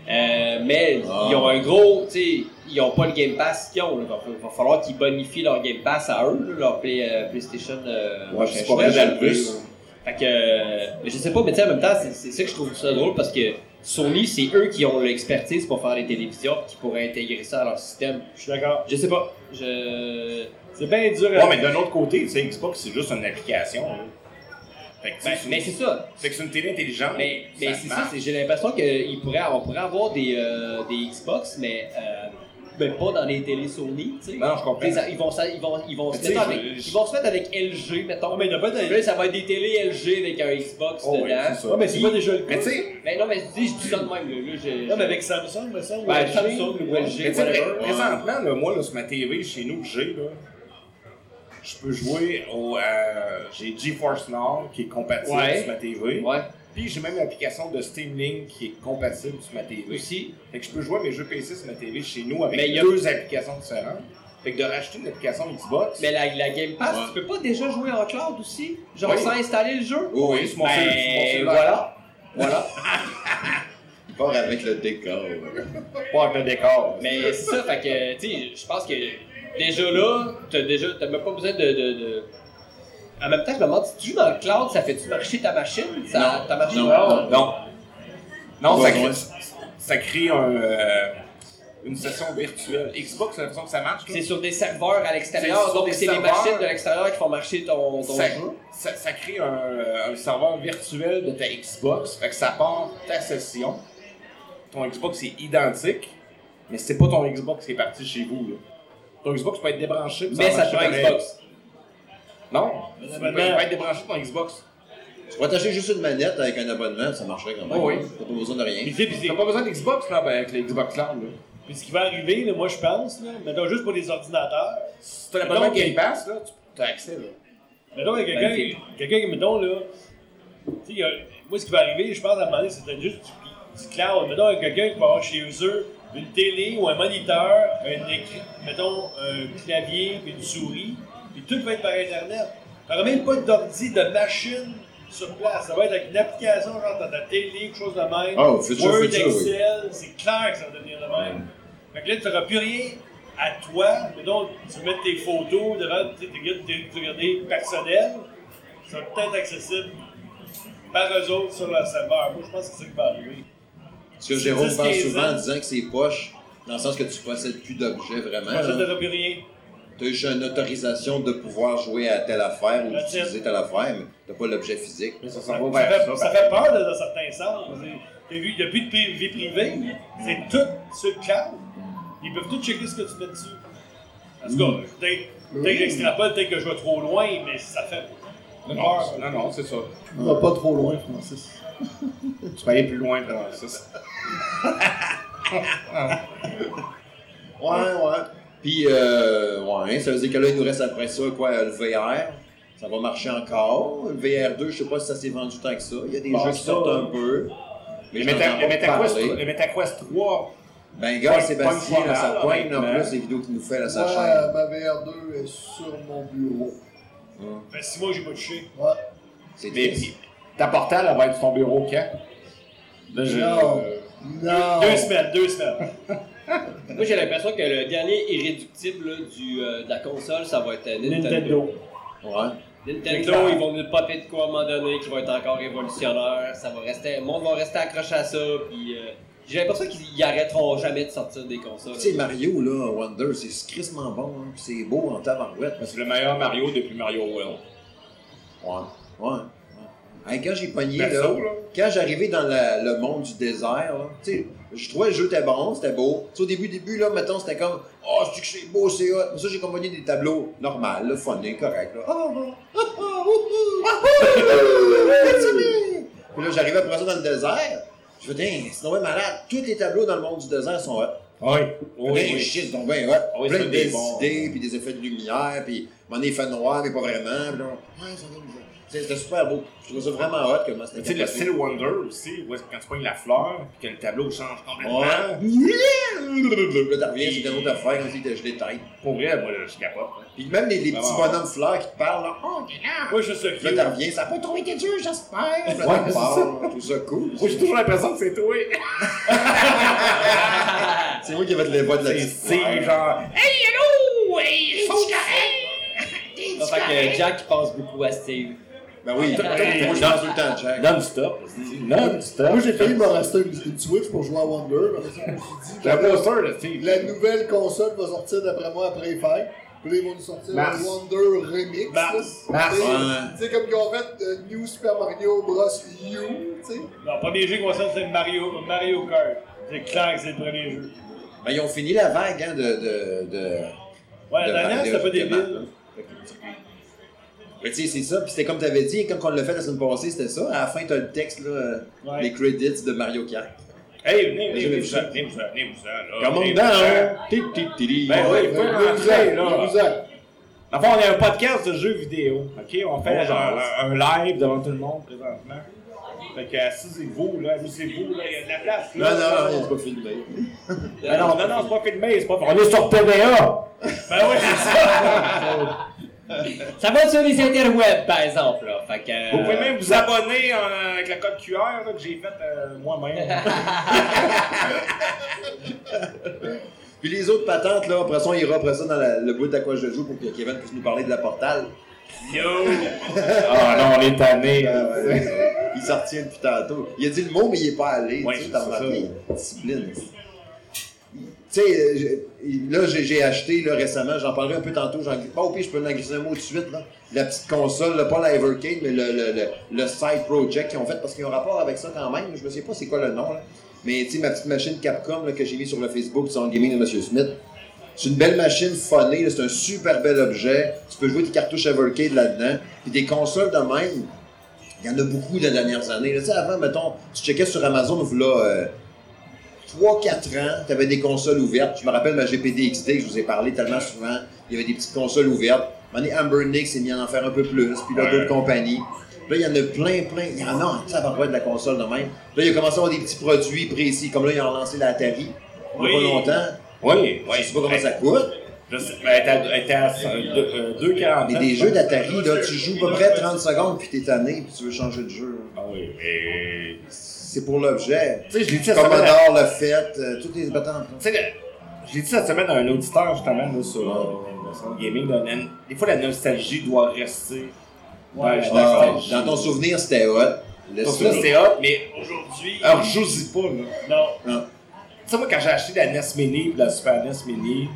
Euh, mais
Ah.
ils ont un gros, tu sais, ils ont pas le Game Pass qu'ils ont. Il va, va falloir qu'ils bonifient leur Game Pass à eux, là, leur Play- euh, PlayStation. euh,
Ouais,
prochain
c'est pas
changement.
mal plus.
Fait que, euh, mais je sais pas, mais tu sais, en même temps, c'est c'est ça que je trouve ça drôle parce que Sony, c'est eux qui ont l'expertise pour faire les télévisions qui pourraient intégrer ça à leur système.
Je suis d'accord.
Je sais pas. Je.
C'est bien dur à.
Ouais, mais d'un autre côté, tu sais, Xbox c'est juste une application. là. Fait que, tu sais,
Ben,
c'est une-
mais c'est ça.
fait que c'est une télé intelligente.
Mais, mais c'est ça,
marche.
c'est- j'ai l'impression qu'on pourrait, on pourrait avoir des, euh, des Xbox, mais, euh, ben, pas dans les télés Sony, tu sais.
Non, je comprends.
Tu sais, ça- Ils vont, ça- ils vont, ils vont se
Mais tu
mettre
sais,
avec,
je- je-
ils vont se mettre avec LG, mettons.
Ouais, mais il n'y a pas de.
Puis là, ça va être des télés LG avec un Xbox
Oh, ouais,
dedans.
c'est ça.
Ouais, mais c'est pas déjà le
Mais
cas.
tu sais,
Mais non, mais je dis, je dis ça de même, là. là, je-
Non, mais avec Samsung, mais ça, ou
Ben,
LG,
Samsung ou LG,
Mais tu sais,
whatever.
pré- présentement, là, moi, là, sur ma TV, chez nous, que j'ai, là, je peux jouer au. euh, j'ai GeForce Now qui est compatible
Ouais.
sur ma TV.
Ouais.
Puis j'ai même l'application de Steam Link qui est compatible sur ma TV.
Aussi,
Fait que je peux jouer à mes jeux PC sur ma TV chez nous avec
Mais il y a-
deux applications différentes. Fait que de racheter une application Xbox.
mais la, la Game Pass,
Ouais.
tu peux pas déjà jouer en cloud aussi? Genre
Oui.
sans installer le jeu?
Oui, oui, sur mon cell- sur mon
Ben,
cellulaire.
voilà. Voilà.
Il part avec le décor.
Pas avec le décor.
Mais c'est ça, fait que, tu sais, je pense que déjà là, t'as déjà, t'as même pas besoin de, de, de- En même temps, je me demande, si tu joues dans le cloud, ça fait-tu marcher ta machine? Ça, ta machine?
non,
Ah,
Non. Non,
Ouais,
ça crée,
ouais.
ça crée un, euh, une session virtuelle. Xbox, j'ai l'impression que ça marche. là.
C'est sur des serveurs à l'extérieur,
C'est sur
donc
des
c'est les
serveurs.
machines de l'extérieur qui font marcher ton, ton
Ça,
jeu.
ça- ça crée un, euh, un serveur virtuel de ta Xbox. Fait que ça part ta session. Ton Xbox est identique, mais c'est pas ton Xbox qui est parti chez vous. là. Ton Xbox peut être débranché. puis
Mais
va
ça
marcher
prend
pareil.
Xbox.
Non, il peut, il peut être débranché de ton Xbox.
Tu pourrais t'acheter juste une manette avec un abonnement, ça marcherait quand même.
Oh oui.
T'as pas besoin de rien.
Puis, tu sais, puis c'est-
T'as pas besoin d'Xbox là, ben, avec le Xbox Cloud. Là.
puis ce qui va arriver, là, moi je pense, là, mettons juste pour les ordinateurs,
Si t'as l'abonnement
Donc,
Game Pass, là, tu as accès. Là.
mettons il y a quelqu'un
Magnifique.
quelqu'un qui, mettons là, tu sais, il y a- moi ce qui va arriver, je pense à un moment donné, c'est peut-être juste du, du cloud. Mettons il y a quelqu'un qui va avoir chez eux une télé ou un moniteur, un écran, mettons un clavier, puis une souris, puis tout va être par Internet. T'auras même pas d'ordi, de machine sur place. Ça va être avec une application, genre dans ta télé, quelque chose de même.
Oh, future,
Word,
future, oui.
Excel, c'est clair que ça va devenir le même. Fait que là, tu n'auras plus rien à toi. Mais donc, tu veux mettre tes photos devant tes tes- tes- tes regardés personnels. Ça va peut-être être accessible par eux autres sur leur serveur. Moi, je pense que c'est ça qui va arriver.
Ce que Jérôme
10-15
pense souvent en
ans.
disant que c'est poche, dans le sens que tu possèdes plus d'objets vraiment.
Je pense que tu
Euh,
hein.
n'auras plus rien.
T'as juste une autorisation de pouvoir jouer à telle affaire ou
That's it.
d'utiliser telle affaire, mais t'as pas l'objet physique.
Ça
Ça,
s'en va
ça
vers
fait,
ça.
ça fait peur dans un certain sens. Tu vu, il n'y a plus de pri- vie privée. C'est tout sur le cloud. Ils peuvent tout checker ce que tu mets dessus. En tout
Mm.
cas, peut-être peut-être que j'extrapole, peut-être que je vais trop loin, mais ça fait
Non,
peur.
Ah, non, non, c'est ça.
On va pas trop loin, Francis.
[laughs] Tu peux aller plus loin dans ça.
Ouais, ouais. Puis, euh, ouais, ça veut dire que là, il nous reste après ça, quoi, le VR. Ça va marcher encore. Le VR2, je sais pas si ça s'est vendu tant que ça. Il y a des
Bon,
jeux qui
ça,
sortent un
euh,
peu. Mais
Le,
je
Meta-
n'entends
le
pas
MetaQuest,
parler.
le MetaQuest 3,
Ben, gars,
Pointe-
Sébastien,
pointe
là, ça
pas mal,
pointe en
honnêtement.
plus les vidéos qu'il nous fait, là, sa
Moi,
chaîne.
ma VR2 est sur mon bureau.
Ça fait six mois que j'ai pas touché.
Ouais.
C'est
mais
triste.
ta portale, elle va être sur ton bureau quand? Là, je-
Non.
euh,
Non!
Deux semaines, deux semaines.
Moi, j'ai l'impression que le dernier irréductible là, du, euh, de la console, ça va être euh, Nintendo.
Nintendo.
Ouais.
Nintendo, ils vont nous popper de quoi à un moment donné qui va être encore révolutionnaire. Ça va rester, le monde va rester accroché à ça. Puis euh, j'ai l'impression qu'ils y arrêteront jamais de sortir des consoles.
Tu sais, Mario, là, Wonder, c'est crissement bon, hein, puis c'est beau en tabarouette.
C'est le meilleur Mario depuis Mario World.
Ouais, ouais. ouais. Hey, quand j'ai pogné, là,
Perso, là.
quand j'arrivais dans la- le monde du désert, là, tu sais, je trouvais le jeu était bon, c'était beau. Tu sais, au début, début, là, mettons, c'était comme, oh, c'est que c'est beau, c'est hot. Pour ça, j'ai combiné des tableaux normaux, là, funny, correct, là. Ah, ah, ah, ah, ouhou, ah, ouhou, continuez. Puis là, j'arrivais après ça dans le désert. Je me disais, c'est donc bien malade. Tous les tableaux dans le monde du désert sont hot.
Oui.
Oui,
Oui, oui.
shit, donc ben ouais.
Oui,
plein de
c'est
belles
des bons.
idées, puis des effets de lumière, puis mon il fait noir, mais pas vraiment. Puis là, on- ouais, ça donne- c'est- c'était super beau. Je trouvais ça vraiment hot comment c'était
Tu sais, le
capoté.
style Wonder aussi, où est-ce que quand tu pognes la fleur, puis que le tableau change complètement.
Ouais. Là, t'en reviens, c'est une autre affaire, comme si t'as gelé de tête.
Pour vrai, moi, là, je capote. hein. là.
Puis même les, les petits
Vraiment.
bonhommes fleurs qui te parlent, là, oh, t'es là.
Moi, je suis
Puis Là, t'en reviens, ça a pas trouvé tes yeux, j'espère. Puis là, t'en
c'est
pars,
ça.
tout ça cool.
Moi, j'ai toujours l'impression que c'est toi.
C'est moi qui vais te les voix de la
C'est-
petite
C'est
fleur.
genre.
[laughs] Ça fait que Jack il pense beaucoup à Steve.
Ben oui,
Ah,
T'as- t'as-
moi je pense tout le temps, Jack.
Non-stop. Non-stop.
Moi, j'ai failli me rester une, une Switch pour jouer à Wonder. mais après ça, je me suis dit,
J'ai un poster, là, Steve.
la nouvelle console va sortir d'après moi après les fêtes. Puis là, ils vont nous sortir
Mars.
un Wonder Remix. là.
Mars.
Mars,
Tu sais,
ouais.
Tu sais, comme ils ont fait euh, New Super Mario Bros. U, tu sais.
Non, le premier jeu qu'on sort, c'est Mario, Mario Kart. C'est clair que c'est le premier jeu.
Ben, ils ont fini la vague, hein, de. de, de...
Ouais,
de
la dernière,
Mario,
c'était pas
de Mario.
débile.
Mais tu sais, c'est ça. Puis c'était comme tu avais dit, comme on l'a fait la semaine passée, c'était ça. À la fin, t'as le texte, là, euh,
Ouais.
les credits de Mario Kart.
Hey, venez,
J'ai
venez,
vu
vous
ça.
en, venez, vous en, venez, vous en, là.
Comme on
Venez,
dedans,
vous en.
hein? Tic, tic, tiri.
Ben oui,
Fait
faut
que
rentrer,
deux ans,
là.
deux ans.
Enfin, on est un podcast de jeux vidéo. OK, on fait
Bonjour.
un, un live devant tout le monde présentement. Fait que assisez-vous, là, amusez-vous, là, il y a de la place.
Non,
Là,
non, non, c'est pas ben. filmé.
Ah non, non, non, c'est pas filmé, c'est pas
On est sur TVA!
Ben oui, c'est ça.
Ça va sur les interwebs, par exemple, là. Fait que, euh,
[laughs] Vous pouvez même vous abonner euh, avec le code QR là, que j'ai fait euh,
[laughs]
moi-même.
Puis les autres patentes, là, après ça, on ira après ça dans la- le bout d'aqua je joue pour que Kevin puisse nous parler de la portale.
Ah non, on est tanné.
Euh, ouais. il s'en retient depuis tantôt. Il a dit le mot, mais il est pas allé.
Ouais,
tu sais,
c'est
t'as
ça.
remarqué. Discipline. Tu sais, euh, j'ai- là, j'ai j'ai acheté là, récemment, j'en parlerai un peu tantôt, j'en pas au pire, je peux en glisser un mot tout de suite. Là. La petite console, là, pas la Evercade, mais le, le, le, le side project qu'ils ont fait, parce qu'ils ont rapport avec ça quand même, je me sais pas c'est quoi le nom. Là. Mais tu sais, ma petite machine Capcom là, que j'ai mis sur le Facebook, c'est en gaming de Monsieur Smith. C'est une belle machine phonée, là, c'est un super bel objet. Tu peux jouer des cartouches Evercade là-dedans. Puis des consoles de même, il y en a beaucoup dans les dernières années. là. Tu sais, avant, mettons, tu checkais sur Amazon, voilà, 3-4 ans, tu avais des consoles ouvertes. Je me rappelle ma GPD-XD, que je vous ai parlé tellement souvent. Il y avait des petites consoles ouvertes. À un moment donné, Amber Nick s'est mis à en faire un peu plus, puis là, d'autres compagnies. Puis Là, il y en a plein, plein. Il y en a en tabarouette de la console de même. Puis Là, il a commencé à avoir des petits produits précis, comme là, ils ont lancé la Atari. Il y a
Oui.
pas longtemps.
Oui, oui.
Je sais pas comment ça coûte.
Je sais, ben, elle était à- elle était à euh, deux- euh, 2,49.
Mais des jeux d'Atari, là, tu joues à peu près 30 secondes, puis t'es tanné, puis tu veux changer de jeu.
Ah oui, mais.
C'est pour l'objet.
Tu sais, je l'ai dit cette semaine. à-
Commodore, le fait, euh, toutes les patentes.
Tu sais, le- je l'ai dit cette semaine à un auditeur justement là, sur euh, le centre gaming. là, la- des fois, la nostalgie doit rester. Ben, dans la
Ouais,
Ouais,
nostalgie.
dans ton souvenir, c'était hot. Le
Pour ça,
souvenir-
c'est hot, mais
Aujourd'hui,
alors, joue-y Ah, pas, là.
non.
Tu sais, moi, quand j'ai acheté la NES Mini puis la Super NES Mini,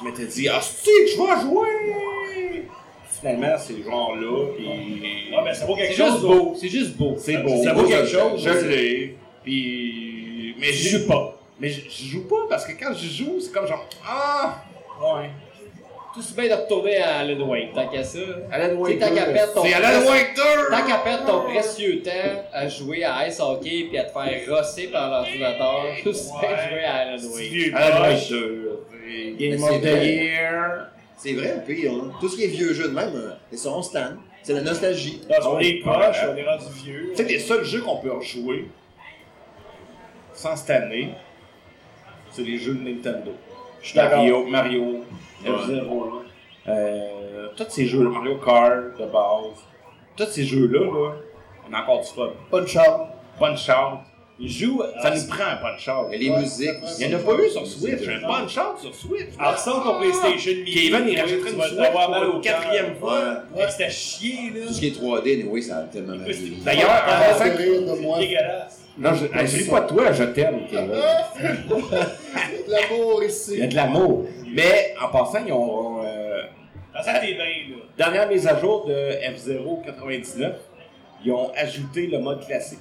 je m'étais dit, ah, si, je vais jouer! Finalement, c'est genre là, puis.
Ouais, ben ça vaut
c'est
quelque
juste
chose.
beau, c'est juste beau.
C'est beau.
Ça vaut quelque
chose.
Je l'ai. Puis. Mais je joue pas. Mais je je joue pas parce que quand je joue, c'est comme genre. Ah! Ouais.
Tout se bien de retourner à Alan Wake, tant qu'à ça. hein.
Alan
T'sais, tant qu'à perdre ton-
C'est Alan Wake 2!
Tant qu'à perdre ton précieux temps à jouer à Ice Hockey puis à te faire rosser par l'ordinateur, [laughs] tout se bien jouer à Alan
C'est
Wake.
vieux
Alan Wake
poche. C'est
Mais
Game
c'est
of the
vrai.
Year.
C'est vrai, puis on- tout ce qui est vieux jeu de même, euh, ils sont stan. C'est la nostalgie.
Parce qu'on
Ouais.
est proche, on est rendu vieux.
Tu sais, les seuls jeux qu'on peut rejouer sans cette année, c'est les jeux de Nintendo.
Je suis d'accord.
Mario, Mario, F-Zero, euh, tous ces jeux, Mario Kart de base, tous ces jeux-là, là, on a encore du fun.
Punch Out.
Punch-Out,
Il joue.
ça nous prend un Punch-Out.
Les
Ouais,
musiques.
ça prend-
Il n'y en a pas eu sur Switch, un Punch-Out sur Switch. Ah!
Alors, sans ton PlayStation Mini,
Kevin, il
oui,
rachèterait
tu
une
vas
Switch
avoir mal
pour
au
le quatrième
Ouais.
fois.
Ouais, c'était chier, là.
Tout ce qui est 3D, oui, ça a tellement mal vieilli.
D'ailleurs, en
Ah,
passant-
de rire de moi.
Dégueulasse.
non, je ne pas toi, je t'aime, Kevin.
L'amour
Il y a
ici.
de l'amour. Mais en passant, ils ont. euh,
Dans ça, t'es bien, là.
dernière mise à jour de F099, ils ont ajouté le mode classique.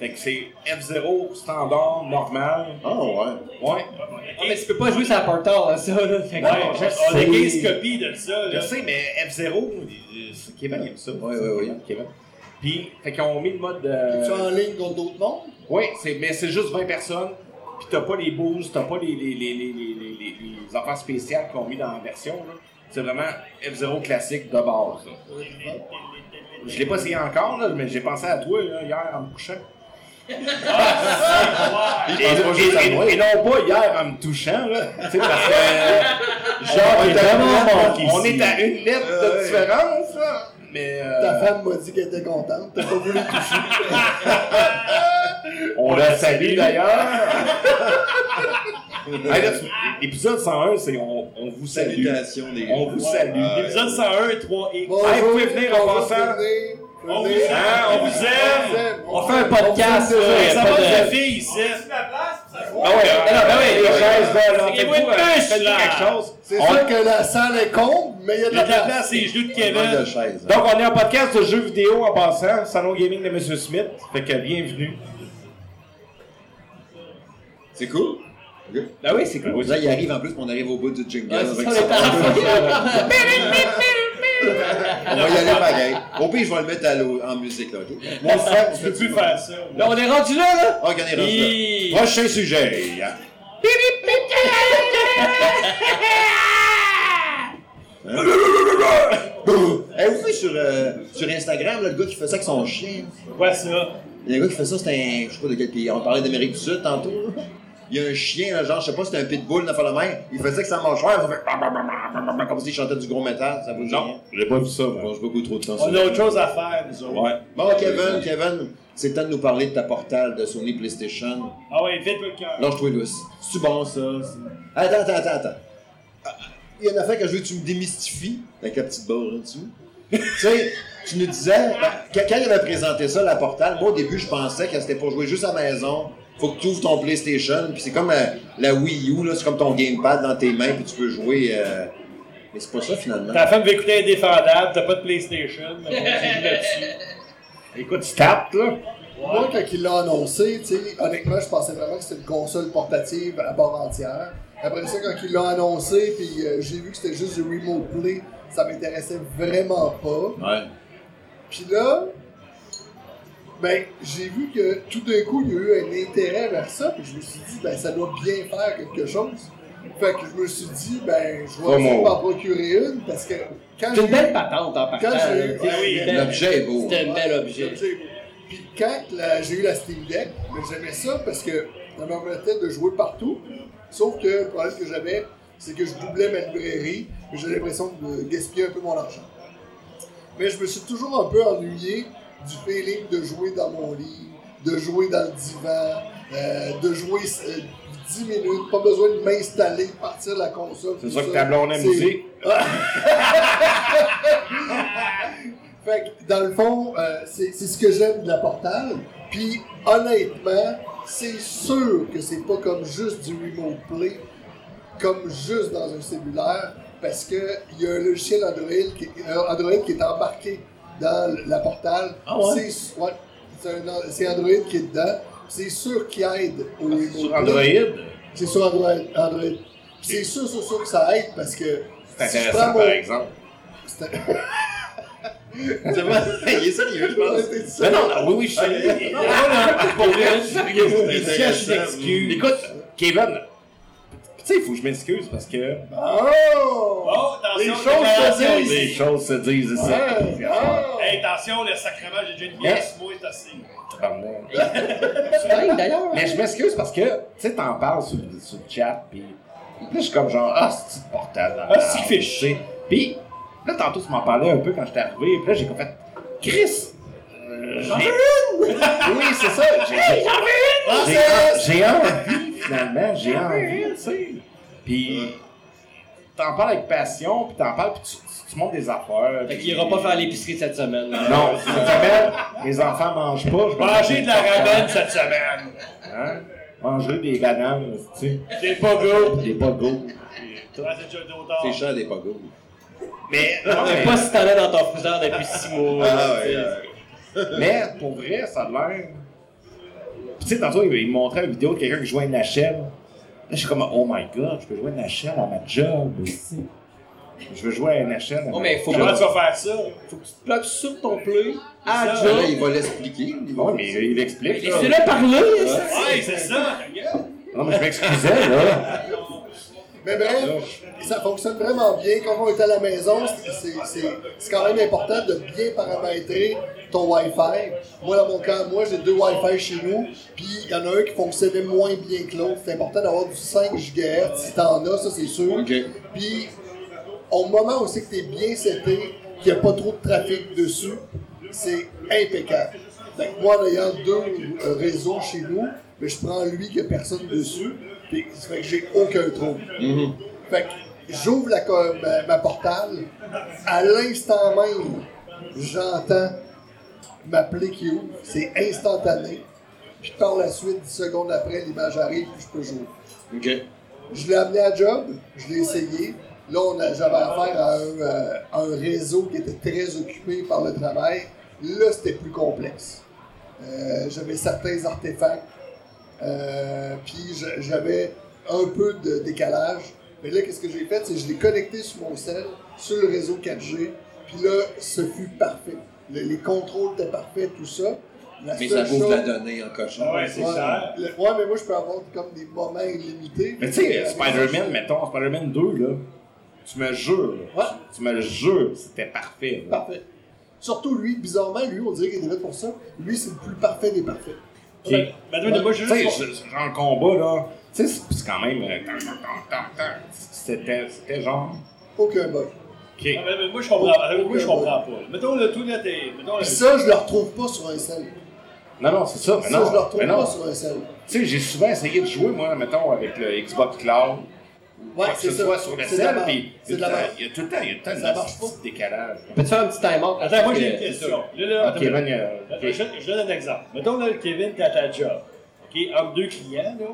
Fait que c'est F0 standard, normal.
Ah ouais.
Ouais.
Ah, mais tu peux pas jouer sur la portal, ça, là. Fait que-
Ouais,
je
on a
sais.
15 copies de ça,
Je
là.
sais, mais F0, il- c'est Kevin il aime ça.
Ouais, ouais, ouais.
Kevin. Puis, fait qu'ils ont mis le mode.
Tu es en
Euh...
ligne contre d'autres mondes?
Oui, mais c'est juste 20 personnes. Puis t'as pas les boosts, t'as pas les, les, les, les, les, les, les- les affaires spéciales qu'ils ont mis dans la version. là. C'est vraiment F0 classique de base. là. Je l'ai pas essayé encore, là, mais j'ai pensé à toi là, hier en me couchant.
Ouais.
Et,
pense pas juste à
Ah, et- et-
moi.
et non pas hier en me touchant, là. Tu sais, parce que. euh, genre,
On est
[laughs] on, est
à
vraiment
une lettre,
manqué on
ici.
est à une lettre
Ah
de
ouais.
différence, là. Mais. euh,
Ta femme m'a dit qu'elle était contente. T'as pas voulu toucher.
on la salue d'ailleurs. Hey, là, tu- épisode 101, c'est on, on vous salue.
Salutations des
On vous salue.
Épisode 101, 3 et.
Bonjour,
Hey, vous pouvez venir en
bonjour,
passant.
venez,
On vous
venez.
aime, on vous aime.
On fait un podcast, là. y a
Ça
pas
va,
de-
ta fille, ici.
Ah ouais,
Ben non, ben oui,
les
ouais.
chaises, là, là,
C'est
faites-vous,
une
euh,
bûche,
faites-vous
là.
quelque chose.
C'est
On-
sûr que la salle est con, mais il y a de
Il y a
la
de la
place.
place, c'est les genoux de
Manque de
Kevin.
chaise.
Donc, on est en podcast de jeux vidéo en passant, Salon Gaming de M. Smith. Fait que bienvenue.
C'est cool. Ok.
Ah oui, c'est cool.
Là, il arrive en plus, puis on arrive au bout du jingle.
Ouais,
Fait
c'est
que
ça, on est à la
ça-
fin.
on va y aller pareil. Au pire, je vais le mettre à l'eau- en musique, là, ok?
Mon frère, tu peux plus faire ça.
[laughs] Là, Ben, on est rendu là, là.
Ok, on est rendu là.
Hi.
Prochain sujet. Avez-vous vu sur, euh, sur Instagram, là, le gars qui fait ça avec son chien?
Quoi ça?
Le gars qui fait ça, c'est un. Je sais pas de quel pays. On parlait d'Amérique du Sud tantôt. là. Il y a un chien, là, genre, je sais pas, c'était un pitbull, n'a fait la main. Il faisait que sa mâchoire, ça fait. Comme s'il chantait du gros métal. Ça vous dit rien?
Non, j'ai pas vu ça.
Je
moi.
mange beaucoup trop de temps. sur
On a autre chose à faire, nous autres.
Ouais.
Bon, Kevin, Kevin, c'est temps de nous parler de ta portale de Sony PlayStation.
Ah ouais, vite le cœur.
Lâche-toi, Louis. C'est-tu bon, ça? C'est- Attends, attends, attends, attends. Ah, ah, Il y a une affaire que je veux que tu me démystifies, avec la petite barre en [laughs] dessous. tu sais, tu nous disais, ben, quand quand il avait présenté ça, la portale, moi, au début, je pensais que c'était pour jouer juste à la maison. Faut que tu ouvres ton PlayStation, puis c'est comme euh, la Wii U, là, c'est comme ton gamepad dans tes mains, puis tu peux jouer. euh, Mais c'est pas ça, finalement.
Ta femme veut écouter Indéfendable, t'as pas de PlayStation, mais on vit là-dessus.
Écoute, tu tapes, là.
Moi, quand il l'a annoncé, tu sais, honnêtement, je pensais vraiment que c'était une console portative à part entière. Après ça, quand il l'a annoncé, puis euh, j'ai vu que c'était juste du Remote Play, ça m'intéressait vraiment pas.
Ouais.
Puis là, ben, j'ai vu que tout d'un coup, il y a eu un intérêt vers ça, puis je me suis dit, ben, ça doit bien faire quelque chose. Fait que je me suis dit, ben, je vais
Comme
essayer de
on-
m'en procurer une, parce que quand
C'est une
j'ai-
belle patente en partant.
Quand
là.
j'ai-
C'est-
Ah oui,
c'est belle.
L'objet est beau. hein.
C'est un bel objet.
L'objet est beau. Puis quand la- j'ai eu la Steam Deck, ben, j'aimais ça parce que ça me permettait de jouer partout. Sauf que le problème que j'avais, c'est que je doublais ma librairie et j'ai l'impression de gaspiller un peu mon argent. Mais je me suis toujours un peu ennuyé du feeling de jouer dans mon lit, de jouer dans le divan, euh, de jouer euh, 10 minutes, pas besoin de m'installer, de partir de la console.
C'est
tout
ça que ta blonde aime
C'est-
dire.
Fait que, dans le fond, euh, c'est c'est ce que j'aime de la portale. Puis, honnêtement, c'est sûr que c'est pas comme juste du remote play, comme juste dans un cellulaire, parce que il y a un logiciel Android qui, euh, Android qui est embarqué dans le- la portale.
Ah ouais?
C'est s- ouais, c'est un- c'est Android qui est dedans. C'est sûr qu'il aide au remote
Ah, Sur
play.
Android,
C'est sûr Android. Android. C'est sûr, sûr, sûr que ça aide parce que.
c'est
si je prends
intéressant,
mon- [laughs]
par exemple.
C'est-
C'est vrai? Il est sérieux, je pense.
T'es sûr?
Non, non, non, oui, oui, je suis [laughs] Non, non, pour vrai, hein, je suis sérieux.
C'est
Je cherche une
intéressant.
excuse. Écoute, Kevin, tu sais, il faut que je m'excuse parce que
Oh!
Bon, attention,
Les choses se
déclaration
disent.
ici.
les choses se disent Ah, et ça.
Hey, oh!
Hey, attention, le sacrement, j'ai déjà une pièce, moi, c'est assez.
ah. Tabarnak.
Tu dingues, d'ailleurs.
Mais je m'excuse parce que, tu sais, t'en parles sur, le- sur le chat, pis là, je suis comme genre, ah, c'est une portable.
Ah, c'est
fiche. Pis là, tantôt, tu m'en parlais un peu quand j'étais arrivé, pis là, j'ai comme fait, Chris! euh, j'en veux une! [laughs] oui, c'est ça! J'ai, j'ai- j'ai, j'ai envie, finalement, j'ai envie, tu sais. Pis t'en parles avec passion, pis t'en parles, pis tu, tu, tu montres des affaires.
Fait
pis-
qu'il ira pas faire l'épicerie cette semaine. là.
Non, cette semaine, mes enfants mangent pas. je vais
Manger de la
une portable.
ramène cette semaine.
Hein? Mangerai des bananes, tu sais.
T'es pas go.
Des pogos.
Ah, c'est déjà d'autant.
C'est cher des pogos.
Mais,
Non, mais pas si t'en as dans ton frigidaire depuis six mois.
Ah,
tu sais.
ouais.
mais pour vrai, ça a l'air. Puis, tu sais, tantôt, il il me montrait une vidéo de quelqu'un qui jouait à une HL. Là, je suis comme, oh my god, je peux jouer à une HL à ma job. aussi. Je veux jouer à une HL. À
Oh,
ma-
mais faut
Comment
pas.
tu vas faire ça?
Faut que tu te plaques sur ton play. Ah,
Ah, là, il va l'expliquer. il va-
Ouais, mais il explique. là.
Laissez-le parler.
Ouais, c'est ça, ta gueule.
Non, mais je m'excusais, là.
Mais bref, ça fonctionne vraiment bien. Quand on est à la maison, c'est- c'est- c'est c'est quand même important de bien paramétrer ton Wi-Fi. Moi, dans mon cas, moi, j'ai deux Wi-Fi chez nous, puis il y en a un qui fonctionnait moins bien que l'autre. C'est important d'avoir du 5 GHz si t'en as, ça c'est sûr.
OK.
Puis, au moment où c'est que t'es bien seté, qu'il n'y a pas trop de trafic dessus, c'est impeccable. Fait que moi, en ayant deux euh, réseaux chez nous, mais je prends lui qu'il n'y a personne dessus, puis ça fait que j'ai aucun trouble. Fait que j'ouvre la co- ma, ma portale, à l'instant même, j'entends m'appeler qui ouvre, c'est instantané, puis par la suite, 10 secondes après, l'image arrive, puis je peux jouer.
OK.
Je l'ai amené à job, je l'ai essayé. Là, on a- j'avais affaire à un, euh, un réseau qui était très occupé par le travail. Là, c'était plus complexe. Euh, j'avais certains artefacts, euh, puis je- j'avais un peu de décalage. Mais là, qu'est-ce que j'ai fait? C'est que je l'ai connecté sur mon cell, sur le réseau 4G, puis là, ce fut parfait. Le- les contrôles étaient parfaits, tout ça. La
Mais ça
seule
bouffe
chose-
la donnée en cochon.
Ah ouais, c'est
Ouais,
cher.
le- ouais, mais moi, je peux avoir comme des moments illimités.
Mais, tu sais, Spider-Man, mettons, Spider-Man 2, là.
Tu me jures, là.
Ouais.
Tu, tu me le jures, c'était parfait. là.
Parfait. Surtout lui, bizarrement, lui, on dirait qu'il est fait pour ça. Lui, c'est le plus parfait des parfaits.
Ben, ben, moi, j'ai
Tu
juste.
sais, je- je- genre le combat, là, tu sais, c'est c'est quand même. euh, tan, tan, tan, tan, tan. C'était c'était genre.
Aucun bug.
Ok.
Ah, ben, ben, moi, je comprends pas. Ben, Moi, je comprends pas. Mettons le tout là, t'es. Mettons le.
Puis ça, je le retrouve pas sur un sel.
Non, non, c'est ça. Mais
Ça,
Ben non,
je le retrouve
mais non.
pas sur un sel.
Tu sais, j'ai souvent essayé de jouer, moi, mettons, avec le Xbox Cloud.
Ouais,
Quoi que
c'est
ce
ça.
soit sur le
C'est de la
sel,
merde.
puis
C'est
il
de
y
la
a
merde.
tout le temps, il y a tout le temps
Ça
de
marche pas.
petits décalages.
Peux-tu faire un petit time-out?
Attends, moi, j'ai une question. Là, là,
Ok,
attends,
man, il y a-
Attends,
ok.
Je, je donne un exemple. Mettons, là, Kevin, t'as ta job. OK, entre deux clients, là, tu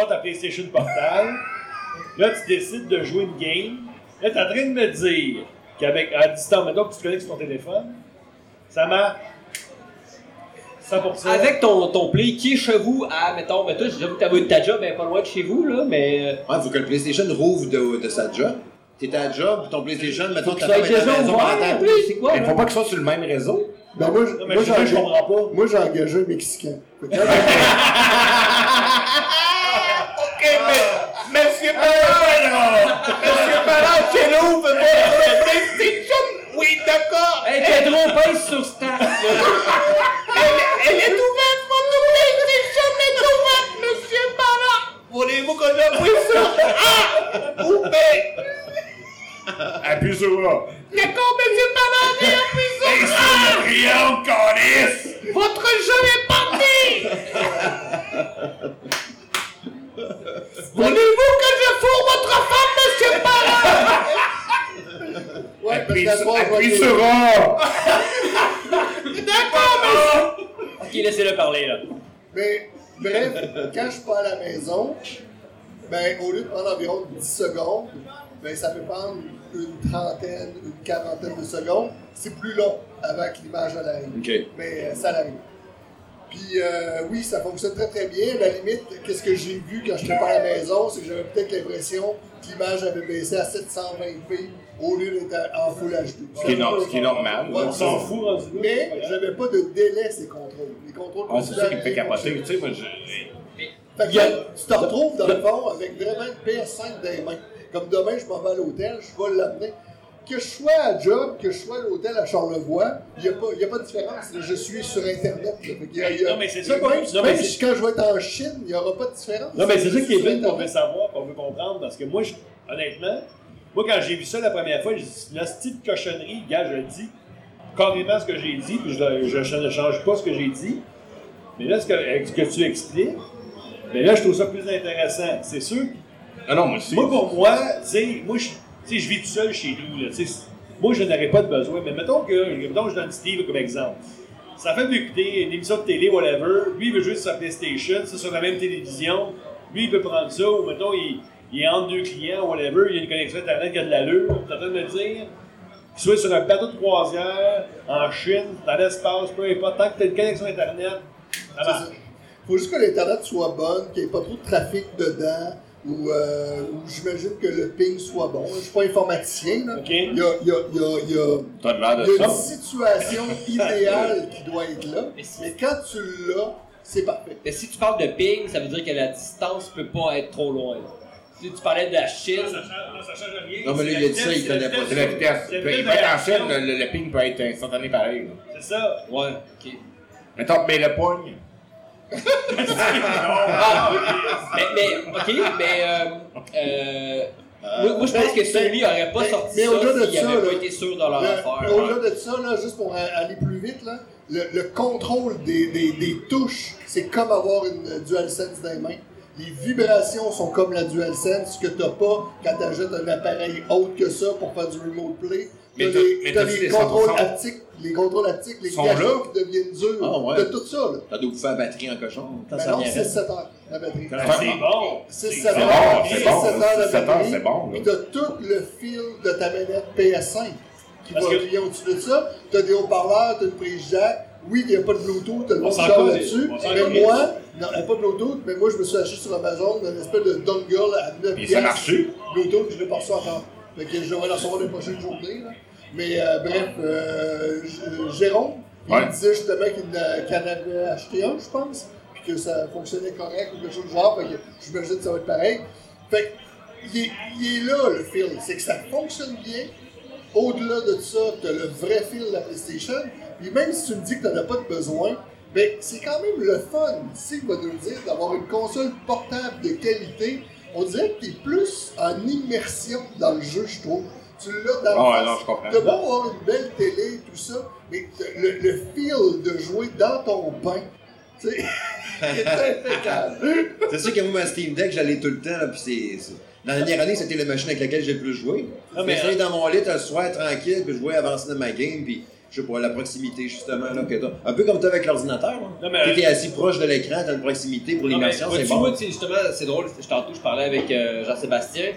sors ta PlayStation Portal. là, tu décides de jouer une game. Là, t'es en train de me dire qu'avec, à distance, mettons que tu te connectes sur ton téléphone, ça marche 100%.
Avec ton, ton play qui est chez vous à, mettons, ben toi, j'avoue que t'avais ta job, ben pas loin de chez vous, là, mais. euh,
Il faut que le PlayStation rouvre de, de sa job. T'es à la job, ton PlayStation, mettons, t'as
Ça
pas
a été ouvert, play, c'est quoi,
Mais faut
là?
pas que ce soit sur le même réseau.
Ben, moi,
Non,
j-
mais
moi, j'ai
je, je
engagé,
comprends pas.
moi, j'ai engagé un Mexicain. Fait
[laughs]
que quand-
Ok, mais. Monsieur Ballard, Monsieur Ballard, c'est l'ouvre votre PlayStation! Oui, d'accord!
Hey, Pedro, pèse sur Start, là!
[laughs] Elle est ouverte, votre PlayStation est ouverte, Monsieur Ballard! Voulez-vous qu'on appuie sur A ou B? Appuie sur A. D'accord, Monsieur Ballard, j'ai appuyé sur A! Et sur rien, Votre jeu est parti! Voulez-vous que je fourre votre femme, Monsieur Ballard?
Ouais, parce que la
appuie
fois,
sur [laughs] A!
ok, laissez-le parler, là.
Mais Ben, bref, quand je suis pas à la maison, ben, au lieu de prendre environ 10 secondes, ben, ça peut prendre une trentaine, une quarantaine de secondes. C'est plus long avant que l'image elle arrive.
OK.
Mais euh, ça l'arrive. Puis euh, oui, ça fonctionne très très bien. À la limite, qu'est-ce que j'ai vu quand j'étais pas à la maison, c'est que j'avais peut-être l'impression que l'image avait baissé à 720p au lieu d'être en full HD.
Ce qui est nor- ce qui est normal,
Ouais,
On s'en fout, rendu là.
Mais j'avais pas de délai ces contrôles. Les contrôles
Ah, c'est ça qui me fait
continuaient.
capoter, tu sais, moi, je...
Fait que tu te retrouves dans le fond avec vraiment une PS5 dans les mains. Comme demain, je m'en vais à l'hôtel, je vais l'amener. Que je sois à Job, que je sois à l'hôtel à Charlevoix, il n'y a, pas- y a pas de différence. là. Je suis sur Internet. là. Fait que y a- y a-
Non, mais c'est ça,
même,
quoi. Non, mais
même
c'est-
si quand je vais être en Chine, il n'y aura pas de différence.
Non, mais c'est
Je
ça qui est
suis sur
bien qu'on veut
Internet.
savoir, qu'on veut comprendre, parce que moi, je- honnêtement, moi, quand j'ai vu ça la première fois, j'ai dit, la petite cochonnerie, gars, je le dis carrément ce que j'ai dit, puis je, le- je- je ne change pas ce que j'ai dit. Mais là, ce que, avec ce que tu expliques, mais là, je trouve ça plus intéressant. C'est sûr.
Ah non, moi aussi.
Moi, pour moi, tu sais, moi, je tu sais, je vis tout seul chez nous, là, tu sais. Moi, je n'aurais pas de besoin, mais mettons que, mettons que je donne Steve comme exemple. Ça fait d'écouter une émission de télé, whatever. Lui, il veut jouer sur sa PlayStation, ça sur la même télévision. Lui, il peut prendre ça, ou mettons, il, il est entre deux clients, whatever. Il y a une connexion Internet qui a de l'allure. T'es en train de me dire qu'il soit sur un bateau de croisière, en Chine, dans l'espace, peu importe. Tant que t'as une connexion Internet, ça
C'est
marche.
ça. faut juste que l'Internet soit bonne, qu'il n'y ait pas trop de trafic dedans, ou, euh, ou j'imagine que le ping soit bon. Je ne suis pas informaticien. là.
OK?
Il y a- il y a- il y a- il y a
T'as de l'air de
Il y a
Ah, ben, ça.
une situation idéale qui doit être là,
Mais si-
mais quand tu l'as, c'est parfait.
Mais si tu parles de ping, ça veut dire que la distance peut pas être trop loin. là. Si tu parlais de la Chine,
Non, mais là, il a dit ça, il connaît pas.
C'est la vitesse.
C'est
Il
la
peut
vitesse de
être en
réaction.
chaîne, le, le- le ping peut être instantané pareil. là.
C'est ça.
ouais, ok.
Mettons, mais le pogne.
Ah, Mais, mais, ok, mais, euh, euh, moi, moi, je pense
Ben,
que Sony aurait pas
mais-
sorti
mais au-delà de
ça s'ils
ça,
n'avaient
là,
pas été sûrs dans leur
Le-
affaire. hein.
Au-delà de ça, là, juste pour euh, aller plus vite, là, le, le contrôle des, des- des touches, c'est comme avoir une euh, DualSense dans les mains. Les vibrations sont comme la DualSense que t'as pas quand t'achètes un appareil autre que ça pour faire du remote play.
Mais
T'as
t'as-
les,
mais
t'as
t'as-tu
les
des
contrôles
sensors?
haptiques, les contrôles haptiques, les
Sont
gadgets
là?
qui deviennent durs.
Ah ouais.
T'as tout ça, là.
T'as dû faire batterie en cochon.
Ça,
Ben
ça
non,
vient
c'est
reste.
7 heures, la batterie.
C'est
Ah, C'est bon.
C'est
C'est
7
bon,
heures,
c'est
c'est
bon,
7 heures
c'est
la
sept
batterie.
heures, c'est bon, là.
Puis t'as tout le fil de ta manette PS5 qui
Parce
va
que-
bien au-dessus de ça. T'as des haut-parleurs, t'as une prise jack. Oui, il n'y a pas de Bluetooth, t'as le bon
s'en
genre
connaît,
là-dessus.
on s'en
Mais
connaît.
moi, non, elle a pas de Bluetooth, mais moi, je me suis acheté sur Amazon une espèce de dongle à 9
Puis ça marche.
Bluetooth, je l'ai pas reçu encore. Fait que je vais le recevoir les prochaines journées. là. Mais euh, bref, euh, J- Jérôme, il
Ouais.
disait justement qu'il n'a- qu'il en avait acheté un, je pense, puis que ça fonctionnait correct ou quelque chose du genre. Fait que j'imagine que ça va être pareil. Fait que il est, il est là le fil. C'est que ça fonctionne bien. Au-delà de ça, tu as le vrai fil de la PlayStation. Puis même si tu me dis que tu n'en as pas de besoin, ben, c'est quand même le fun, si va nous le dire, d'avoir une console portable de qualité. On dirait que tu es plus en immersion dans le jeu, je trouve. Tu l'as dans
Ah ouais,
le
non, je comprends.
T'as beau avoir une belle télé, tout ça, mais t'as le, le feel de jouer dans ton bain, tu sais, [laughs] il est impeccable.
C'est sûr que moi, ma Steam Deck, j'allais tout le temps, là, puis c'est... c'est- Dans la dernière année, c'était la machine avec laquelle j'ai le plus joué.
Ah, mais-
mais j'allais dans mon lit un soir, tranquille, puis je voyais avancer dans ma game, puis... Je sais pas, la proximité, justement, là, que t'as. Un peu comme toi avec l'ordinateur,
Non,
là.
mais- euh,
T'étais assis proche de l'écran, t'as une proximité pour
Non, mais
l'immersion, c'est
vois-tu,
bon.
moi, tu sais, justement, c'est drôle, je- tantôt, je parlais avec euh, Jean-Sébastien,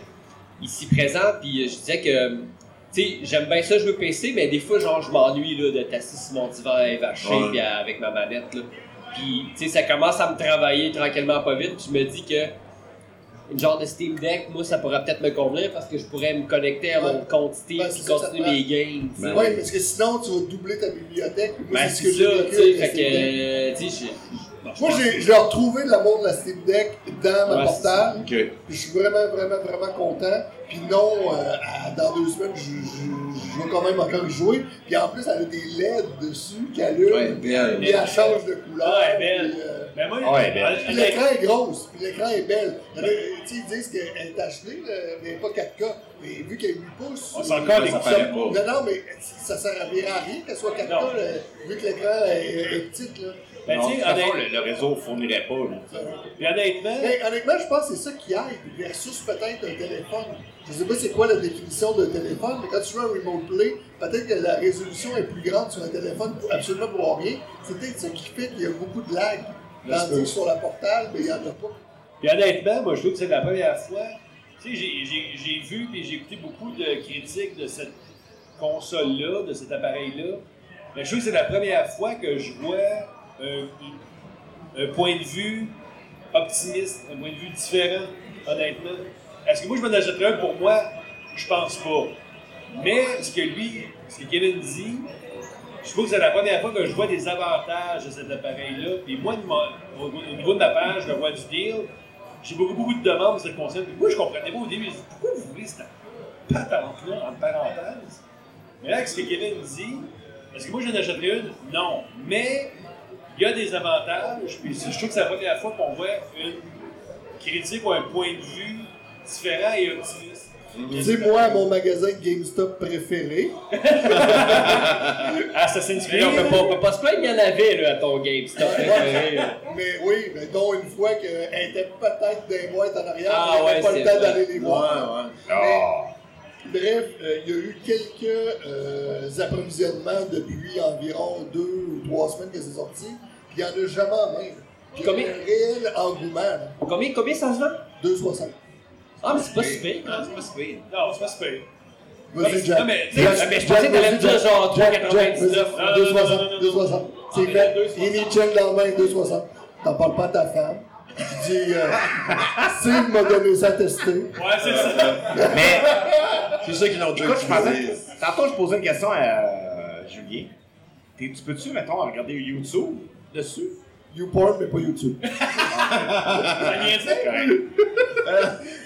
ici présent, puis euh, je disais que, tu sais, j'aime bien ça jouer PC, mais des fois, genre, je m'ennuie là, d'être assis sur mon divan évaché,
Ouais.
puis à- avec ma manette, là. Puis, tu sais, ça commence à me travailler tranquillement pas vite, puis je me dis que, une genre de Steam Deck, moi, ça pourrait peut-être me convenir parce que je pourrais me connecter à mon
Ouais.
compte Steam
Ouais,
puis
c'est ça que ça
continuer
prend.
mes games, tu sais.
Ben
ouais, parce que sinon, tu vas doubler ta bibliothèque. puis moi, c'est
Ben, c'est
ce que j'ai
ça,
vécu
tu sais,
avec la
fait
Steam Deck.
que, euh, tu sais, je- je- bon, je
Moi,
pense-
j'ai j'ai retrouvé de l'amour de la Steam Deck dans ma
Ouais,
portable.
Ok.
Je suis vraiment, vraiment, vraiment content. Puis non, euh, à- dans deux semaines, je, je- je vais quand même encore y jouer. Puis en plus, elle a des LED dessus qui allument.
Ouais, bien.
Puis elle change de couleur.
Ouais, Ah, belle.
puis, euh,
Mais moi,
Ouais, ben,
Puis l'écran est grosse, puis l'écran est belle. Il y en a, euh, tu sais, ils disent qu'elle est HD, là, mais pas 4K. Mais vu qu'elle est 8 pouces.
On s'en colle,
euh,
les
ça-
paraît pas.
Non, non, mais ça servira à rien qu'elle soit 4K,
Non.
là, vu que l'écran est, est petit. Là.
Ben,
Non,
tu sais,
de toute façon,
honnête-
le, le réseau fournirait pas. là, tu sais.
puis honnêtement,
Mais honnêtement, je pense que c'est ça qui aide, versus peut-être un téléphone. Je sais pas c'est quoi la définition de téléphone, mais quand tu veux un remote play, peut-être que la résolution est plus grande sur un téléphone pour absolument pour rien. C'est peut-être ça qui fait qu'il y a beaucoup de lag. Tandis que sur la portable, ben, il n'y en a pas.
Puis honnêtement, moi, je trouve que c'est la première fois. Tu sais, j'ai- j'ai- j'ai vu puis j'ai écouté beaucoup de critiques de cette console-là, de cet appareil-là. Mais je trouve que c'est la première fois que je vois un, un point de vue optimiste, un point de vue différent, honnêtement. Est-ce que moi, je m'en achèterais un pour moi? Je pense pas. Mais ce que lui, ce que Kevin dit, je trouve que c'est la première fois que je vois des avantages de cet appareil-là. Puis moi, de mon- au, au niveau de ma page, je vois du deal. J'ai beaucoup, beaucoup de demandes sur cette console. Puis moi, je comprenais pas au début. Je dis, pourquoi vous voulez cette patente-là, en parenthèse? Mais là, avec ce que Kevin dit, est-ce que moi, je n'achèterais une? Non. Mais il y a des avantages. Puis je trouve que c'est la première fois qu'on voit une critique ou un point de vue différent et optimiste.
C'est moi, mon magasin de GameStop
[laughs]
préféré.
Assassin's
Mais
Creed.
là, ben, on peut pas, on peut pas se plaindre, il y en avait là, à ton GameStop. préféré, là.
Mais oui, mais dont une fois qu'elle était peut-être des boîtes en arrière,
Ah
on n'avait
ouais,
pas
c'est
le temps
vrai.
d'aller les voir.
Ouais, ouais.
Ah,
Bref, euh, il y a eu quelques euh, approvisionnements depuis environ deux ou trois semaines que c'est sorti. Puis il n'y en a jamais en main. Puis il y a
Combien-
un réel engouement. là.
Combien, combien ça se vend?
2,60.
Ah, mais c'est pas super.
Ah, c'est pas si pire.
Non, c'est pas super.
Vas-y, Jack.
Non, mais, tu sais,
Jack,
ah, mais je pensais que t'allais me dire genre
Jack, Jack,
3,99.
Ah, Non, non, non, non, non,
2,60.
non.
2,60. C'est
Ah,
fait.
2,60.
Il est mis check dans la main, 2,60. T'en parles pas à ta femme. Tu dis,
[laughs]
euh, Steve m'a donné ça à tester.
Ouais, c'est ça.
Mais
C'est ça qu'ils ont déjà
écoute, je
utilisé.
pensais. Tantôt, je posais une question à euh, Julien. T'es- Tu peux-tu, mettons, regarder YouTube dessus?
YouPorn, mais pas YouTube.
Ça vient de dire.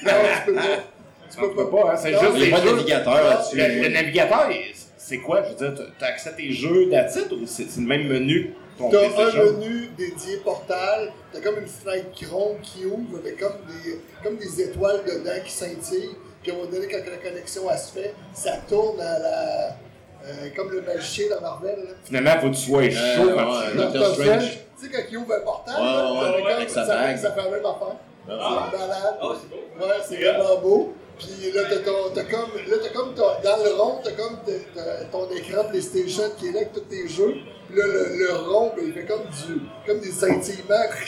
Non, tu peux pas. Tu
Tu
peux
peux
pas.
pas, hein? C'est
Non,
juste
Il n'y
des
a pas de
jeux.
navigateur là-dessus.
Le, le navigateur, il- c'est quoi? Je veux dire, t'as- t'as accès à tes jeux d'attitude ou c'est c'est le même menu? que ton
T'as
PlayStation?
un menu dédié portal, t'as comme une fenêtre chrome qui ouvre avec comme des, comme des étoiles dedans qui scintillent, puis on va donner quand la connexion elle se fait, ça tourne à la. euh, comme le magicien dans Marvel. Là.
Finalement, faut que tu sois chaud
Euh,
quand
ouais,
tu
ouais.
joues.
Doctor Strange.
Tu sais, quand il ouvre un portal,
Ouais,
là,
ouais,
ça
ouais,
fait
avec sa
ça, fait-
bague.
ça fait la même affaire.
Ah.
C'est malade.
Ah, c'est beau.
Ouais, c'est vraiment beau. Puis là, t'as ton- t'as comme, là, t'as comme ton- dans le rond, t'as comme t- t'as ton écran PlayStation qui est là avec tous tes jeux. Puis là, le, le rond, ben, il fait comme, du, comme des scintillements. Tu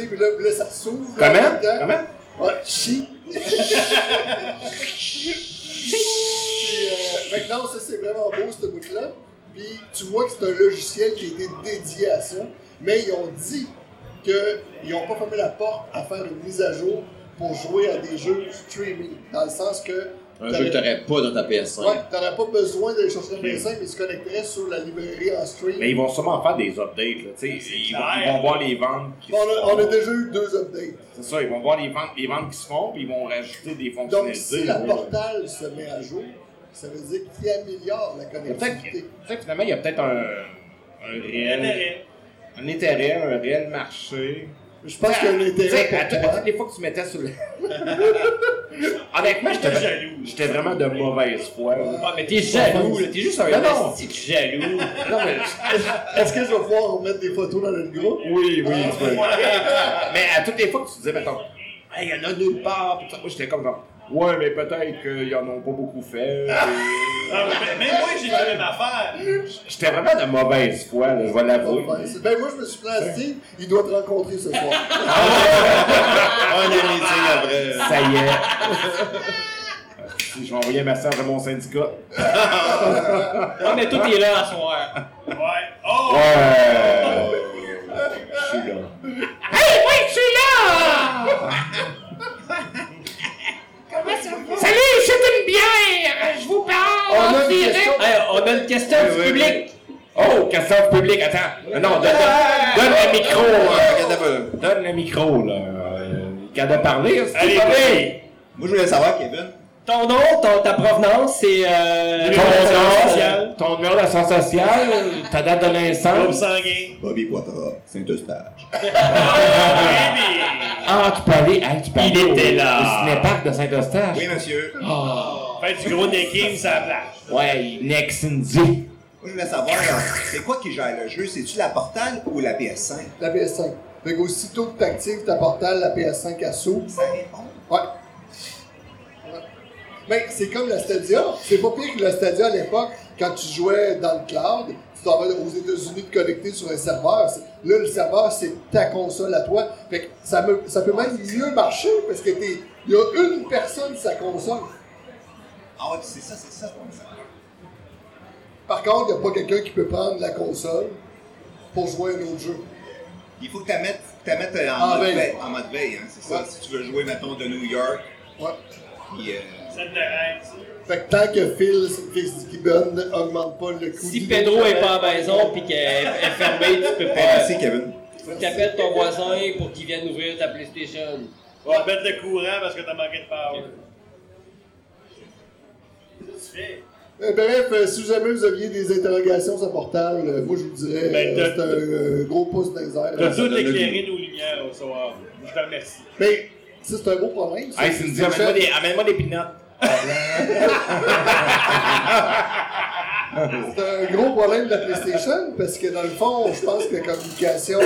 sais, puis là, là, ça s'ouvre. là, en
Comment?
même temps.
Comment?
Ouais, [laughs] chi. Puis, euh, fait que non, ça c'est vraiment beau ce bout-là. Puis tu vois que c'est un logiciel qui a été dédié à ça. Mais ils ont dit qu'ils n'ont pas fermé la porte à faire une mise à jour pour jouer à des jeux streaming. Dans le sens que.
Un jeu que t'aurais pas dans ta PS5.
Ouais, t'aurais pas besoin d'aller chercher un PS5, mais tu connecterais sur la librairie en stream.
Mais Ben, ils vont sûrement faire des updates, là, tu sais. Ils, vont- ils vont voir les ventes. qui
Bon,
se
on, a, on a
font.
déjà eu deux updates.
C'est ça, ils vont voir les ventes, les ventes qui se font, puis ils vont rajouter des
Donc,
fonctionnalités.
si la
là.
portale se met à jour, ça veut dire qu'il améliore la
Peut-être que-
connectivité.
peut-être finalement, il y a peut-être un, un réel un intérêt, un réel marché.
Je pense qu'il y a un
Tu sais, à
intérêt
tout-
pour
à
toi.
toutes les fois que tu mettais sur le. [laughs] Honnêtement,
J'étais
j'étais
jaloux.
j'étais vraiment de mauvaise foi. là.
Ah, mais t'es jaloux, là. T'es juste un
Mais non.
petit jaloux.
[laughs] Non, mais,
Est-ce que je vais pouvoir remettre des photos dans le groupe?
oui, oui, tu peux. Mais à toutes les fois que tu disais, mettons, hey, il y en a nulle part, pis tout ça. moi j'étais comme genre, ouais, mais peut-être qu'ils en ont pas beaucoup fait. Et-
Ah, mais- Même moi, j'ai eu la même affaire.
J'étais vraiment de mauvaise foi, là, je vais l'avouer.
Enfin, c'est- ben moi je me suis plaint à Steve, il doit te rencontrer ce soir.
Ah,
Un meeting après.
Ça y est.
[laughs]
Si je vais envoyer un message à mon syndicat.
Ah, mais tout est là à [laughs] soir.
Ouais. Oh!
Ouais. Je suis là.
Salut, c'est une bière! Je vous parle!
On a
en
une
direct.
question.
Hey, on a une question
Oui,
du
oui,
public.
Oh, question du public, attends. Ah Non, non, donne, donne le micro. hein.
Regarde un peu.
Donne le micro, là. Euh, Quand de parler, c'est
Allez,
pareil.
Moi, je voulais savoir, Kevin.
Ton nom, ton- ta provenance, c'est. Euh,
Ton nom, ton numéro d'assurance sociale, ta date de
Groupe
naissance.
sanguin.
Bobby Poitras, Saint-Eustache.
Baby!
Ah, tu peux aller, hey, tu peux
Il
aller au-
était là.
Au cinéparc de Saint-Eustache.
Oui, monsieur. Moi,
Fait du gros necking sur la plage.
Ouais, Next Indy.
je voulais savoir, euh, c'est quoi qui gère le jeu? C'est-tu la portale ou la PS5?
La PS5. Fait qu'aussitôt que t'actives ta portale, la PS5 elle s'ouvre.
Ça répond.
Ouais. Ouais. Mais c'est comme la Stadia. C'est pas pire que la Stadia à l'époque, quand tu jouais dans le cloud, tu t'en vas aux États-Unis te connecter sur un serveur. C'est- Là, le serveur, c'est ta console à toi. Fait que ça, me- ça peut même mieux marcher parce que t'es. Il y a une personne sur sa console.
Ah ouais, c'est ça, c'est ça, ton ça.
Par contre, il n'y a pas quelqu'un qui peut prendre la console pour jouer à un autre jeu.
Il faut que tu mettes, faut que t'as mettes, euh, en,
En
mode
veille.
veille. en mode veille, hein, c'est ça.
Ouais.
Si tu veux jouer, mettons, de New York,
Ouais.
puis... euh,
Ça te rêve, ça.
Fait que tant que Phil Fitzgibbon n'augmente pas le coût
Si
du-
Pedro est pas à la maison pis qu'elle est fermée, tu peux
hey, Ben,
pas.
merci, Kevin.
Faut que t'appelles ton voisin pour qu'il vienne ouvrir ta PlayStation.
On va te mettre le courant parce que t'as manqué de power. Qu'est-ce que tu fais?
Euh, bref, euh, si jamais vous aviez des interrogations sur Portal, euh, moi je vous dirais,
Ben,
euh,
t'as-
c'est un euh, gros pouce dans les airs.
T'as tout
donne le
éclairé nos lumières au soir. Je te remercie.
Mais ça, c'est un gros problème. ça.
Hey, Cindy,
C'est
amène-moi
cher.
des, amène des pinottes.
C'est un gros problème de la PlayStation parce que dans le fond, je pense que la communication,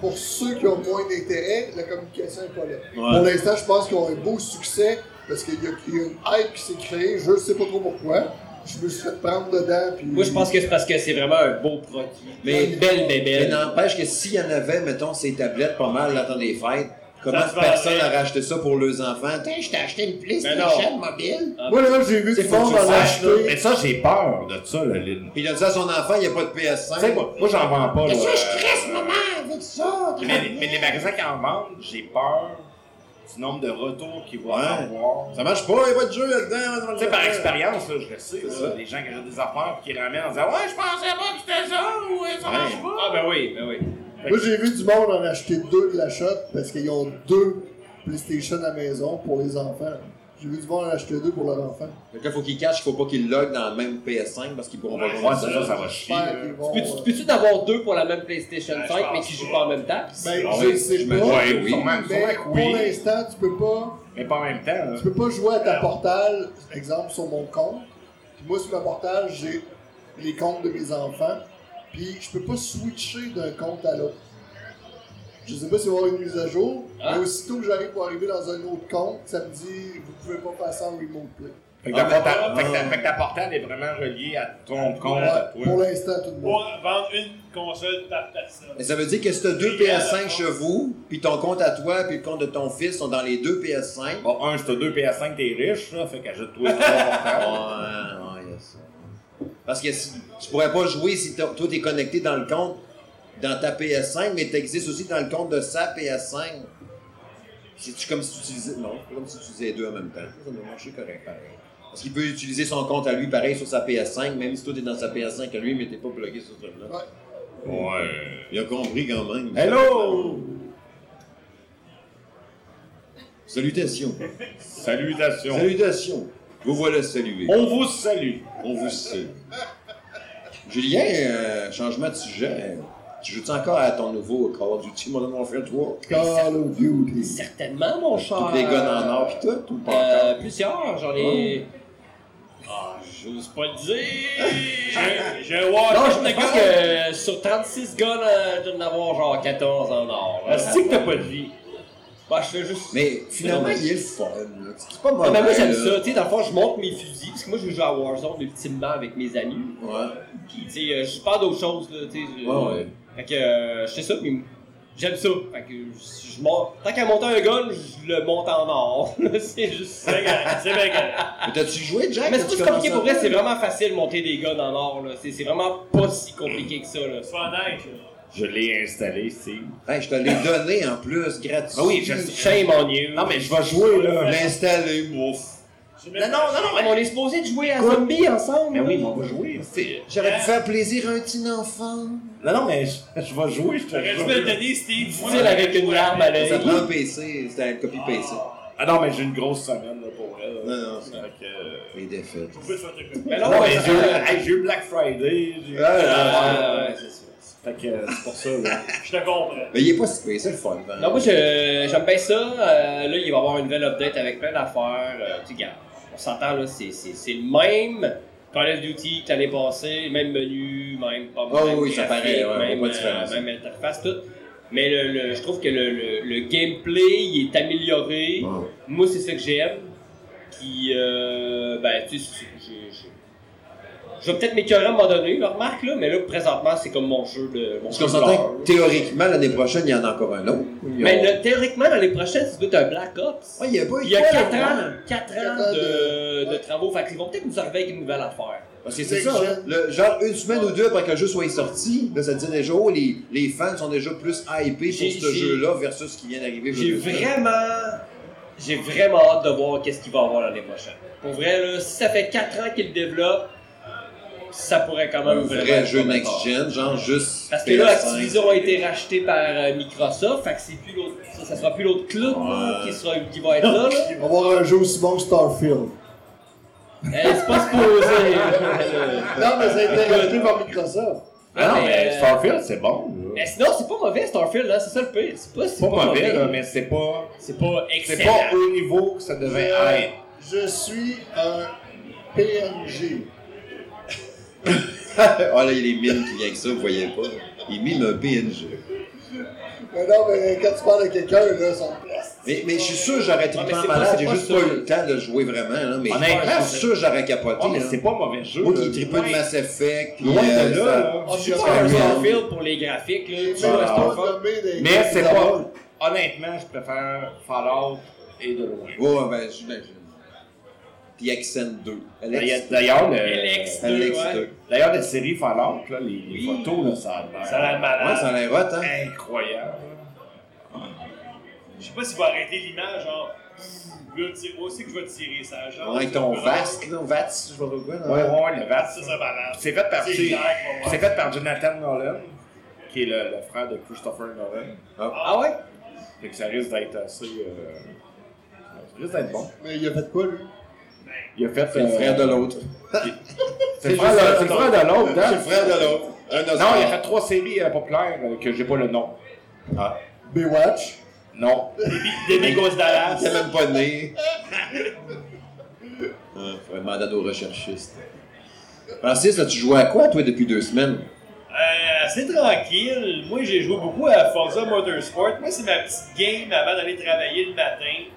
pour ceux qui ont moins d'intérêt, la communication n'est pas là. Pour l'instant, je pense qu'ils ont un beau succès parce qu'il y, a il y a une hype qui s'est créée, je ne sais pas trop pourquoi. Je me suis fait prendre dedans. Puis...
Moi, je pense que c'est parce que c'est vraiment un beau produit.
Mais-
Mais une belle
Mais
bébelle.
n'empêche que s'il y en avait, mettons, ces tablettes pas mal dans les fêtes, comment
Ça se
personne
vendait.
a racheté ça pour leurs enfants? Tiens, je t'ai acheté une
Ben
PlayStation mobile.
Ah,
Moi, là, j'ai vu
C'est
du
faut
monde
que tu
en
saches,
acheter.
Mais ça, j'ai peur de ça, là, Lynn.
Puis il donne ça à son enfant, il n'y a pas de
Tu sais,
PS5.
moi, moi, j'en vends pas. Là,
Ça, je
Euh,
stresse maman avec ça!
mais, mais les magasins qui en vendent, j'ai peur du nombre de retours qu'ils vont
Ouais.
avoir.
Ça marche pas, il n'y a pas de jeu là-dedans.
Tu sais, Ah, par expérience, là, je le sais, là, les gens qui ont des affaires et qui ramènent en disant Ouais, je pensais pas que c'était ça ou ça marche pas.
Ah, ben oui, ben oui.
Moi, j'ai vu du monde en acheter deux de la shop parce qu'ils ont deux PlayStation à la maison pour les enfants. J'ai vu du monde en acheter deux pour leurs enfants.
Donc là, faut qu'il cache, il faut pas qu'il log dans le même PS5 parce qu'ils pourront pas
Ouais,
jouer
c'est ça, ça va chier.
J'espère
là.
qu'ils vont,
Peux-tu
euh,
peux-tu d'avoir deux pour la même PlayStation
Ouais, je
5 mais
pense
qui
pas.
jouent pas en même temps?
Ben,
Ah
je
oui,
sais pas.
j'imagine.
Ouais,
oui.
Sûrement, sûrement
Mais
que
pour
oui.
l'instant, tu peux pas,
Mais pas en même temps. là.
tu peux pas jouer à ta portale, exemple sur mon compte. Puis moi, sur ma portale, j'ai les comptes de mes enfants. Puis je peux pas switcher d'un compte à l'autre. Je sais pas s'il va y avoir une mise à jour,
Ah.
mais aussitôt que j'arrive pour arriver dans un autre compte, ça me dit vous pouvez pas passer en remote play.
Fait que ta
Ah, mais-
portale- fait que ta-
Ah.
fait que ta portale est vraiment reliée à ton compte.
Ouais,
à toi.
pour l'instant, tout le monde.
Pour vendre une console par personne.
Mais ça veut dire que si t'as deux PS5 chez vous, puis ton compte à toi, puis le compte de ton fils sont dans les deux PS5. Ouais,
Bon, un, si t'as deux PS5, t'es riche, là, fait qu'ajoute-toi trois portables.
ouais, y a ça. Parce que si, tu pourrais pas jouer si t'as- toi t'es connecté dans le compte dans ta PS5, mais t'existes aussi dans le compte de sa PS5. C'est comme si tu utilisais. Non, c'est comme si tu utilisais les deux en même temps. Ça doit marcher correct, pareil. Parce qu'il peut utiliser son compte à lui, pareil, sur sa PS5, même si toi, t'es dans sa PS5 à lui, mais t'es pas bloqué sur ce truc-là. Hein?
Ouais.
Il a compris quand même.
Hello!
Salutations.
Salutations.
Salutations. Vous voilà salués.
On vous salue.
On vous salue. Julien, euh, changement de sujet. Tu joues-tu encore à ton nouveau Call of Duty Modern Warfare 3?
Call of Duty.
Certainement, mon cher.
Toutes les guns en or pis tout, ou pas
Euh,
encore? Oh.
plusieurs, j'en ai.
Ah, j'ose pas le dire! J'ai- J'ai un watch.
Non, je pense que sur 36 guns, euh, je dois en avoir genre 14 en or.
Ah,
là.
Si que t'as pas de vie.
Bah, je fais juste.
Mais euh, finalement, il est le fun. là. C'est pas mauvais.
Ouais, mais Eh ben, moi j'aime
là.
ça, tu sais, dans le fond je monte mes fusils, parce que moi je joue à Warzone ultimement avec mes amis,
Ouais.
puis tu sais, euh, je parle d'autres choses, là, tu sais. je-
Ouais, ouais.
Fait que euh, je fais ça, puis j'aime ça. Fait que je, je monte. Tant qu'à monter un gun, je le monte en or. [laughs] c'est juste ça.
C'est bien correct, c'est bien correct.
Mais t'as-tu joué, Jack?
Mais
quand
c'est
tu
pas si compliqué
commences
pour vrai,
ça?
c'est vraiment facile de monter des guns en or, là. C'est c'est vraiment pas si compliqué que ça, là.
C'est pas honnête, là.
Je l'ai installé, Steve.
Hey, je te l'ai donné en plus, gratuit.
Ah oui, je sais.
Shame on you.
Non, mais je vais jouer, là.
L'installer, ouf.
J'ai
Non,
même-
non, non, non.
On est supposé de jouer à Zombie ensemble.
Mais
là.
Ben oui, mais on va jouer. c'est-
J'aurais pu faire plaisir à un petit enfant.
Non, non, mais je, je vais jouer, je te
T'aurais dû me le
jure.
donner, Steve. Moi,
Difficile avec une larme à l'œil.
Ça prend un PC, c'était une copie PC.
Ah non, mais j'ai une grosse semaine, là, pour elle.
Non, non, c'est
Fait que, euh,
les défaites.
Je peux te faire tes
Mais
Non,
non,
mais
mais
j'ai eu- hey, j'ai eu Black Friday. j'ai eu-
Ah, ouais, c'est sûr.
Fait que euh, c'est pour ça, là.
Je te comprends.
Mais il est pas si pire, c'est le fun. hein.
Non, moi, je- j'aime bien ça. Euh, là, il va y avoir une nouvelle update avec plein d'affaires. Euh, tu regardes, on s'entend, là, c'est c'est- c'est le même Call of Duty que l'année passée, même menu, même pas
Ah
même
oui, ça
graphique,
paraît, ouais,
même,
pas de différence.
euh, même interface, tout. Mais le, le- je trouve que le, le- le gameplay il est amélioré.
Ouais.
Moi, c'est ça que j'aime. Puis, euh, ben, tu sais, c'est- j'ai- j'ai- je vais peut-être m'écœurer à un moment donné, leur remarque, là, mais là, présentement, c'est comme mon jeu de. Mon
Parce
jeu
qu'on
de
s'entend
l'heure,
que
là.
théoriquement, l'année prochaine, il y en a encore un autre.
Mais le- théoriquement, l'année prochaine, ça doit être un Black Ops.
Ouais, il y a pas eu
Il y a
quoi,
4
là.
ans, 4
Quatre
ans
ans
de,
de-
de travaux. Fait qu'ils vont peut-être nous arriver avec une nouvelle affaire.
Parce que c'est
Next
ça,
gen.
hein. Le- genre une semaine ou deux après que le jeu soit sorti, là, ça te dit déjà, oh, les, les fans sont déjà plus hypés
J'ai-
sur ce
j'ai-
jeu-là versus ce qui vient d'arriver.
J'ai vraiment. J'ai vraiment hâte de voir qu'est-ce qu'il va avoir l'année prochaine. Pour vrai, là, si ça fait 4 ans qu'il le développe, ça pourrait quand
un
même
vrai
vraiment
jeu
être
next-gen, genre juste.
Parce que là,
PS5.
Activision a été racheté par euh, Microsoft, fait que c'est plus l'autre, ça, ça sera plus l'autre club là,
Ouais.
qui, sera, qui va être là. là.
[laughs] On va avoir un jeu aussi bon que Starfield.
Eh, c'est pas supposé. euh,
Non, mais ça a été rajouté [laughs] par Microsoft.
Ah non,
mais,
mais
euh,
Starfield, c'est bon. là.
Mais sinon, c'est pas mauvais Starfield, hein, c'est ça le pire. C'est pas, c'est
C'est pas mauvais, là, mais c'est pas.
C'est pas
C'est
excellent. Ah,
pas au niveau que ça devait
Je,
être.
Euh, je suis un PNG.
[laughs] Ah là, il y a les mines qui viennent avec ça, vous voyez pas. Il mime un PNG.
Mais non, mais quand tu parles à quelqu'un, là, son
Mais, mais je suis sûr que j'aurais été
Ouais, Ah, mais
pas
c'est pas-
malade,
c'est
j'ai
pas
juste
ça.
pas eu le temps de jouer vraiment. Là, mais
Honnêtement,
je suis sûr que j'aurais capoté.
Ah, mais
là.
c'est pas mauvais jeu.
Moi qui
là.
tripe de Mass Effect. puis,
Loin
euh,
de là,
ça-
là.
On joue
Je
pas un
suis
Starfield pour les graphiques, là. Tu vois, Starfield.
Mais c'est pas. Honnêtement, je préfère Fallout et de loin.
Ouais, ben, j'imagine. Puis Accent 2. Alex.
D'ailleurs, le-
Alex.
Alex
ouais.
2.
d'ailleurs, la série Fallout, là, les, les
Oui.
photos, là, ça a l'air
Ça a l'air
Ouais,
malade.
ça en est hot, hein?
incroyable.
Je sais pas s'il va arrêter l'image, genre. Là, tu sais, moi aussi que je vais tirer ça, genre.
Ouais, avec ton VASC, là, VATS, je sais pas quoi. là.
Ouais, ouais, le VAT,
Ça, ça balance.
C'est fait par,
C'est
c'est-
clair qu'on va-
c'est fait par Jonathan Nolan, qui est le, le frère de Christopher Nolan.
Ah ouais?
Fait que ça risque d'être assez. euh, ça risque d'être bon.
Mais il a fait quoi, lui?
Il a fait.
C'est le
euh,
frère de l'autre.
C'est le frère de- c'est le frère de l'autre, hein?
C'est [laughs] le frère de l'autre. Un
Non,
Oscar.
il a fait trois séries euh, populaires euh, que j'ai pas le nom.
Ah.
Baywatch.
Non.
[laughs]
Demi Ghost Dallas.
Il n'est même pas [laughs] né. Il faudrait demander à nos recherchistes. Francis, as-tu joué à quoi, toi, depuis deux semaines?
Euh, c'est tranquille. Moi, j'ai joué beaucoup à Forza Motorsport. Moi, c'est ma petite game avant d'aller travailler le matin.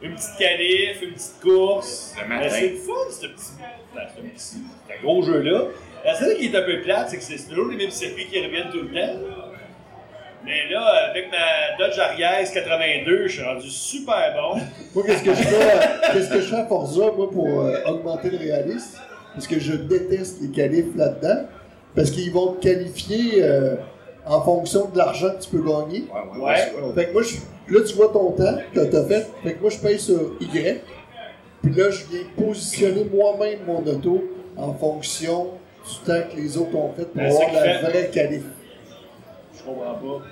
Une petite qualif, une petite course.
Le matin.
Euh, c'est le fun, ce petit. ben, c'est un petit. C'est un gros jeu-là. La seule qui est un peu plate, c'est que c'est toujours les mêmes circuits qui reviennent tout le temps. Mais là, avec ma Dodge Arias 82, je suis rendu super bon.
Moi, qu'est-ce que je fais à, qu'est-ce que je fais à Forza, moi, pour euh, augmenter le réalisme? Parce que je déteste les qualifs là-dedans. Parce qu'ils vont te qualifier euh, en fonction de l'argent que tu peux gagner.
Ah Ouais, ouais,
Ouais.
Fait que moi, je, Là, tu vois ton temps que t'as fait. Fait que moi, je paye sur Y. Puis là, je viens positionner moi-même mon auto en fonction du temps que les autres ont fait pour
Ben,
avoir
ça qui
la
fait-
vraie qualité.
Je comprends pas.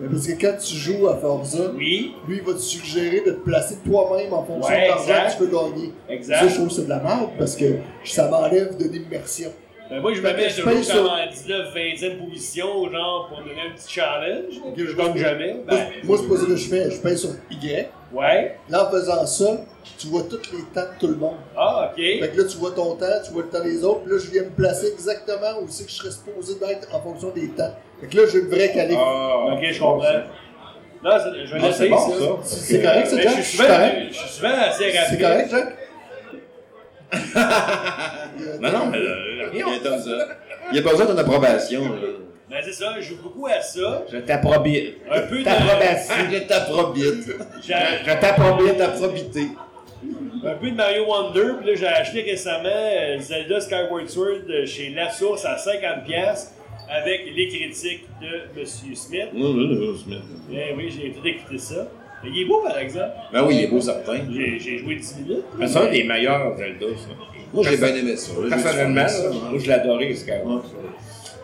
Mais Euh, Parce que quand tu joues à Forza,
Oui,
lui, il va te suggérer de te placer toi-même en fonction
Ouais,
de l'argent
exact.
que tu veux gagner. Ça,
exact.
je trouve que c'est de la merde parce que ça m'enlève de l'immersion.
Ben moi, je me mets
Je
toujours
paye sur-
comme en 19, 20e position, genre, pour donner un petit challenge, que je gagne jamais.
Moi,
Ben,
je- moi, c'est pas ça que je fais. Je paye sur Y.
ouais.
Là, en faisant ça, tu vois tous les temps de tout le monde.
Ah, ok.
Fait que là, tu vois ton temps, tu vois le temps des autres. Puis là, je viens me placer exactement où c'est que je serais supposé d'être en fonction des temps. Fait que là, j'ai une vraie qualité.
Ah,
Ah.
Ok, je comprends. Non, c'est-
Ah,
je vais l'essayer,
bon,
ça. Euh,
ça.
Ah, C'est- c'est correct, ça,
Mais
Jack?
ben, je suis
C'est
souvent,
correct?
je suis souvent assez rapide.
C'est correct, Jack?
Non, non, mais euh, rien comme ça. Il n'y a pas besoin d'une approbation. là.
Ben, c'est ça, je joue beaucoup à ça.
euh,
Je t'approbite.
Un peu de,
T'approbation.
Je t'approbite.
j'ai-
Je t'approbite.
Ta probité.
un peu de Mario Wonder. Puis là, j'ai acheté récemment euh, Zelda Skyward Sword euh, chez La Source à 50$ piastres avec les critiques de Monsieur Smith. Ben oui, j'ai tout écouté ça. Mais il est beau, par exemple.
Ben oui, il est beau certain.
J'ai j'ai joué 10 minutes.
Ah,
Mais C'est un des meilleurs Zelda, ça.
Moi, j'ai bien aimé ça. là.
Personnellement,
J'ai
là,
hein.
moi je l'adorais, ce
Ouais.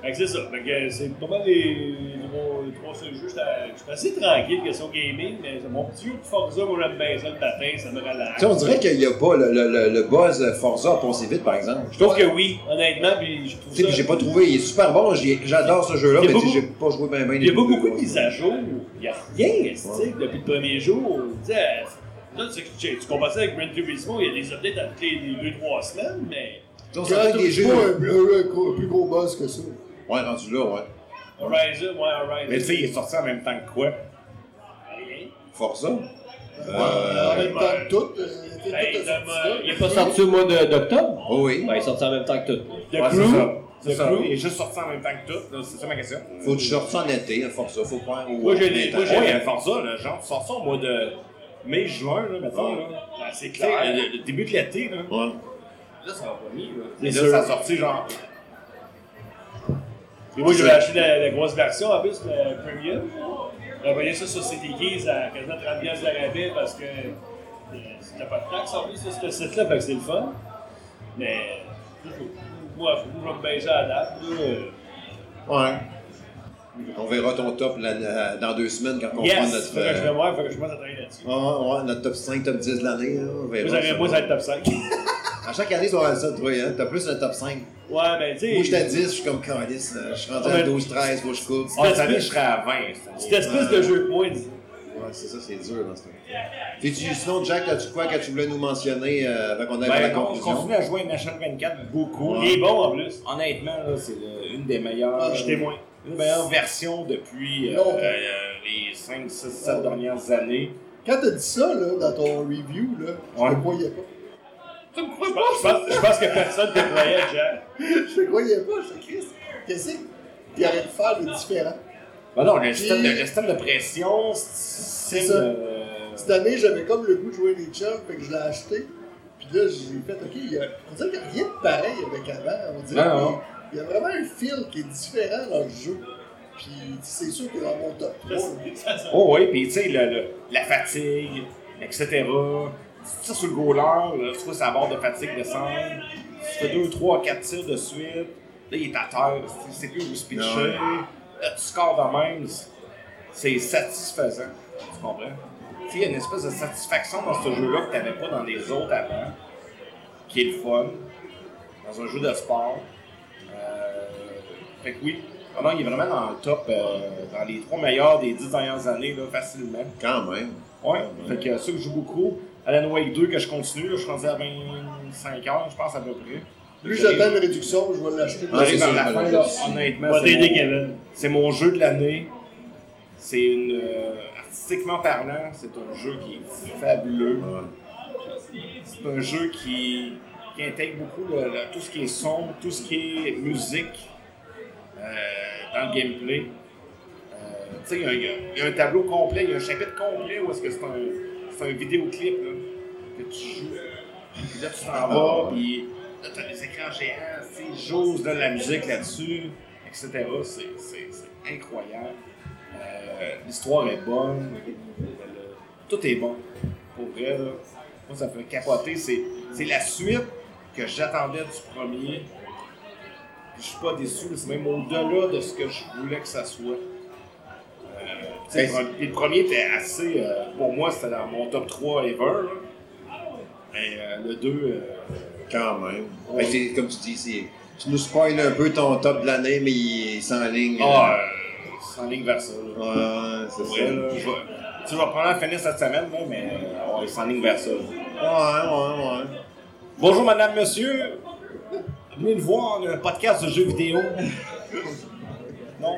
Fait que c'est ça. Fait que euh, c'est pas mal les, les trois- les trois seuls jeux. J'étais j'étais assez tranquille que sur gaming, mais c'est mon petit jeu de Forza, moi j'aime bien ça le matin, ça me relaxe.
Tu sais, on dirait qu'il n'y a pas le, le, le, le buzz Forza à Ponce vite, par exemple.
Je trouve que oui, honnêtement, puis je trouve
Tu sais, puis
ça.
j'ai pas trouvé, il est super bon, j'ai- j'adore ce jeu-là,
Il y a
mais tu sais,
beaucoup-
j'ai pas joué bien bien.
Il n'y a pas beaucoup de mises à jour. Il n'y a rien, tu sais, depuis le premier jour. Tu sais, euh, là, tu, tu, tu compares ça avec Gran Turismo, il y a des updates à toutes les 2-3 semaines, mais
On
C'est pas
avec des jeux.
un, un- un gros- un plus gros buzz que ça.
Ouais, rendu là, ouais.
Horizon, ouais, Horizon.
Mais tu sais, il est sorti en même temps que quoi?
rien.
Forza.
en même temps,
ben,
Euh, tout. euh, tout
Ben,
est sorti là.
il
Il est pas sorti au mois de- d'octobre?
Oh oui.
Ben, il est sorti en même temps que tout.
The
Ouais, c'est
Crew,
ça.
The
C'est ça.
Crew.
Il est juste sorti en même temps que tout. là, C'est ça ma question.
Faut que tu sortes ça en été, hein, Forza. Faut prendre au.
Moi, j'ai des-
au
moi, j'ai-
printemps.
Oui, il faire ça, là, genre, tu sors ça au mois de mai, juin, là, mettons. Là.
Ben, c'est
Tu sais,
clair.
le, le début de l'été, là.
Ouais.
Là, ça va pas mis, là.
C'est
Et là,
sûr.
ça a sorti, genre. ah,
Et moi, j'avais acheté la, la grosse version en plus, la premium. J'avais envoyé ça sur CT Keys à quasiment 30$ piastres de rabais parce que euh, c'était pas de taxe en plus sur ce site-là, fait que c'est le fun. Mais moi, faut que je me baise à la date. là.
Ouais. On verra ton top la- dans deux semaines quand on prend
Yes!
notre.
Faut que je me
euh,
voir, faut que je commence à travailler là-dessus.
ouais, Ah, ouais, notre top 5, top 10 de l'année. là, on verra
Moi, j'aurais-
ça.
moi, ça va être top 5.
À chaque année, tu vas avoir ça, toi. Hein? T'as plus le top 5.
Ouais, mais tu sais.
Moi, j'étais à 10, je suis comme Carlis. Je suis rentré à
Ouais.
12, 13, faut que je coupe.
Ah, cette année, je serais à 20. cette année.
Cette espèce de jeu que moi, dis-
Ouais, c'est ça, c'est dur dans ce cas-là. Puis sinon, Jack, as-tu quoi que tu voulais nous mentionner euh, avant qu'on aille à la
Ben, on
conclusion?
continue à jouer à NHL 24 beaucoup.
il est bon en plus.
Et honnêtement, là, c'est euh, une des meilleures.
Je suis témoin.
Une des meilleures versions depuis euh,
Non.
euh, les 5, 6, 7 dernières années.
Quand t'as dit ça, là, dans ton review, là, je
Ouais.
te croyais pas. [laughs]
Tu me crois
Je
pas?
pense, je pense- je pense que personne ne te croyait, Jack.
Je te croyais pas, je te Christ. Qu'est-ce qu'il aurait de faire de différent?
Ben non, le système de, le système de pression, c'est.
ça.
euh,
Cette année, j'avais comme le goût de jouer les chums, fait que je l'ai acheté. Puis là, j'ai fait, OK, il y a, on dirait qu'il n'y a rien de pareil avec avant. On dirait
Ben,
Non,
hein.
qu'il-
non.
il y a vraiment un fil qui est différent dans le jeu. Puis c'est sûr que dans mon top 3,
Ça, ça-
Oh oui, puis tu sais, le- le- la fatigue, etc. Tu tires sur le goaler, là, tu vois sa barre de fatigue descendre. Tu fais 2, 3, 4 tirs de suite. Là, il est à terre, tu sais plus où se pitcher.
Ouais.
Là, tu scores euh, de même. C'est satisfaisant. Tu comprends? Tu sais, il y a une espèce de satisfaction dans ce jeu-là que tu n'avais pas dans les autres avant, qui est le fun, dans un jeu de sport. Euh, fait que oui. Ah non, il est vraiment dans le top, euh, dans les trois meilleurs des dix dernières années, là, facilement.
Quand même.
Ouais. Fait que ça que je joue beaucoup. Alan Wake 2 que je continue, là, je suis rendu à 25 heures, je pense à peu près.
plus j'attends une réduction, je vais l'acheter.
Ah, c'est
J'arrive
sûr,
vers la
je me
fin,
le
là,
dis.
honnêtement,
Va
c'est
t'aider,
mon-
Kevin.
c'est mon, jeu de l'année. C'est une. euh, artistiquement parlant, c'est un jeu qui est fabuleux. C'est un jeu qui, qui intègre beaucoup le- le- tout ce qui est son, tout ce qui est musique euh, dans le gameplay. Euh, tu sais, il y a- il y, a- il y a un tableau complet, il y a un chapitre complet où est-ce que c'est un, c'est un vidéoclip là, que tu joues. Puis là, tu t'en vas, puis là, t'as des écrans géants, tu sais, j'ose de la musique là-dessus, etc. C'est- C'est c'est incroyable. Euh, L'histoire est bonne. Le- le-
tout est bon. Pour vrai, là. Moi, ça me fait capoter. C'est, c'est la suite que j'attendais du premier. Puis Je suis pas déçu, mais c'est même au-delà de ce que je voulais que ça soit. Euh, tu sais,
Ben,
le premier était assez. euh, pour moi, c'était dans mon top 3 ever. là. Mais euh, le 2.
Quand même. Ben, c'est- comme tu dis, c'est- tu nous spoil un peu ton top de l'année, mais il est sans ligne.
Ah, euh, c'est en ligne vers ça. là.
euh, ouais, c'est
Pour
ça.
vrai, là, je vais- Tu vas probablement finir cette semaine, là, mais euh, ouais, c'est en ligne vers ça. là.
Ouais, ouais, ouais.
Bonjour, madame, monsieur. Venez nous voir, le podcast de jeux vidéo. non?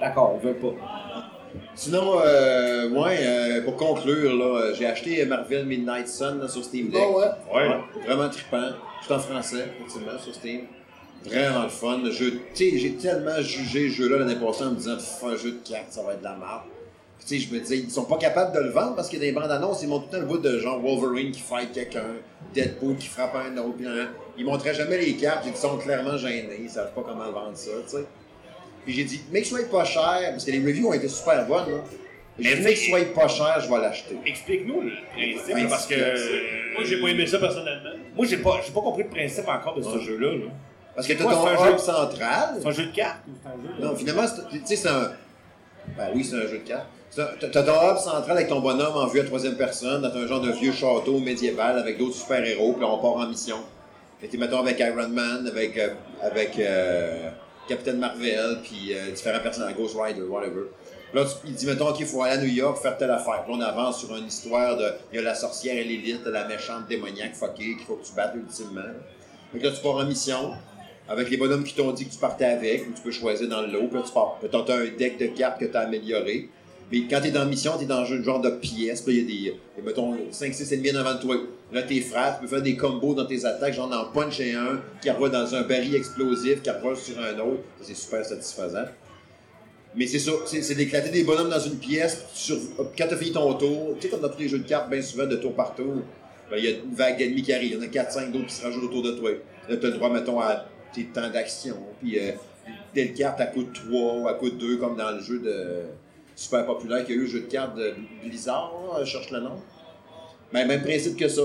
D'accord, on veut pas.
Sinon, euh, ouais, euh, pour conclure, là, euh, j'ai acheté Marvel Midnight Sun là, sur Steam Deck.
Bon, ouais.
Ouais, Vraiment trippant. C'est en français, effectivement, sur Steam. Vraiment le fun. Je, tu sais, j'ai tellement jugé ce jeu-là l'année passée en me disant, Pff, un jeu de cartes, ça va être de la merde. Puis, tu sais, je me disais, ils sont pas capables de le vendre parce qu'il y a des bandes annonces, ils montrent tout le temps le bout de genre Wolverine qui fight quelqu'un, Deadpool qui frappe un autre. puis, hein. Ils montraient jamais les cartes, ils sont clairement gênés, ils savent pas comment vendre ça, tu sais. Puis j'ai dit, mais que ce soit pas cher, parce que les reviews ont été super bonnes, là. J'ai dit,
Mais
mais que ce soit pas cher, je vais l'acheter.
Explique-nous le principe,
Ouais,
parce que. euh,
Moi, j'ai pas aimé ça personnellement.
Moi, j'ai pas, j'ai pas compris le principe encore de ce
Ouais.
jeu-là. là.
Parce que
C'est
t'as
quoi,
ton
c'est un jeu-
hub central.
C'est un jeu de cartes ou c'est un jeu de-
Non, finalement, c'est- tu sais, c'est un. Ben oui, c'est un jeu de cartes. C'est un- T'as t'as ton hub central avec ton bonhomme en vue à troisième personne, dans un genre de vieux château médiéval avec d'autres super-héros, puis là, on part en mission. Fait que, mettons, avec Iron Man, avec, euh, avec euh, Captain Marvel, puis euh, différents personnages, Ghost Rider, whatever. Puis là, tu- il dit, mettons, qu'il faut aller à New York faire telle affaire. Puis là, on avance sur une histoire de. Il y a la sorcière et l'élite, la méchante démoniaque fuckée qu'il faut que tu battes ultimement. Fait que là, tu pars en mission avec les bonhommes qui t'ont dit que tu partais avec, ou tu peux choisir dans le lot, puis là, tu pars. Puis t'as un deck de cartes que t'as amélioré. Mais quand t'es dans mission, t'es dans un genre de pièce, puis là, il y a des, il y a, mettons, 5-6 ennemis devant toi. Là, t'es frères, tu peux faire des combos dans tes attaques, genre en punch et un, qui revole dans un baril explosif, qui revole sur un autre. Ça, C'est super satisfaisant. Mais c'est ça, c'est c'est d'éclater des bonhommes dans une pièce, puis tu sur, quand t'as fini ton tour, tu sais, comme dans tous les jeux de cartes, bien souvent, de tour par tour, ben, il y a une vague d'ennemis qui arrive, il y en a 4-5 d'autres qui se rajoutent autour de toi. Là, t'as le droit, mettons, à tes temps d'action, puis euh, telle carte à coup de 3 ou à coup de 2, comme dans le jeu de super populaire qu'il y a eu, le jeu de cartes de Blizzard, là, je cherche le nom. Ben, même principe que ça.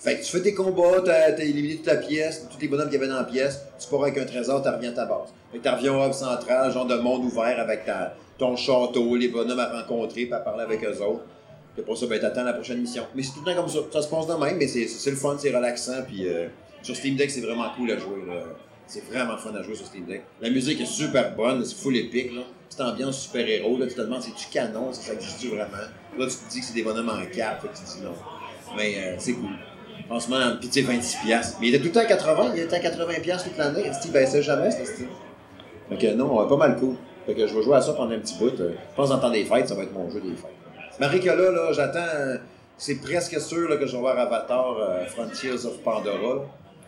Fait que tu fais tes combats, t'as t'as éliminé toute la pièce, tous les bonhommes qu'il y avait dans la pièce, tu pars avec un trésor, t'en reviens à ta base. Fait que t'en reviens au hub central, genre de monde ouvert avec ta, ton château, les bonhommes à rencontrer, puis à parler avec eux autres. Puis pour ça, ben t'attends la prochaine mission. Mais c'est tout le temps comme ça. Ça se passe de même, mais c'est- c'est c'est le fun, c'est relaxant, puis euh, sur Steam Deck, c'est vraiment cool à jouer, là. C'est vraiment fun à jouer sur Steam Deck. La musique est super bonne, c'est full épique, là. Cette ambiance super-héros, là, tu te demandes, c'est-tu canon, ça existe vraiment? Là, tu te dis que c'est des bonhommes en cap, fait que tu te dis non. Mais euh, c'est cool. En ce moment, pis tu sais, 26$. piastres. Mais il était tout le temps à 80, il était à 80$ piastres toute l'année. Est-ce qu'il baissait jamais, ce style? Fait que non, euh, pas mal cool. Fait que je vais jouer à ça pendant un petit bout. euh. Je pense en temps des fêtes, ça va être mon jeu des fêtes. Marie que là, là, j'attends. euh, C'est presque sûr là, que je vais voir Avatar euh, Frontiers of Pandora. là.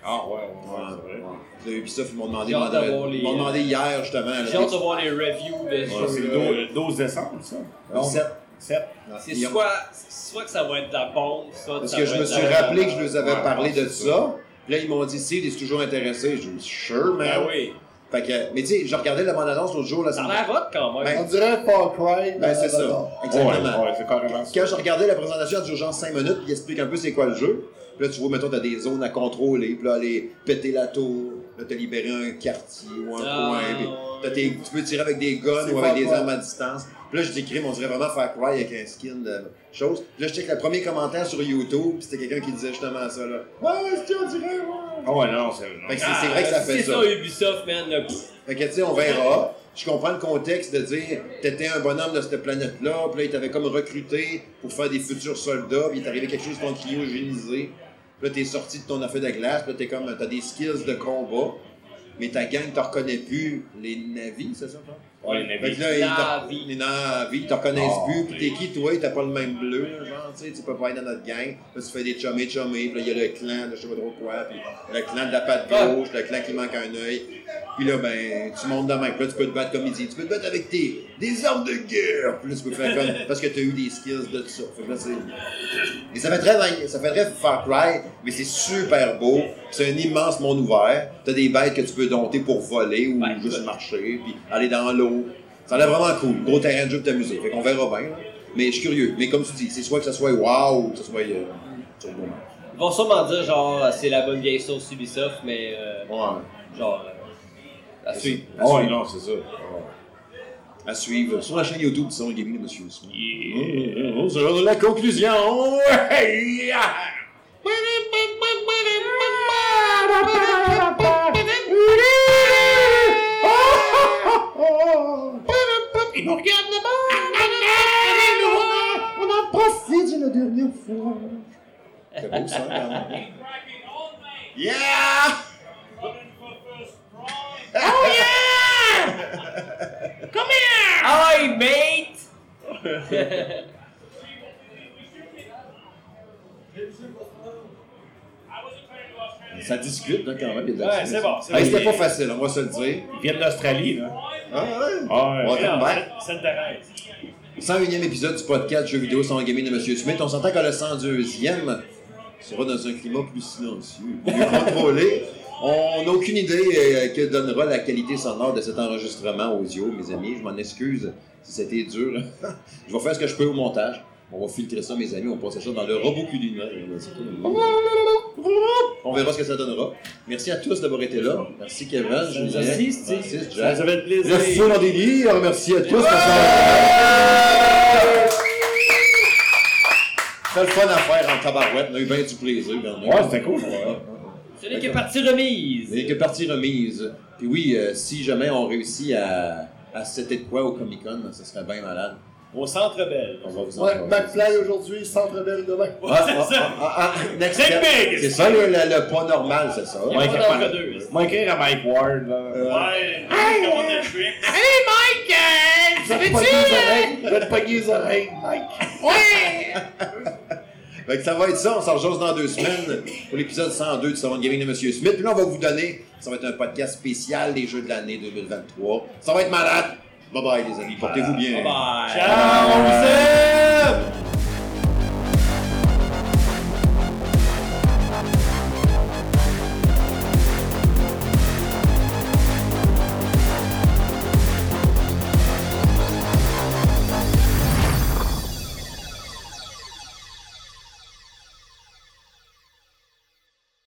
Ah, ouais, ouais, ouais,
Ouais,
c'est vrai.
Là, Ubisoft, ils m'ont demandé,
J'ai hâte
vendredi-
d'avoir les- euh,
ils m'ont demandé hier, justement. là.
J'ai hâte de voir les reviews de ce
Ouais, c'est le
jeu-là.
dou- le 12 décembre, ça?
Le sept.
7.
C'est
Ils ont-
soit, soit que ça va être de la bombe, soit
Parce
ça
que
va
je me
être de
suis
la-
rappelé que je leur avais
Ouais,
parlé de
c'est ça.
ça. Puis là, ils m'ont dit, si, ils sont toujours intéressés. Je dis, sure, man.
Ah
Ben oui.
Fait que, mais tu sais, je regardais la bande-annonce l'autre jour, là,
Ça
ça
a l'air hot quand même.
Ben,
On dirait Far Cry.
Ben, c'est ça. Exactement.
Ouais, ouais, c'est carrément ça.
Quand je regardais la présentation, elle dure genre 5 minutes, puis il explique un peu c'est quoi le jeu. Puis là, tu vois, mettons, t'as des zones à contrôler, puis là, aller péter la tour, là, t'as libéré un quartier ou un
Ah,
coin, puis t'as
ouais.
tes- tu peux tirer avec des guns
C'est
ou avec
Far
des
Cry.
armes à distance. Puis là, je dis, crime, on dirait vraiment Far Cry avec un skin de chose. Puis là, je check le premier commentaire sur YouTube, puis c'était quelqu'un qui disait justement ça, là.
Ah,
Ouais, c'est on dirait, ouais.
Ah, ouais, non, c'est. non.
Fait que Ben, c'est c'est vrai que ça
Ah,
fait
C'est
ça.
ça Ubisoft, man. le-
Fait que, tu sais, on verra. Je comprends le contexte de dire, t'étais un bonhomme de cette planète-là, puis là, ils t'avaient comme recruté pour faire des futurs soldats, puis il est arrivé quelque chose qu'on cryogénisé. Puis là, t'es sorti de ton affaire de glace, puis là, t'es comme, t'as des skills de combat, mais ta gang te reconnaît plus. Les navis, c'est ça, toi?
Ouais, les
Fait
navis.
que là, ils te-
Navis.
les navis, ils te reconnaissent
Ah,
plus, puis
oui.
t'es qui, toi? T'as pas le même bleu, là, genre, tu sais, tu peux pas être dans notre gang. Là, tu fais des chumés chumés, puis là, il y a le clan de je sais pas trop quoi, puis le clan de la patte gauche, le clan qui manque un œil. Puis là, ben, tu montes dans la main. Puis là, tu peux te battre comme il dit. Tu peux te battre avec tes, des armes de guerre. Puis là, tu peux faire comme. Parce que t'as eu des skills de ça. Fait que là, c'est. Et ça fait très, Vang- ça fait très Far Cry, mais c'est super beau. C'est un immense monde ouvert. T'as des bêtes que tu peux dompter pour voler ou
Ouais.
juste marcher, puis aller dans l'eau. Ça a l'air vraiment cool. Gros terrain de jeu pour t'amuser. Fait qu'on verra bien, là. Mais je suis curieux. Mais comme tu dis, c'est soit que ça soit wow ou que ça soit. euh,
Mm.
sur le moment.
Ils vont sûrement dire, genre, euh, c'est la bonne vieille sauce Ubisoft, mais euh,
Ouais.
genre. euh, à suivre.
À
Oh,
suivre.
non, c'est ça.
À suivre. Sur la chaîne YouTube du Salon Gaming de Monsieur Ousmane.
C'est l'heure de la conclusion.
Il nous regarde là-bas!
On en profite de la dernière fois. C'est beau ça, quand même. Yeah!
Hi, mate!
Ça discute, là, quand même. il y a de la
Ouais,
discussion.
c'est bon, c'est
Hey,
bon.
C'était pas facile, on va se le dire.
Ils viennent d'Australie, là.
Ah, ouais.
Ah,
Ouais.
Non,
Ben.
ça- Ça t'intéresse.
101e épisode du podcast Jeux vidéo sans gaming de Monsieur Smith. On s'entend que le 102e sera dans un climat plus silencieux, plus contrôlé. On n'a aucune idée euh, que donnera la qualité sonore de cet enregistrement audio, mes amis. Je m'en excuse si c'était dur. je vais faire ce que je peux au montage. On va filtrer ça, mes amis. On va passer ça dans le robot culinaire. On verra ce que ça donnera. Merci à tous d'avoir été là. Merci Kevin, Julien,
assiste,
Francis,
Ça
Jack.
nous avait plaisir.
Le feu en délire, merci à tous. parce qu'on- C'était le fun à faire en tabarouette, on a eu bien du plaisir. quand même.
Ouais, c'était cool.
Ce n'est que partie remise!
Mais que partie remise. Puis oui, euh, si jamais on réussit à, à se têter de quoi au Comic Con, ça serait bien malade.
Au Centre Belle.
On va vous en
Ouais,
parler.
McFly aujourd'hui, Centre Belle demain.
Ah, ah, ah, ah, ah, next
C'est
step.
big!
C'est ça le, le- le pas normal, c'est ça.
Il y a pas
capable.
d'entre deux.
Moi, écrire à Mike Ward, là.
Ouais, comment on a joué.
Allez, Mike! euh,
Je vais te
veux-tu,
pogner les
euh,
oreilles, je vais te pogner les oreilles, Mike.
Ouais!
Fait que ça va être ça, on s'en rejoint dans deux semaines pour l'épisode 102 du Salon de Gaming de Monsieur Smith. Puis là, on va vous donner, ça va être un podcast spécial des Jeux de l'année 2023. Ça va être malade. Bye bye, les amis. Portez-vous bien.
Bye!
Ciao, on vous aime.